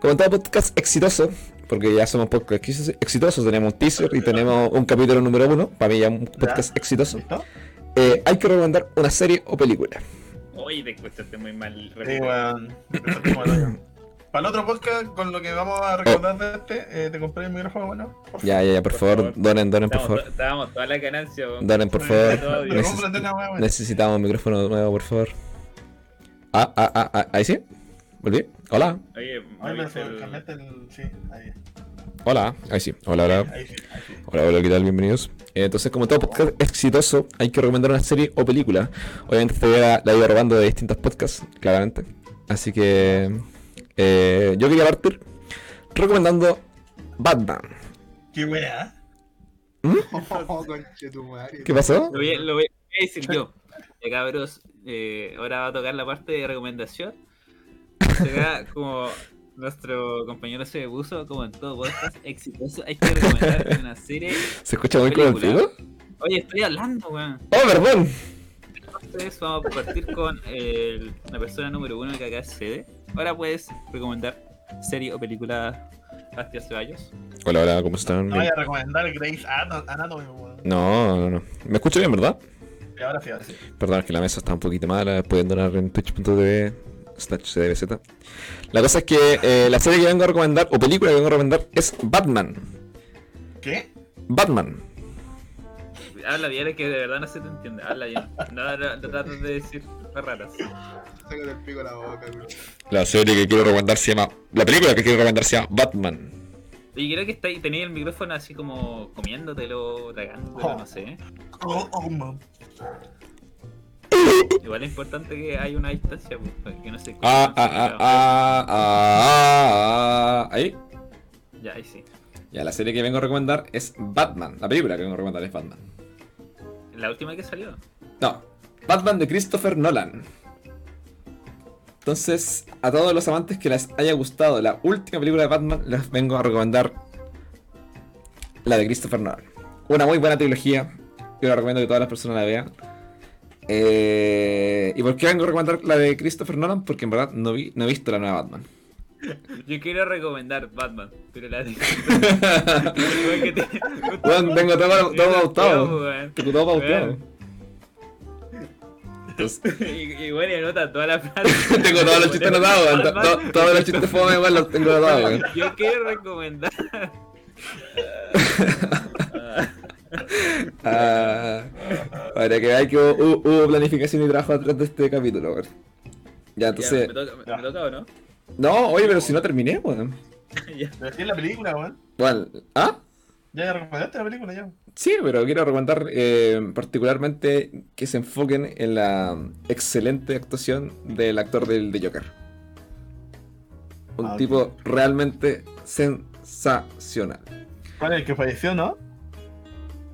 [SPEAKER 2] Como todo podcast exitoso, porque ya somos podcast exitosos- exitosos, tenemos un teaser y tenemos un capítulo número uno, para mí ya un podcast exitoso,
[SPEAKER 3] ¿Listo?
[SPEAKER 2] eh, hay que recomendar una serie o película.
[SPEAKER 4] Oye, te escuchaste muy mal.
[SPEAKER 3] Sí,
[SPEAKER 4] repito.
[SPEAKER 3] Eh, weón. Para el otro podcast, con lo que vamos a recordar de este, eh, te compré el micrófono, bueno. por
[SPEAKER 2] Ya, ya, ya, por,
[SPEAKER 4] Por
[SPEAKER 2] favor,
[SPEAKER 4] favor.
[SPEAKER 2] donen, donen, por favor.
[SPEAKER 4] Estábamos, to- estábamos toda la ganancia, weón.
[SPEAKER 2] Donen, por
[SPEAKER 3] favor.
[SPEAKER 2] favor.
[SPEAKER 3] Pero
[SPEAKER 2] Neces-
[SPEAKER 3] cómprate una weá, weón.
[SPEAKER 2] necesitamos un micrófono nuevo, por favor. Ah, ah, ah, ah, ahí sí. Volví. Hola,
[SPEAKER 4] Oye, me
[SPEAKER 3] Ay, pero
[SPEAKER 4] avisa el-
[SPEAKER 3] se- cambiaste el. Sí, ahí.
[SPEAKER 2] hola, ahí sí. Hola, hola.
[SPEAKER 3] Ahí sí, ahí sí.
[SPEAKER 2] Hola, hola, ¿qué tal? Bienvenidos. Eh, Entonces, como todo podcast exitoso, hay que recomendar una serie o película. Obviamente esta idea la iba robando de distintos podcasts, claramente. Así que eh, yo quería partir recomendando Batman.
[SPEAKER 3] Qué weá.
[SPEAKER 5] Oh, conchetumare.
[SPEAKER 2] ¿Qué pasó?
[SPEAKER 4] Lo voy, a- lo voy a decir yo. Ya cabros, eh, ahora va a tocar la parte de recomendación. Será como nuestro compañero se puso, como en todo podcast, exitoso. Hay que recomendar una serie.
[SPEAKER 2] ¿Se escucha muy con el
[SPEAKER 4] Película.
[SPEAKER 2] pico?
[SPEAKER 4] Oye, estoy hablando, weón.
[SPEAKER 2] ¡Oh, perdón!
[SPEAKER 4] Entonces vamos a partir con el- la persona número uno que acá cede. Ahora puedes recomendar serie o película Bastián Ceballos.
[SPEAKER 2] Hola, hola, ¿cómo están?
[SPEAKER 3] No voy a recomendar Grace Ana- Anatomy, weón.
[SPEAKER 2] No, no, no. ¿Me escucho bien, verdad?
[SPEAKER 3] Y ahora sí, ahora sí.
[SPEAKER 2] Perdón, es que la mesa está un poquito mala. Pueden donar en twitch.tv slash cdbz. La cosa es que eh, la serie que vengo a recomendar, o película que vengo a recomendar, es Batman.
[SPEAKER 3] ¿Qué?
[SPEAKER 2] Batman.
[SPEAKER 4] Habla bien, es que de verdad no se te entiende. Habla bien. No, no, no trates de decir cosas raras.
[SPEAKER 5] Sácate el pico de la boca, güey.
[SPEAKER 2] La serie que quiero recomendar se llama. La película que quiero recomendar se llama Batman.
[SPEAKER 4] Y creo que está ahí, tenía el micrófono así como comiéndotelo, tragándotelo, no sé.
[SPEAKER 3] Oh, oh, man.
[SPEAKER 4] Igual es importante que hay una distancia, pues, para que no se
[SPEAKER 2] Ah, ah, ah, ah, ah, ah, ah. Ahí.
[SPEAKER 4] Ya, ahí sí.
[SPEAKER 2] Ya, la serie que vengo a recomendar es Batman. La película que vengo a recomendar es Batman.
[SPEAKER 4] La última que salió.
[SPEAKER 2] No, Batman de Christopher Nolan. Entonces, a todos los amantes que les haya gustado la última película de Batman, les vengo a recomendar la de Christopher Nolan. Una muy buena trilogía. Yo la recomiendo que todas las personas la vean. Eh, ¿Y por qué vengo a recomendar la de Christopher Nolan? Porque en verdad no, vi, no he visto la nueva Batman.
[SPEAKER 4] Yo quiero recomendar Batman, pero la de.
[SPEAKER 2] Weón, vengo todo, todo pautado.
[SPEAKER 4] Weón.
[SPEAKER 2] Tengo todo pautado.
[SPEAKER 4] Weón.
[SPEAKER 2] Entonces,
[SPEAKER 4] Y, y bueno, y anota toda la frase.
[SPEAKER 2] tengo todos los chistes anotados, weón. To- to- Todos los chistes fome, weón, los tengo anotados, weón.
[SPEAKER 4] Yo quiero recomendar.
[SPEAKER 2] Ah, para que veáis que hubo, hubo- hubo planificación y trabajo atrás de este capítulo, weón. Ya,
[SPEAKER 4] Ya,
[SPEAKER 2] entonces.
[SPEAKER 4] me, toca, me- me toca o no?
[SPEAKER 2] No, oye, pero si no terminé, weón.
[SPEAKER 4] Ya.
[SPEAKER 3] Decía la película, weón.
[SPEAKER 2] Bueno, ¿ah?
[SPEAKER 3] Ya recomendaste la película, ya.
[SPEAKER 2] Sí, pero quiero recomendar eh, particularmente que se enfoquen en la excelente actuación del actor del de Joker. Un
[SPEAKER 3] Ah, ok.
[SPEAKER 2] tipo realmente sensacional.
[SPEAKER 3] ¿Cuál es el que falleció, no?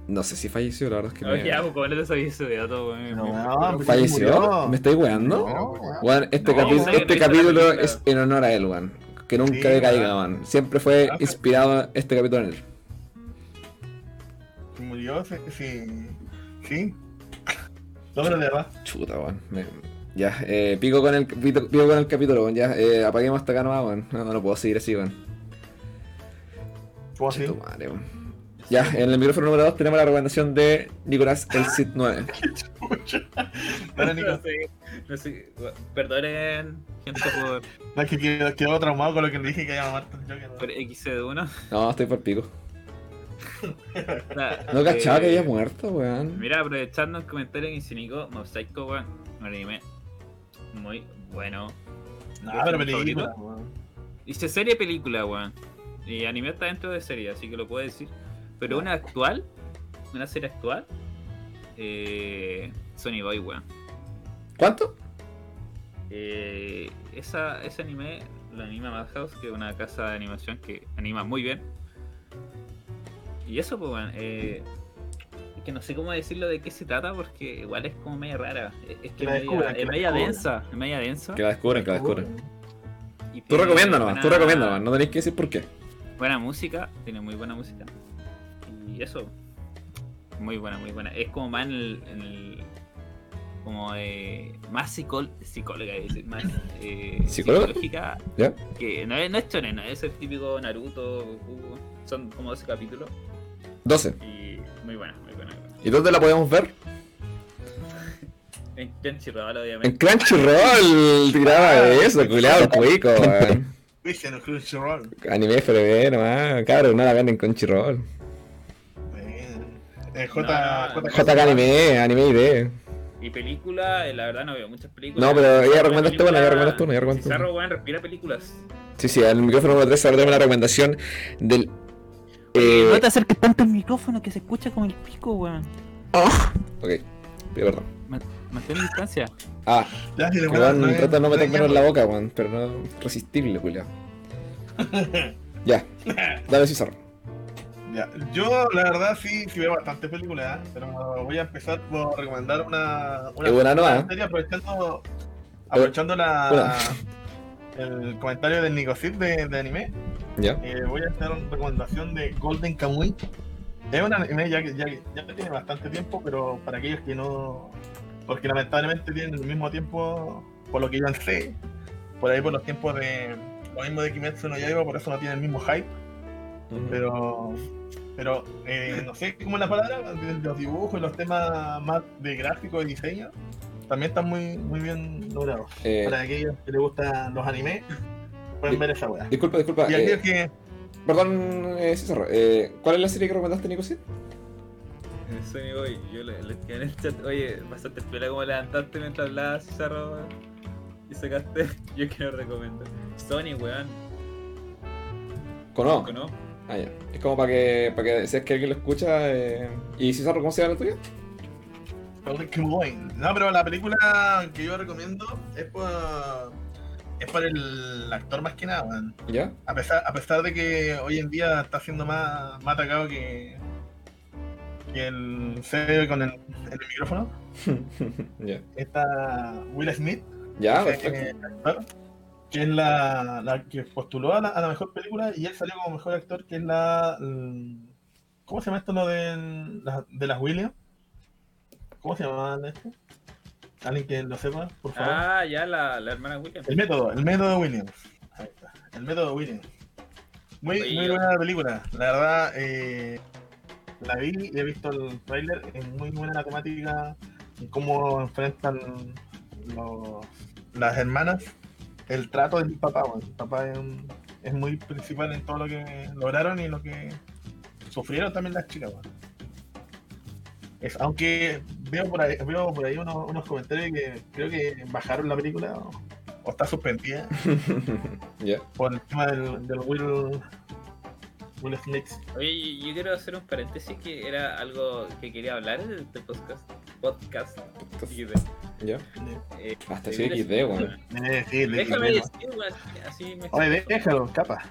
[SPEAKER 2] No sé si falleció, la verdad es que
[SPEAKER 4] Oye,
[SPEAKER 2] me...
[SPEAKER 4] ya, pues, como no te sabía ese dato, weón.
[SPEAKER 2] ah,
[SPEAKER 3] No, pues,
[SPEAKER 2] ¿Falleció?
[SPEAKER 3] murió.
[SPEAKER 2] ¿Me estáis weando?
[SPEAKER 5] No,
[SPEAKER 3] weón.
[SPEAKER 2] Weón, este,
[SPEAKER 4] No,
[SPEAKER 2] capi-
[SPEAKER 4] sí,
[SPEAKER 2] este
[SPEAKER 4] no hizo la
[SPEAKER 2] capítulo
[SPEAKER 4] película.
[SPEAKER 2] es en honor a él, weón. Que nunca
[SPEAKER 3] Sí,
[SPEAKER 2] decaiga,
[SPEAKER 3] weón.
[SPEAKER 2] weón. Siempre fue
[SPEAKER 3] Ah, pero-
[SPEAKER 2] inspirado este capítulo en él.
[SPEAKER 3] Murió, sí. Sí. sí. No, pero de verdad.
[SPEAKER 2] Chuta, weón. Me- Ya, eh, pico con el pito- pico con el capítulo, weón. Ya, eh, apaguemos hasta acá nomás, weón. No, no puedo seguir así, weón.
[SPEAKER 3] ¿Cómo así?
[SPEAKER 2] Chuta madre, weón. Ya, en el micrófono número 2 tenemos la recomendación de Nicolás El Cid 9.
[SPEAKER 3] Dale,
[SPEAKER 4] No
[SPEAKER 3] Nico.
[SPEAKER 4] sé, no sé, perdonen, gente, por,
[SPEAKER 3] No, es que quedó, quedó traumado con lo que le dije que iba a matar al Joker.
[SPEAKER 4] por
[SPEAKER 3] weón.
[SPEAKER 4] XC1.
[SPEAKER 2] No, estoy por pico.
[SPEAKER 4] Nada,
[SPEAKER 2] No cachaba
[SPEAKER 4] eh,
[SPEAKER 2] que había muerto, weón.
[SPEAKER 4] Mira, aprovechando el comentario que hizo Nico, Mob Psycho, weón, un anime muy bueno.
[SPEAKER 3] No,
[SPEAKER 4] ¿Es
[SPEAKER 3] pero
[SPEAKER 4] mi
[SPEAKER 3] película,
[SPEAKER 4] favorito?
[SPEAKER 3] weón.
[SPEAKER 4] Dice serie película, weón. Y anime está dentro de serie, así que lo puedo decir. Pero una actual, una serie actual, eh, Sony Boy, weón.
[SPEAKER 2] ¿Cuánto?
[SPEAKER 4] Eh, esa, ese anime lo anima Madhouse, que es una casa de animación que anima muy bien. Y eso, pues, weón, eh, es que no sé cómo decirlo de qué se trata, porque igual es como media rara. Es- Es que
[SPEAKER 3] Que la
[SPEAKER 4] media-
[SPEAKER 3] descubran, que
[SPEAKER 4] es
[SPEAKER 3] la
[SPEAKER 4] media
[SPEAKER 3] descubran.
[SPEAKER 4] densa, es media densa.
[SPEAKER 2] Que la descubren, que la descubren.
[SPEAKER 4] Eh, y
[SPEAKER 2] Tú
[SPEAKER 4] tiene
[SPEAKER 2] recomiendas nomás, tú
[SPEAKER 4] buena-
[SPEAKER 2] recomiendas nomás. No tenéis que decir por qué.
[SPEAKER 4] Buena música, tiene muy buena música. Y eso, muy buena, muy buena. Es como más en el. en el- como de. Más psicol, psicóloga, es decir, más eh,
[SPEAKER 2] ¿Psicóloga?
[SPEAKER 4] psicológica.
[SPEAKER 2] ¿Ya?
[SPEAKER 4] Que no es, no es shonen, es el típico Naruto, Goku, son como 12 capítulos
[SPEAKER 2] 12.
[SPEAKER 4] y muy buena, muy buena. muy buena.
[SPEAKER 2] ¿Y dónde la podemos ver?
[SPEAKER 4] En Crunchyroll,
[SPEAKER 2] En
[SPEAKER 4] obviamente.
[SPEAKER 2] Crunchyroll tiraba eso, culiado cuico, weón.
[SPEAKER 3] Viste, no Crunchyroll.
[SPEAKER 2] Anime FLB nomás, cabrón, no la ven en Crunchyroll.
[SPEAKER 3] Weón. Eh,
[SPEAKER 4] No,
[SPEAKER 3] J.
[SPEAKER 4] no, no.
[SPEAKER 2] JK Anime, Anime ID.
[SPEAKER 4] Y película, eh, la verdad no veo muchas películas.
[SPEAKER 2] No, pero ya recomendaste
[SPEAKER 4] Película-
[SPEAKER 2] una, ya recomendaste una, ya recomendaste
[SPEAKER 4] Pizarro,
[SPEAKER 2] una.
[SPEAKER 4] weón, respira películas.
[SPEAKER 2] Sí, sí, al micrófono número 3 ahora tenemos la recomendación del... Eh,
[SPEAKER 4] No te acerques tanto al micrófono que se escucha como el pico, weón.
[SPEAKER 2] ok, pido perdón.
[SPEAKER 4] Mantén distancia.
[SPEAKER 2] Ah,
[SPEAKER 3] Ya, si le
[SPEAKER 2] que
[SPEAKER 3] voy a dar
[SPEAKER 2] weón,
[SPEAKER 3] nueve,
[SPEAKER 2] trata de no meter
[SPEAKER 3] nueve,
[SPEAKER 2] menos en la boca, weón, pero no resistible, culiao. Ya, dale Cizarro.
[SPEAKER 3] Ya, yo la verdad sí, sí veo bastantes películas, ¿eh? pero voy a empezar por recomendar una, una
[SPEAKER 2] Es buena nueva, ¿eh?
[SPEAKER 3] serie aprovechando, aprovechando la, el comentario del Nicocid de, de anime.
[SPEAKER 2] Ya,
[SPEAKER 3] eh, voy a hacer una recomendación de Golden Kamuy. Es un anime ya que ya, que- ya que tiene bastante tiempo, pero para aquellos que no, porque lamentablemente tienen el mismo tiempo, por lo que yo sé, por ahí por los tiempos de lo mismo de Kimetsu no Yaiba, por eso no tiene el mismo hype pero pero eh, no sé cómo es la palabra de- de los dibujos y los temas más de gráfico y diseño también están muy muy bien logrados
[SPEAKER 2] eh,
[SPEAKER 3] para aquellos que les gustan los animes pueden ver esa weá
[SPEAKER 2] disculpa, disculpa.
[SPEAKER 3] y
[SPEAKER 2] eh,
[SPEAKER 3] aquellos que
[SPEAKER 2] Perdón, eh, César, eh, ¿cuál es la serie que recomendaste, Nico Cid?
[SPEAKER 4] Sony Boy, yo le, le escribí en el chat, oye, pasaste espera como levantaste mientras hablabas, Cizarro, weón. Y sacaste, yo quiero recomendar. Sony, weón.
[SPEAKER 2] Cono.
[SPEAKER 4] ¿No?
[SPEAKER 2] Ah, ya. Es como para que, para que si es que alguien lo escucha. eh, ¿Y César, cómo se llama la tuya?
[SPEAKER 3] Public Viewing. No, pero la película que yo recomiendo es por, es por el actor más que nada, weón.
[SPEAKER 2] ¿Ya?
[SPEAKER 3] A pesar, a pesar de que hoy en día está siendo más, más atacado que, que el C con el, el micrófono,
[SPEAKER 2] ya.
[SPEAKER 3] está Will Smith,
[SPEAKER 2] Ya,
[SPEAKER 3] que,
[SPEAKER 2] Ah, perfecto.
[SPEAKER 3] es el actor, que es la, la que postuló a la, a la mejor película y él salió como mejor actor, que es la... mm, ¿Cómo se llama esto lo de, la- de las Williams? ¿Cómo se llama esto? este? ¿Alguien que lo sepa, por favor?
[SPEAKER 4] Ah, ya la, la hermana William.
[SPEAKER 3] El método, el método de Williams. Ahí está. El método de Williams. Muy,
[SPEAKER 4] Oye,
[SPEAKER 3] muy
[SPEAKER 4] yo-
[SPEAKER 3] buena película. La verdad, eh, la vi y he visto el trailer. Es muy buena la temática. y Cómo enfrentan los- las hermanas. El trato del papá. weón. El papá es, un- es muy principal en todo lo que lograron y lo que sufrieron también las chicas. weón. Es, aunque veo por ahí, veo por ahí unos, unos comentarios que creo que bajaron la película o, o está suspendida
[SPEAKER 2] ya.
[SPEAKER 3] por el tema del, del Will, Will Smith.
[SPEAKER 4] Oye, yo- yo quiero hacer un paréntesis que era algo que quería hablar de este podcast. Podcast.
[SPEAKER 2] Ya.
[SPEAKER 4] Eh,
[SPEAKER 2] Hasta
[SPEAKER 4] de
[SPEAKER 2] Este sí,
[SPEAKER 4] Will
[SPEAKER 2] XD,
[SPEAKER 4] Smith,
[SPEAKER 2] weón.
[SPEAKER 3] Eh, sí, le-
[SPEAKER 4] Déjame
[SPEAKER 3] le-
[SPEAKER 4] decir, weón, así me
[SPEAKER 3] Oye, déjalo, capa.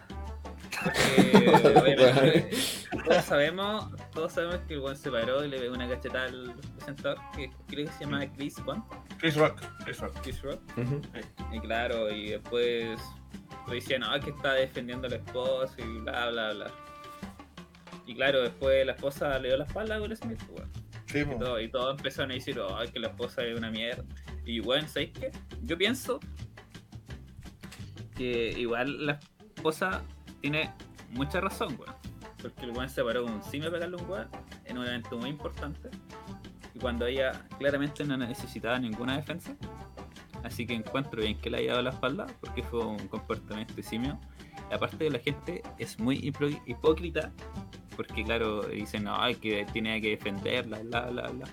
[SPEAKER 4] Eh, obviamente, todos sabemos, todos sabemos que el weón se paró y le pegó una cachetada al presentador, que creo que se llama Chris Juan,
[SPEAKER 3] Chris Rock, Chris Rock.
[SPEAKER 4] Chris Rock.
[SPEAKER 2] Ujú.
[SPEAKER 4] Y claro, y después lo decía, no, que está defendiendo a la esposa y bla bla bla. Y claro, después la esposa le dio la espalda a Will Smith, pues, weón.
[SPEAKER 3] Sí,
[SPEAKER 4] Y todo- y todos empezaron a decir, oh, que la esposa es una mierda. Y bueno, ¿sabéis qué? Yo pienso que igual la esposa tiene mucha razón, weón. Porque el weón se paró con un cine a pegarle a un weón en un evento muy importante. Y cuando ella claramente no necesitaba ninguna defensa. Así que encuentro bien que le haya dado la espalda porque fue un comportamiento simio. Y Aparte de la gente es muy hipro- hipócrita porque claro, dicen, no, hay que tiene que defenderla, bla, bla, bla.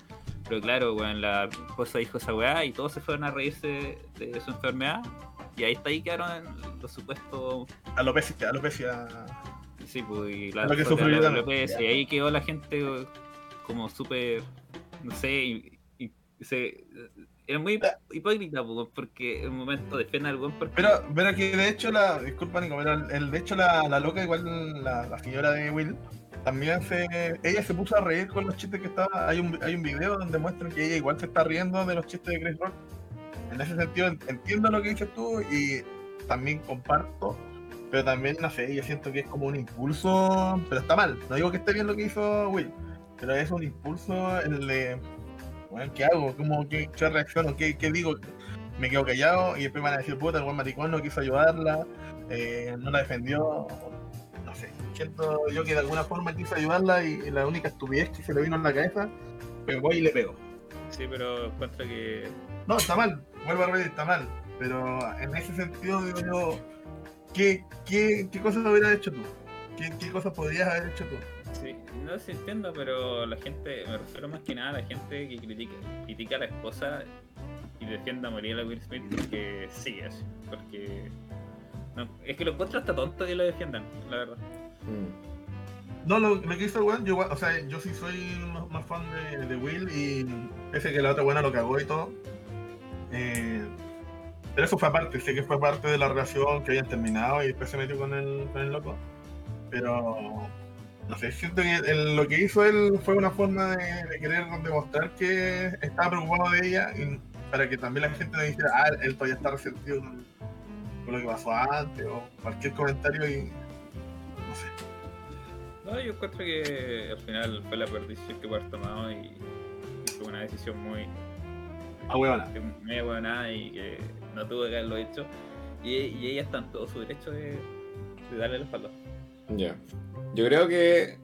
[SPEAKER 4] Pero claro, bueno, la esposa dijo esa weá y todos se fueron a reírse de su enfermedad. Y ahí está ahí quedaron los supuestos...
[SPEAKER 3] Alopecia, alopecia.
[SPEAKER 4] Sí, pues, y la
[SPEAKER 3] Lo que
[SPEAKER 4] fue
[SPEAKER 3] sufrió
[SPEAKER 4] la
[SPEAKER 3] la-
[SPEAKER 4] LPS, Y ahí quedó la gente eh, como súper, no sé, y, y- y se... Era muy hipócrita, pues, porque en un momento defiende al buen porque...
[SPEAKER 3] Pero, pero que de hecho la. Disculpa, Nico, pero el, el- de hecho la, la loca, igual la, la señora de Will, también se. Ella se puso a reír con los chistes que estaba. Hay un, hay un video donde muestran que ella igual se está riendo de los chistes de Chris Rock. En ese sentido, en- entiendo lo que dices tú y también comparto. Pero también, no sé, yo siento que es como un impulso. Pero está mal. No digo que esté bien lo que hizo Will. Pero es un impulso el de. Bueno, ¿qué hago? ¿Cómo, qué, qué reacciono? ¿Qué, ¿Qué digo? me quedo callado y después me van a decir, puta, el buen maricón no quiso ayudarla, eh, no la defendió, no sé, siento yo que de alguna forma quiso ayudarla y la única estupidez que se le vino en la cabeza, pues voy y le pego.
[SPEAKER 4] Sí, pero encuentro que...
[SPEAKER 3] No, está mal, vuelvo a repetir, está mal, pero en ese sentido digo yo, ¿qué, qué, qué cosas hubieras hecho tú? ¿Qué, ¿Qué cosas podrías haber hecho tú?
[SPEAKER 4] Sí, no sé si entiendo, pero la gente, me refiero más que nada a la gente que critica, critica a la esposa y defiende a morir a Will Smith porque sí, es, porque... no, es que lo encuentro hasta tonto que lo defiendan, la verdad.
[SPEAKER 2] Mm.
[SPEAKER 3] No, lo, lo que hizo el weón, yo, igual- o sea, yo sí soy más, más fan de, de Will y ese que la otra buena lo cagó y todo. Eh, pero eso fue aparte, sé que fue parte de la relación que habían terminado y después se metió con el, con el loco. Pero no sé, siento que el- lo que hizo él fue una forma de, de querer demostrar que estaba preocupado de ella y para que también la gente le dijera, ah, él todavía está resentido con, con lo que pasó antes o cualquier comentario y no sé.
[SPEAKER 4] No, yo encuentro que al final fue la peor decisión que puede haber tomado y, y fue una decisión muy
[SPEAKER 3] Ah, huevona.
[SPEAKER 4] de medio buena y que no tuvo que haberlo hecho. Y, y ella está en todo su derecho de, de darle la espalda.
[SPEAKER 2] Mm. Ya. Yo creo que.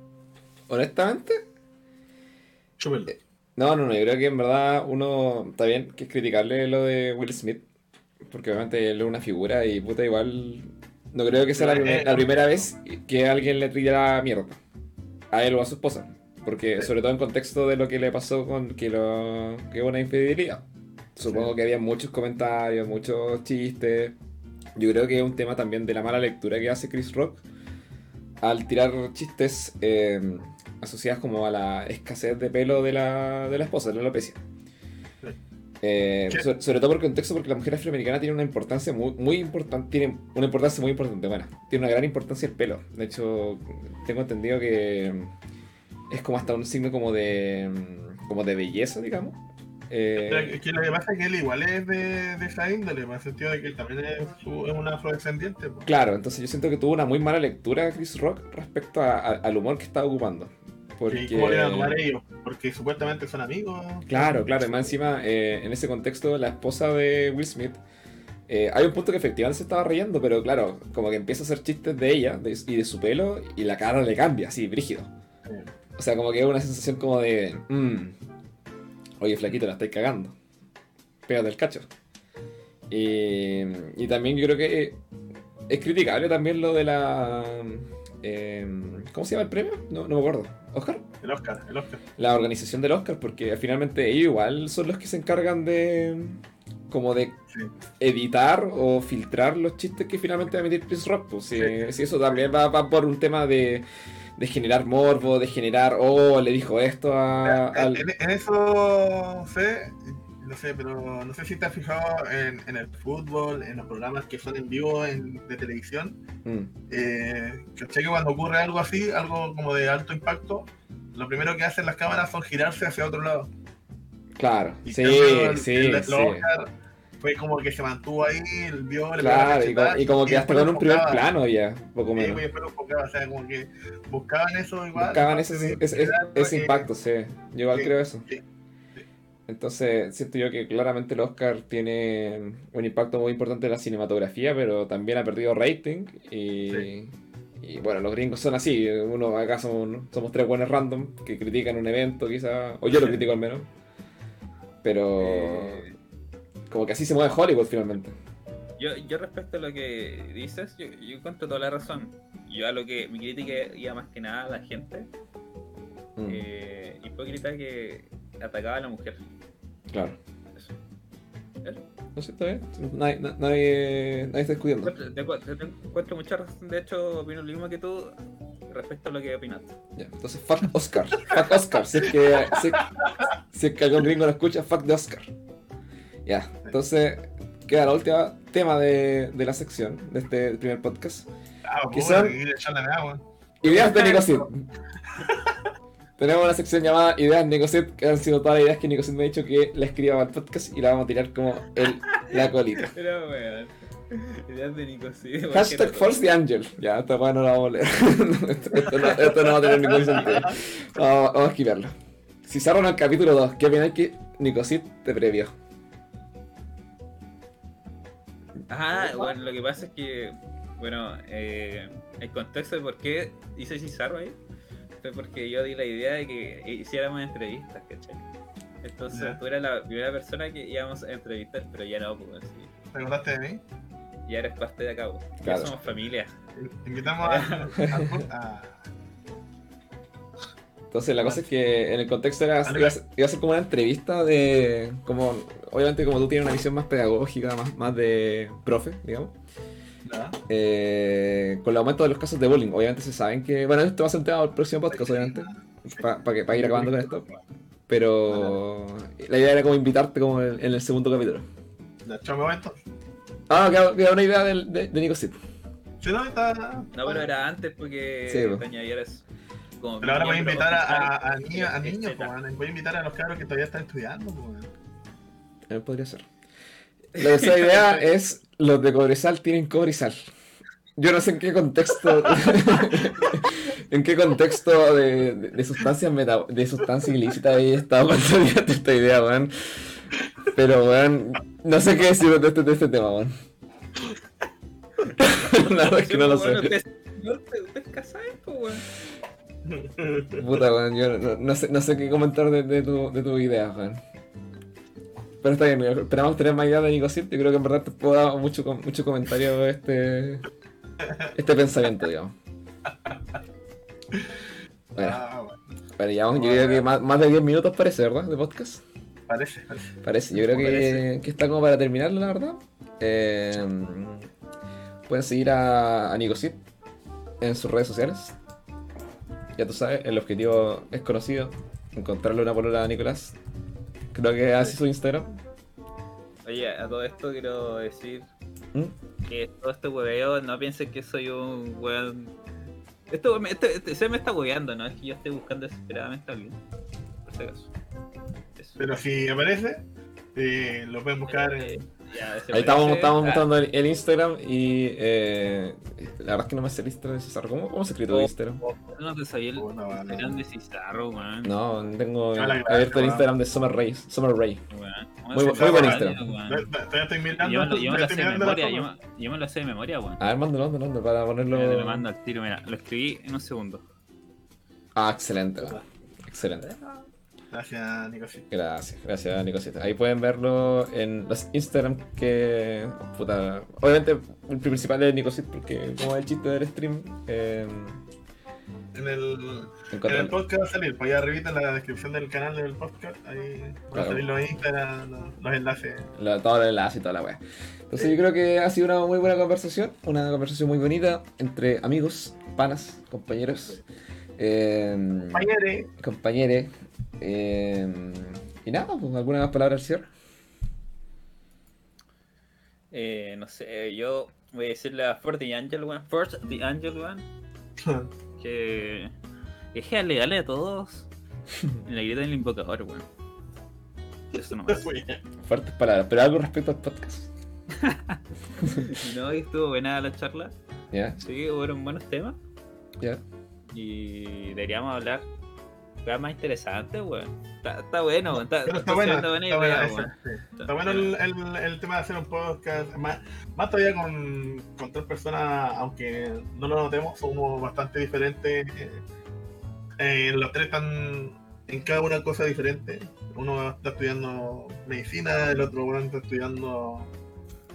[SPEAKER 2] Honestamente.
[SPEAKER 3] Chúpenlo.
[SPEAKER 2] No, no, no, yo creo que en verdad uno está bien que es criticarle lo de Will Smith, porque obviamente él es una figura y puta igual no creo que sea la, primer- la primera vez que alguien le tirara mierda a él o a su esposa. Porque, sobre todo en contexto de lo que le pasó con que lo que una infidelidad. Supongo que había muchos comentarios, muchos chistes. Yo creo que es un tema también de la mala lectura que hace Chris Rock al tirar chistes eh, asociados como a la escasez de pelo de la, de la esposa, de la alopecia. Eh,
[SPEAKER 3] ¿Qué?
[SPEAKER 2] so- sobre todo por contexto, porque la mujer afroamericana tiene una importancia muy, muy importante, tiene una importancia muy importante, bueno, tiene una gran importancia el pelo. De hecho, tengo entendido que mm, es como hasta un signo como de, mm, como de belleza, digamos. Eh,
[SPEAKER 3] Es que lo que pasa es que él igual es de, de esa índole, en el sentido de que él también es, su- es un afrodescendiente. po.
[SPEAKER 2] Claro, entonces yo siento que tuvo una muy mala lectura Chris Rock respecto a- a- al humor que estaba ocupando. Porque...
[SPEAKER 3] ¿Y cómo le van a tomar ellos? Porque supuestamente son amigos.
[SPEAKER 2] Claro, claro, y más encima, eh, en ese contexto, la esposa de Will Smith, eh, hay un punto que efectivamente se estaba riendo, pero claro, como que empieza a hacer chistes de ella de- y de su pelo, y la cara le cambia, así, brígido.
[SPEAKER 3] Eh,
[SPEAKER 2] O sea, como que es una sensación como de, "Mm, oye, flaquito, la estáis cagando, pégate el cacho. Y, y también yo creo que eh, es criticable también lo de la... em, ¿Cómo se llama el premio? No, no me acuerdo. ¿Oscar?
[SPEAKER 3] El Oscar, el Oscar.
[SPEAKER 2] la organización del Oscar, porque finalmente ellos igual son los que se encargan de como de
[SPEAKER 3] Sí.
[SPEAKER 2] editar o filtrar los chistes que finalmente va a emitir Chris Rock. Pues, si,
[SPEAKER 3] Sí.
[SPEAKER 2] si eso también va, va por un tema de, de generar morbo, de generar, oh, le dijo esto a, al...
[SPEAKER 3] En, en eso sé, no sé, pero no sé si te has fijado en, en el fútbol, en los programas que son en vivo en- de televisión.
[SPEAKER 2] Mm,
[SPEAKER 3] Eh, ¿Cachai que cuando ocurre algo así, algo como de alto impacto, lo primero que hacen las cámaras son girarse hacia otro lado?
[SPEAKER 2] claro,
[SPEAKER 3] Y
[SPEAKER 2] sí,
[SPEAKER 3] creo que
[SPEAKER 2] sí,
[SPEAKER 3] el- el
[SPEAKER 2] sí.
[SPEAKER 3] Oscar Fue como que se mantuvo ahí, el vio, le pegó la
[SPEAKER 2] Claro, y como,
[SPEAKER 3] cachetada,
[SPEAKER 2] y como que hasta
[SPEAKER 3] después
[SPEAKER 2] con
[SPEAKER 3] lo
[SPEAKER 2] un primer
[SPEAKER 3] enfocaba.
[SPEAKER 2] plano ya, poco
[SPEAKER 3] Sí,
[SPEAKER 2] menos.
[SPEAKER 3] pues, después lo enfocaba, o sea, como que buscaban eso igual.
[SPEAKER 2] Buscaban
[SPEAKER 3] aparte
[SPEAKER 2] ese,
[SPEAKER 3] de-
[SPEAKER 2] ese- ese- ese
[SPEAKER 3] que-
[SPEAKER 2] impacto, sí. Yo igual
[SPEAKER 3] sí,
[SPEAKER 2] creo eso.
[SPEAKER 3] sí, sí.
[SPEAKER 2] Entonces, siento yo que claramente el Oscar tiene un impacto muy importante en la cinematografía, pero también ha perdido rating. Y,
[SPEAKER 3] Sí.
[SPEAKER 2] y bueno, los gringos son así. Uno acá son- somos tres buenos random que critican un evento, quizá. O yo lo critico al menos. Pero
[SPEAKER 4] Eh,
[SPEAKER 2] como que así se mueve Hollywood finalmente.
[SPEAKER 4] Yo, yo respecto a lo que dices, yo, yo encuentro toda la razón. Yo a lo que mi crítica iba más que nada a la gente
[SPEAKER 2] Mm,
[SPEAKER 4] eh, hipócrita que atacaba a la mujer.
[SPEAKER 2] Mm. Claro.
[SPEAKER 4] Eso.
[SPEAKER 2] No sé, está bien. Nadie, na- nadie- nadie está discutiendo.
[SPEAKER 4] Encuentro- te encuentro- te encuentro mucha razón, de hecho opino lo mismo que tú respecto a lo que opinaste.
[SPEAKER 2] Ya, entonces, fuck Oscar. Fuck Oscar. Si es que, si, es- si es que algún gringo lo escucha, fuck de Oscar. Ya, entonces queda la última tema de, de la sección, de este primer podcast.
[SPEAKER 3] Ah,
[SPEAKER 2] Quizá-
[SPEAKER 3] pobre, y le echaron agua.
[SPEAKER 2] Ideas de Nicosit. Tenemos una sección llamada Ideas Nicosit, que han sido todas las ideas que Nicosit me ha dicho que la escriba para el podcast y la vamos a tirar como el, la colita.
[SPEAKER 4] Pero bueno, ideas de Nico, sí. igual que
[SPEAKER 2] Hashtag
[SPEAKER 4] nosotros.
[SPEAKER 2] Force the Angel. Ya, esta weá no la vamos a leer. esto, esto no, esto no va a tener ningún sentido. Vamos, vamos a esquivarlo. Si cerran el capítulo 2, ¿qué opináis que Nicosit te previó?
[SPEAKER 4] Ah, bueno, lo que pasa es que, bueno, eh, el contexto de por qué hice Cizarro ahí fue porque yo di la idea de que hiciéramos entrevistas, ¿cachai? Entonces
[SPEAKER 3] Ya.
[SPEAKER 4] tú eras la primera persona que íbamos a entrevistar, pero ya no, pues, sí.
[SPEAKER 3] ¿Te acordaste de mí?
[SPEAKER 4] ya eres parte de acá, pues. Ya
[SPEAKER 2] Claro.
[SPEAKER 4] somos familia.
[SPEAKER 3] Te Invitamos a. a,
[SPEAKER 2] Entonces la cosa es que en el contexto era,
[SPEAKER 3] Vale.
[SPEAKER 2] iba, a ser, iba a ser como una entrevista de... Como, obviamente como tú tienes una visión más pedagógica, más, más de profe, digamos.
[SPEAKER 3] a-
[SPEAKER 2] eh, con el aumento de los casos de bullying, obviamente se saben que... Bueno, esto va a ser un tema del próximo podcast, obviamente. Para ir acabando con esto. Pero la idea era como invitarte como en, en el segundo capítulo.
[SPEAKER 3] Ya, chao, me voy entonces.
[SPEAKER 2] Ah, queda, queda una idea del- de, de Nico Sid.
[SPEAKER 3] Sí, no, está-
[SPEAKER 4] No, pero era antes porque
[SPEAKER 2] Sí, pues.
[SPEAKER 4] te añadieras como
[SPEAKER 3] Pero ahora voy a
[SPEAKER 4] miembro
[SPEAKER 3] invitar a, a, a,
[SPEAKER 4] oficial,
[SPEAKER 3] niños- a niños, po,
[SPEAKER 4] etcétera.
[SPEAKER 3] weón. voy a invitar a los cabros que todavía están estudiando. pues, po, weón.
[SPEAKER 2] Eh, podría ser. La tercera idea es los de Cobresal tienen Cobresal. Yo no sé en qué contexto. en qué contexto de, de, de sustancias meta- de sustancia ilícita he estado cuando olvidaste esta idea, weón. Pero weón, no sé qué decir de este, de este tema, weón. La verdad es que no lo
[SPEAKER 4] pues, Bueno,
[SPEAKER 2] sé.
[SPEAKER 4] usted- usted- usted es casado, pues, weón.
[SPEAKER 2] Puta, weón, yo no, no sé, no sé qué comentar de, de tu, de tu idea, weón. Pero está bien, mira, esperamos tener más ideas de Nicosit. Yo creo que en verdad te puedo dar mucho, com- mucho comentario este, este pensamiento, digamos. Bueno,
[SPEAKER 3] Ah, bueno.
[SPEAKER 2] Bueno, ya vamos, yo creo que más, más de 10 minutos parece, ¿verdad? De podcast.
[SPEAKER 3] Parece, parece.
[SPEAKER 2] Parece, yo creo que,
[SPEAKER 3] Parece.
[SPEAKER 2] que está como para terminarlo, la verdad. Eh, pueden seguir a, a Nicosit en sus redes sociales. Ya tú sabes, el objetivo es conocido. Encontrarle una polola a Nicolás. Creo que así su Instagram.
[SPEAKER 4] Oye, a todo esto quiero decir
[SPEAKER 2] ¿Mm?
[SPEAKER 4] que todo este hueveo, no piensen que soy un weón. Esto, me- este- este- se me está hueveando, ¿no? Es que yo estoy buscando desesperadamente a alguien. Por si acaso. Eso.
[SPEAKER 3] Pero si aparece, eh, lo pueden buscar
[SPEAKER 4] Eh,
[SPEAKER 3] en.
[SPEAKER 4] ya, desaparece.
[SPEAKER 2] Ahí estamos, estamos
[SPEAKER 4] Ah,
[SPEAKER 2] mostrando el, el Instagram y eh, la verdad es que no me sé el Instagram de César. ¿Cómo, cómo se escribe tu
[SPEAKER 4] Oh.
[SPEAKER 2] Instagram?
[SPEAKER 4] No te sabía el
[SPEAKER 3] Oh, no, vale.
[SPEAKER 4] Instagram de Cizarro, weón.
[SPEAKER 2] No, no tengo
[SPEAKER 3] Ah, la granja,
[SPEAKER 2] abierto el
[SPEAKER 3] weón.
[SPEAKER 2] Instagram de Summer Ray. Summer Ray.
[SPEAKER 4] weón.
[SPEAKER 2] Muy
[SPEAKER 4] Weón,
[SPEAKER 2] bu-
[SPEAKER 4] se
[SPEAKER 3] muy buen
[SPEAKER 4] me
[SPEAKER 2] Instagram.
[SPEAKER 4] salió, weón.
[SPEAKER 3] Todavía todavía estoy mirando.
[SPEAKER 4] Yo me lo- yo me lo
[SPEAKER 3] estoy
[SPEAKER 4] sé de
[SPEAKER 3] mirando las
[SPEAKER 4] memoria, yo
[SPEAKER 3] fotos.
[SPEAKER 4] me- yo me lo sé de memoria, weón.
[SPEAKER 2] A ver, mándalo, mándalo para ponerlo.
[SPEAKER 4] Mira, te lo mando al tiro, mira, lo escribí en un segundo.
[SPEAKER 2] Ah, excelente, weón. Excelente.
[SPEAKER 3] Gracias, Nicosi.
[SPEAKER 2] Gracias, gracias, Nicosita. Ahí pueden verlo en los Instagram que. Puta. Obviamente, el principal es Nicosit, porque como es el chiste del stream, eh,
[SPEAKER 3] En el, en el
[SPEAKER 2] encuentran-
[SPEAKER 3] podcast va a salir, pues ahí arribita en la descripción del canal del podcast, ahí van a
[SPEAKER 2] Claro.
[SPEAKER 3] salir los Instagram, los, los enlaces.
[SPEAKER 2] la- todo el enlace y toda la wea. Entonces yo creo que ha sido una muy buena conversación, una conversación muy bonita entre amigos, panas, compañeros, eh,
[SPEAKER 3] Mayere,
[SPEAKER 2] compañeres. eh, y nada, pues, alguna más palabra al cierre.
[SPEAKER 4] Eh, no sé, yo voy a decirle a First the Angel One, First the Angel One, que deje alegarle a todos en la grieta del invocador, weón. Eso nomás.
[SPEAKER 2] Fuertes palabras, pero algo respecto al podcast.
[SPEAKER 4] No, y estuvo buena la charla,
[SPEAKER 2] ¿Ya?
[SPEAKER 4] sí, fueron buenos temas
[SPEAKER 2] ¿Ya?
[SPEAKER 4] y deberíamos hablar temas más interesantes, weón. Está, está bueno, weón, está,
[SPEAKER 3] Pero
[SPEAKER 4] está
[SPEAKER 3] está buena,
[SPEAKER 4] siendo buena
[SPEAKER 3] está buena
[SPEAKER 4] idea,
[SPEAKER 3] esa,
[SPEAKER 4] weón.
[SPEAKER 3] sí. Está bueno el, el, el tema de hacer un podcast, más, más todavía con, con tres personas, aunque no lo notemos, somos bastante diferentes. eh, eh, los tres están en cada una cosa diferente. Uno está estudiando medicina, el otro bueno, está estudiando...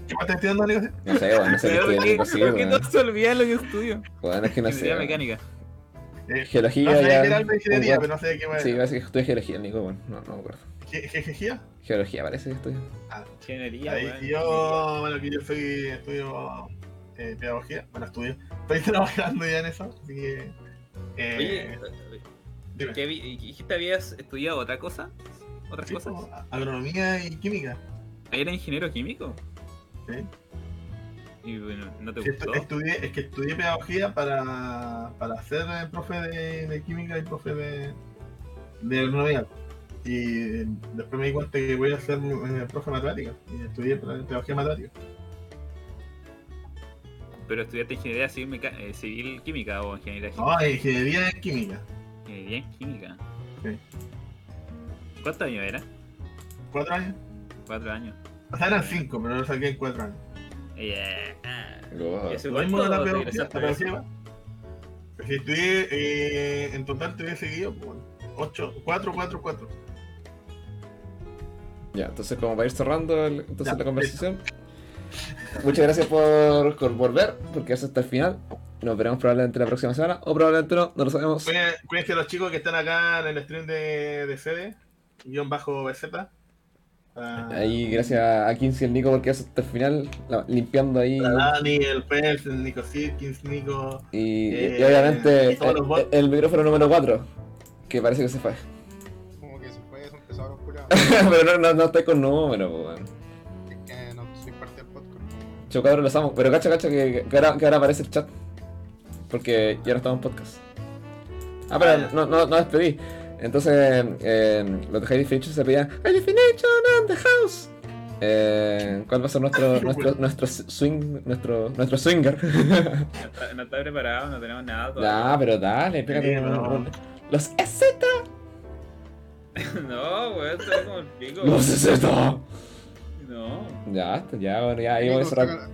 [SPEAKER 3] ¿Qué más está estudiando, Nico?
[SPEAKER 2] No sé, weón, no sé qué
[SPEAKER 4] Pero
[SPEAKER 2] estoy
[SPEAKER 4] que-
[SPEAKER 2] en imposible,
[SPEAKER 4] que
[SPEAKER 2] weón.
[SPEAKER 4] no se olvida lo que estudio.
[SPEAKER 2] Weón, es que no sé.
[SPEAKER 4] Ingeniería
[SPEAKER 2] weón.
[SPEAKER 4] mecánica.
[SPEAKER 3] Eh,
[SPEAKER 2] Geología
[SPEAKER 3] no sé,
[SPEAKER 2] ya.
[SPEAKER 3] era algo de ingeniería,
[SPEAKER 2] un
[SPEAKER 3] pero no sé de qué
[SPEAKER 2] weón.
[SPEAKER 3] va.
[SPEAKER 2] Sí, parece que estudié geología, Nico, bueno, no, no me acuerdo.
[SPEAKER 3] ¿Ge- ge- ¿Geología?
[SPEAKER 2] Geología parece que estudié.
[SPEAKER 4] Ingeniería,
[SPEAKER 3] Ahí,
[SPEAKER 4] weón.
[SPEAKER 3] y yo, bueno, que yo soy, estudio eh, pedagogía, bueno, estudio, estoy trabajando ya en eso, así que... eh,
[SPEAKER 4] Oye,
[SPEAKER 3] dime.
[SPEAKER 4] ¿qué vi- dijiste habías estudiado otra cosa? ¿Otras
[SPEAKER 3] Sí,
[SPEAKER 4] cosas?
[SPEAKER 3] pues, agronomía y química.
[SPEAKER 4] ¿Ah, ¿Era ingeniero químico?
[SPEAKER 3] Sí.
[SPEAKER 4] Y bueno, ¿no te
[SPEAKER 3] Sí, estu-
[SPEAKER 4] gustó?
[SPEAKER 3] estudié, es que estudié pedagogía para, para ser eh, profe de, de química y profe de, de agronomía. Y eh, después me di cuenta que voy a ser eh, profe de matemáticas. Y estudié para- pedagogía de matemáticas.
[SPEAKER 4] Pero estudiaste ingeniería civil, meca- eh, civil química o ingeniería química.
[SPEAKER 3] No, ingeniería en química.
[SPEAKER 4] Ingeniería en química.
[SPEAKER 3] Sí.
[SPEAKER 4] ¿Cuántos años era?
[SPEAKER 3] ¿Cuatro años?
[SPEAKER 4] Cuatro años.
[SPEAKER 3] O sea, eran cinco, pero lo saqué en cuatro años.
[SPEAKER 4] Yeah. Ah.
[SPEAKER 2] Wow.
[SPEAKER 4] ¿Y hace
[SPEAKER 3] Lo mismo de la
[SPEAKER 4] cuánto te
[SPEAKER 3] pedagogía. La
[SPEAKER 4] egresaste de eso?
[SPEAKER 3] pedagogía si estudié, eh, en total te hubiese seguido, pues, 8, 4, 4, 4.
[SPEAKER 2] Ya, entonces como para ir cerrando el- entonces
[SPEAKER 3] Ya,
[SPEAKER 2] la conversación. Muchas gracias por, por volver, porque es hasta el final. Nos veremos probablemente la próxima semana, o probablemente no, no lo sabemos.
[SPEAKER 3] Cuiden- Cuídense los chicos que están acá en el stream de, de CD, guión bajo BZ. Ah,
[SPEAKER 2] Ahí gracias a 15 y el Nico porque es hasta el final, la- limpiando ahí.
[SPEAKER 3] la Dani, el Pels, el Nico Sirkins, Nico.
[SPEAKER 2] Y, y- y
[SPEAKER 3] Eh,
[SPEAKER 2] obviamente
[SPEAKER 3] y todos los
[SPEAKER 2] el,
[SPEAKER 3] bots.
[SPEAKER 2] el micrófono número 4, que parece que se fue.
[SPEAKER 5] Como que se fue, se empezó a los culiados.
[SPEAKER 2] Pero no, no, no estoy con número, po, weón.
[SPEAKER 5] Es que no soy parte del podcast.
[SPEAKER 2] Yo cabrón los amo, pero cacha, cacha, que, que ahora, que ahora aparece el chat. Porque ya no estamos en podcast. Ah, pero no, no, no despedí. Entonces, eh, lo de High Definition se pedía High Definition on the house. Eh, ¿Cuál va a ser nuestro, nuestro, nuestro swing, nuestro, nuestro swinger?
[SPEAKER 4] No está, no está preparado, no tenemos nada. todavía.
[SPEAKER 2] nah, pero dale, pégate.
[SPEAKER 3] Sí,
[SPEAKER 2] un-
[SPEAKER 3] no.
[SPEAKER 2] un- Los EZ,
[SPEAKER 4] No, weón, está como el pico.
[SPEAKER 2] los EZ.
[SPEAKER 4] No.
[SPEAKER 2] Ya, hasta, ya, bueno, ya ahí voy a cerrar.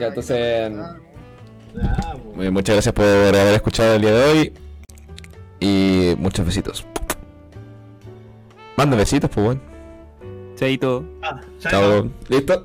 [SPEAKER 2] Ya, entonces,
[SPEAKER 3] Ah, pues.
[SPEAKER 6] Muy bien, Eh, muchas gracias por haber escuchado el día de hoy. Y muchos besitos. Manda besitos, pues bueno.
[SPEAKER 4] Chaito.
[SPEAKER 3] Ah,
[SPEAKER 6] Chao. Listo.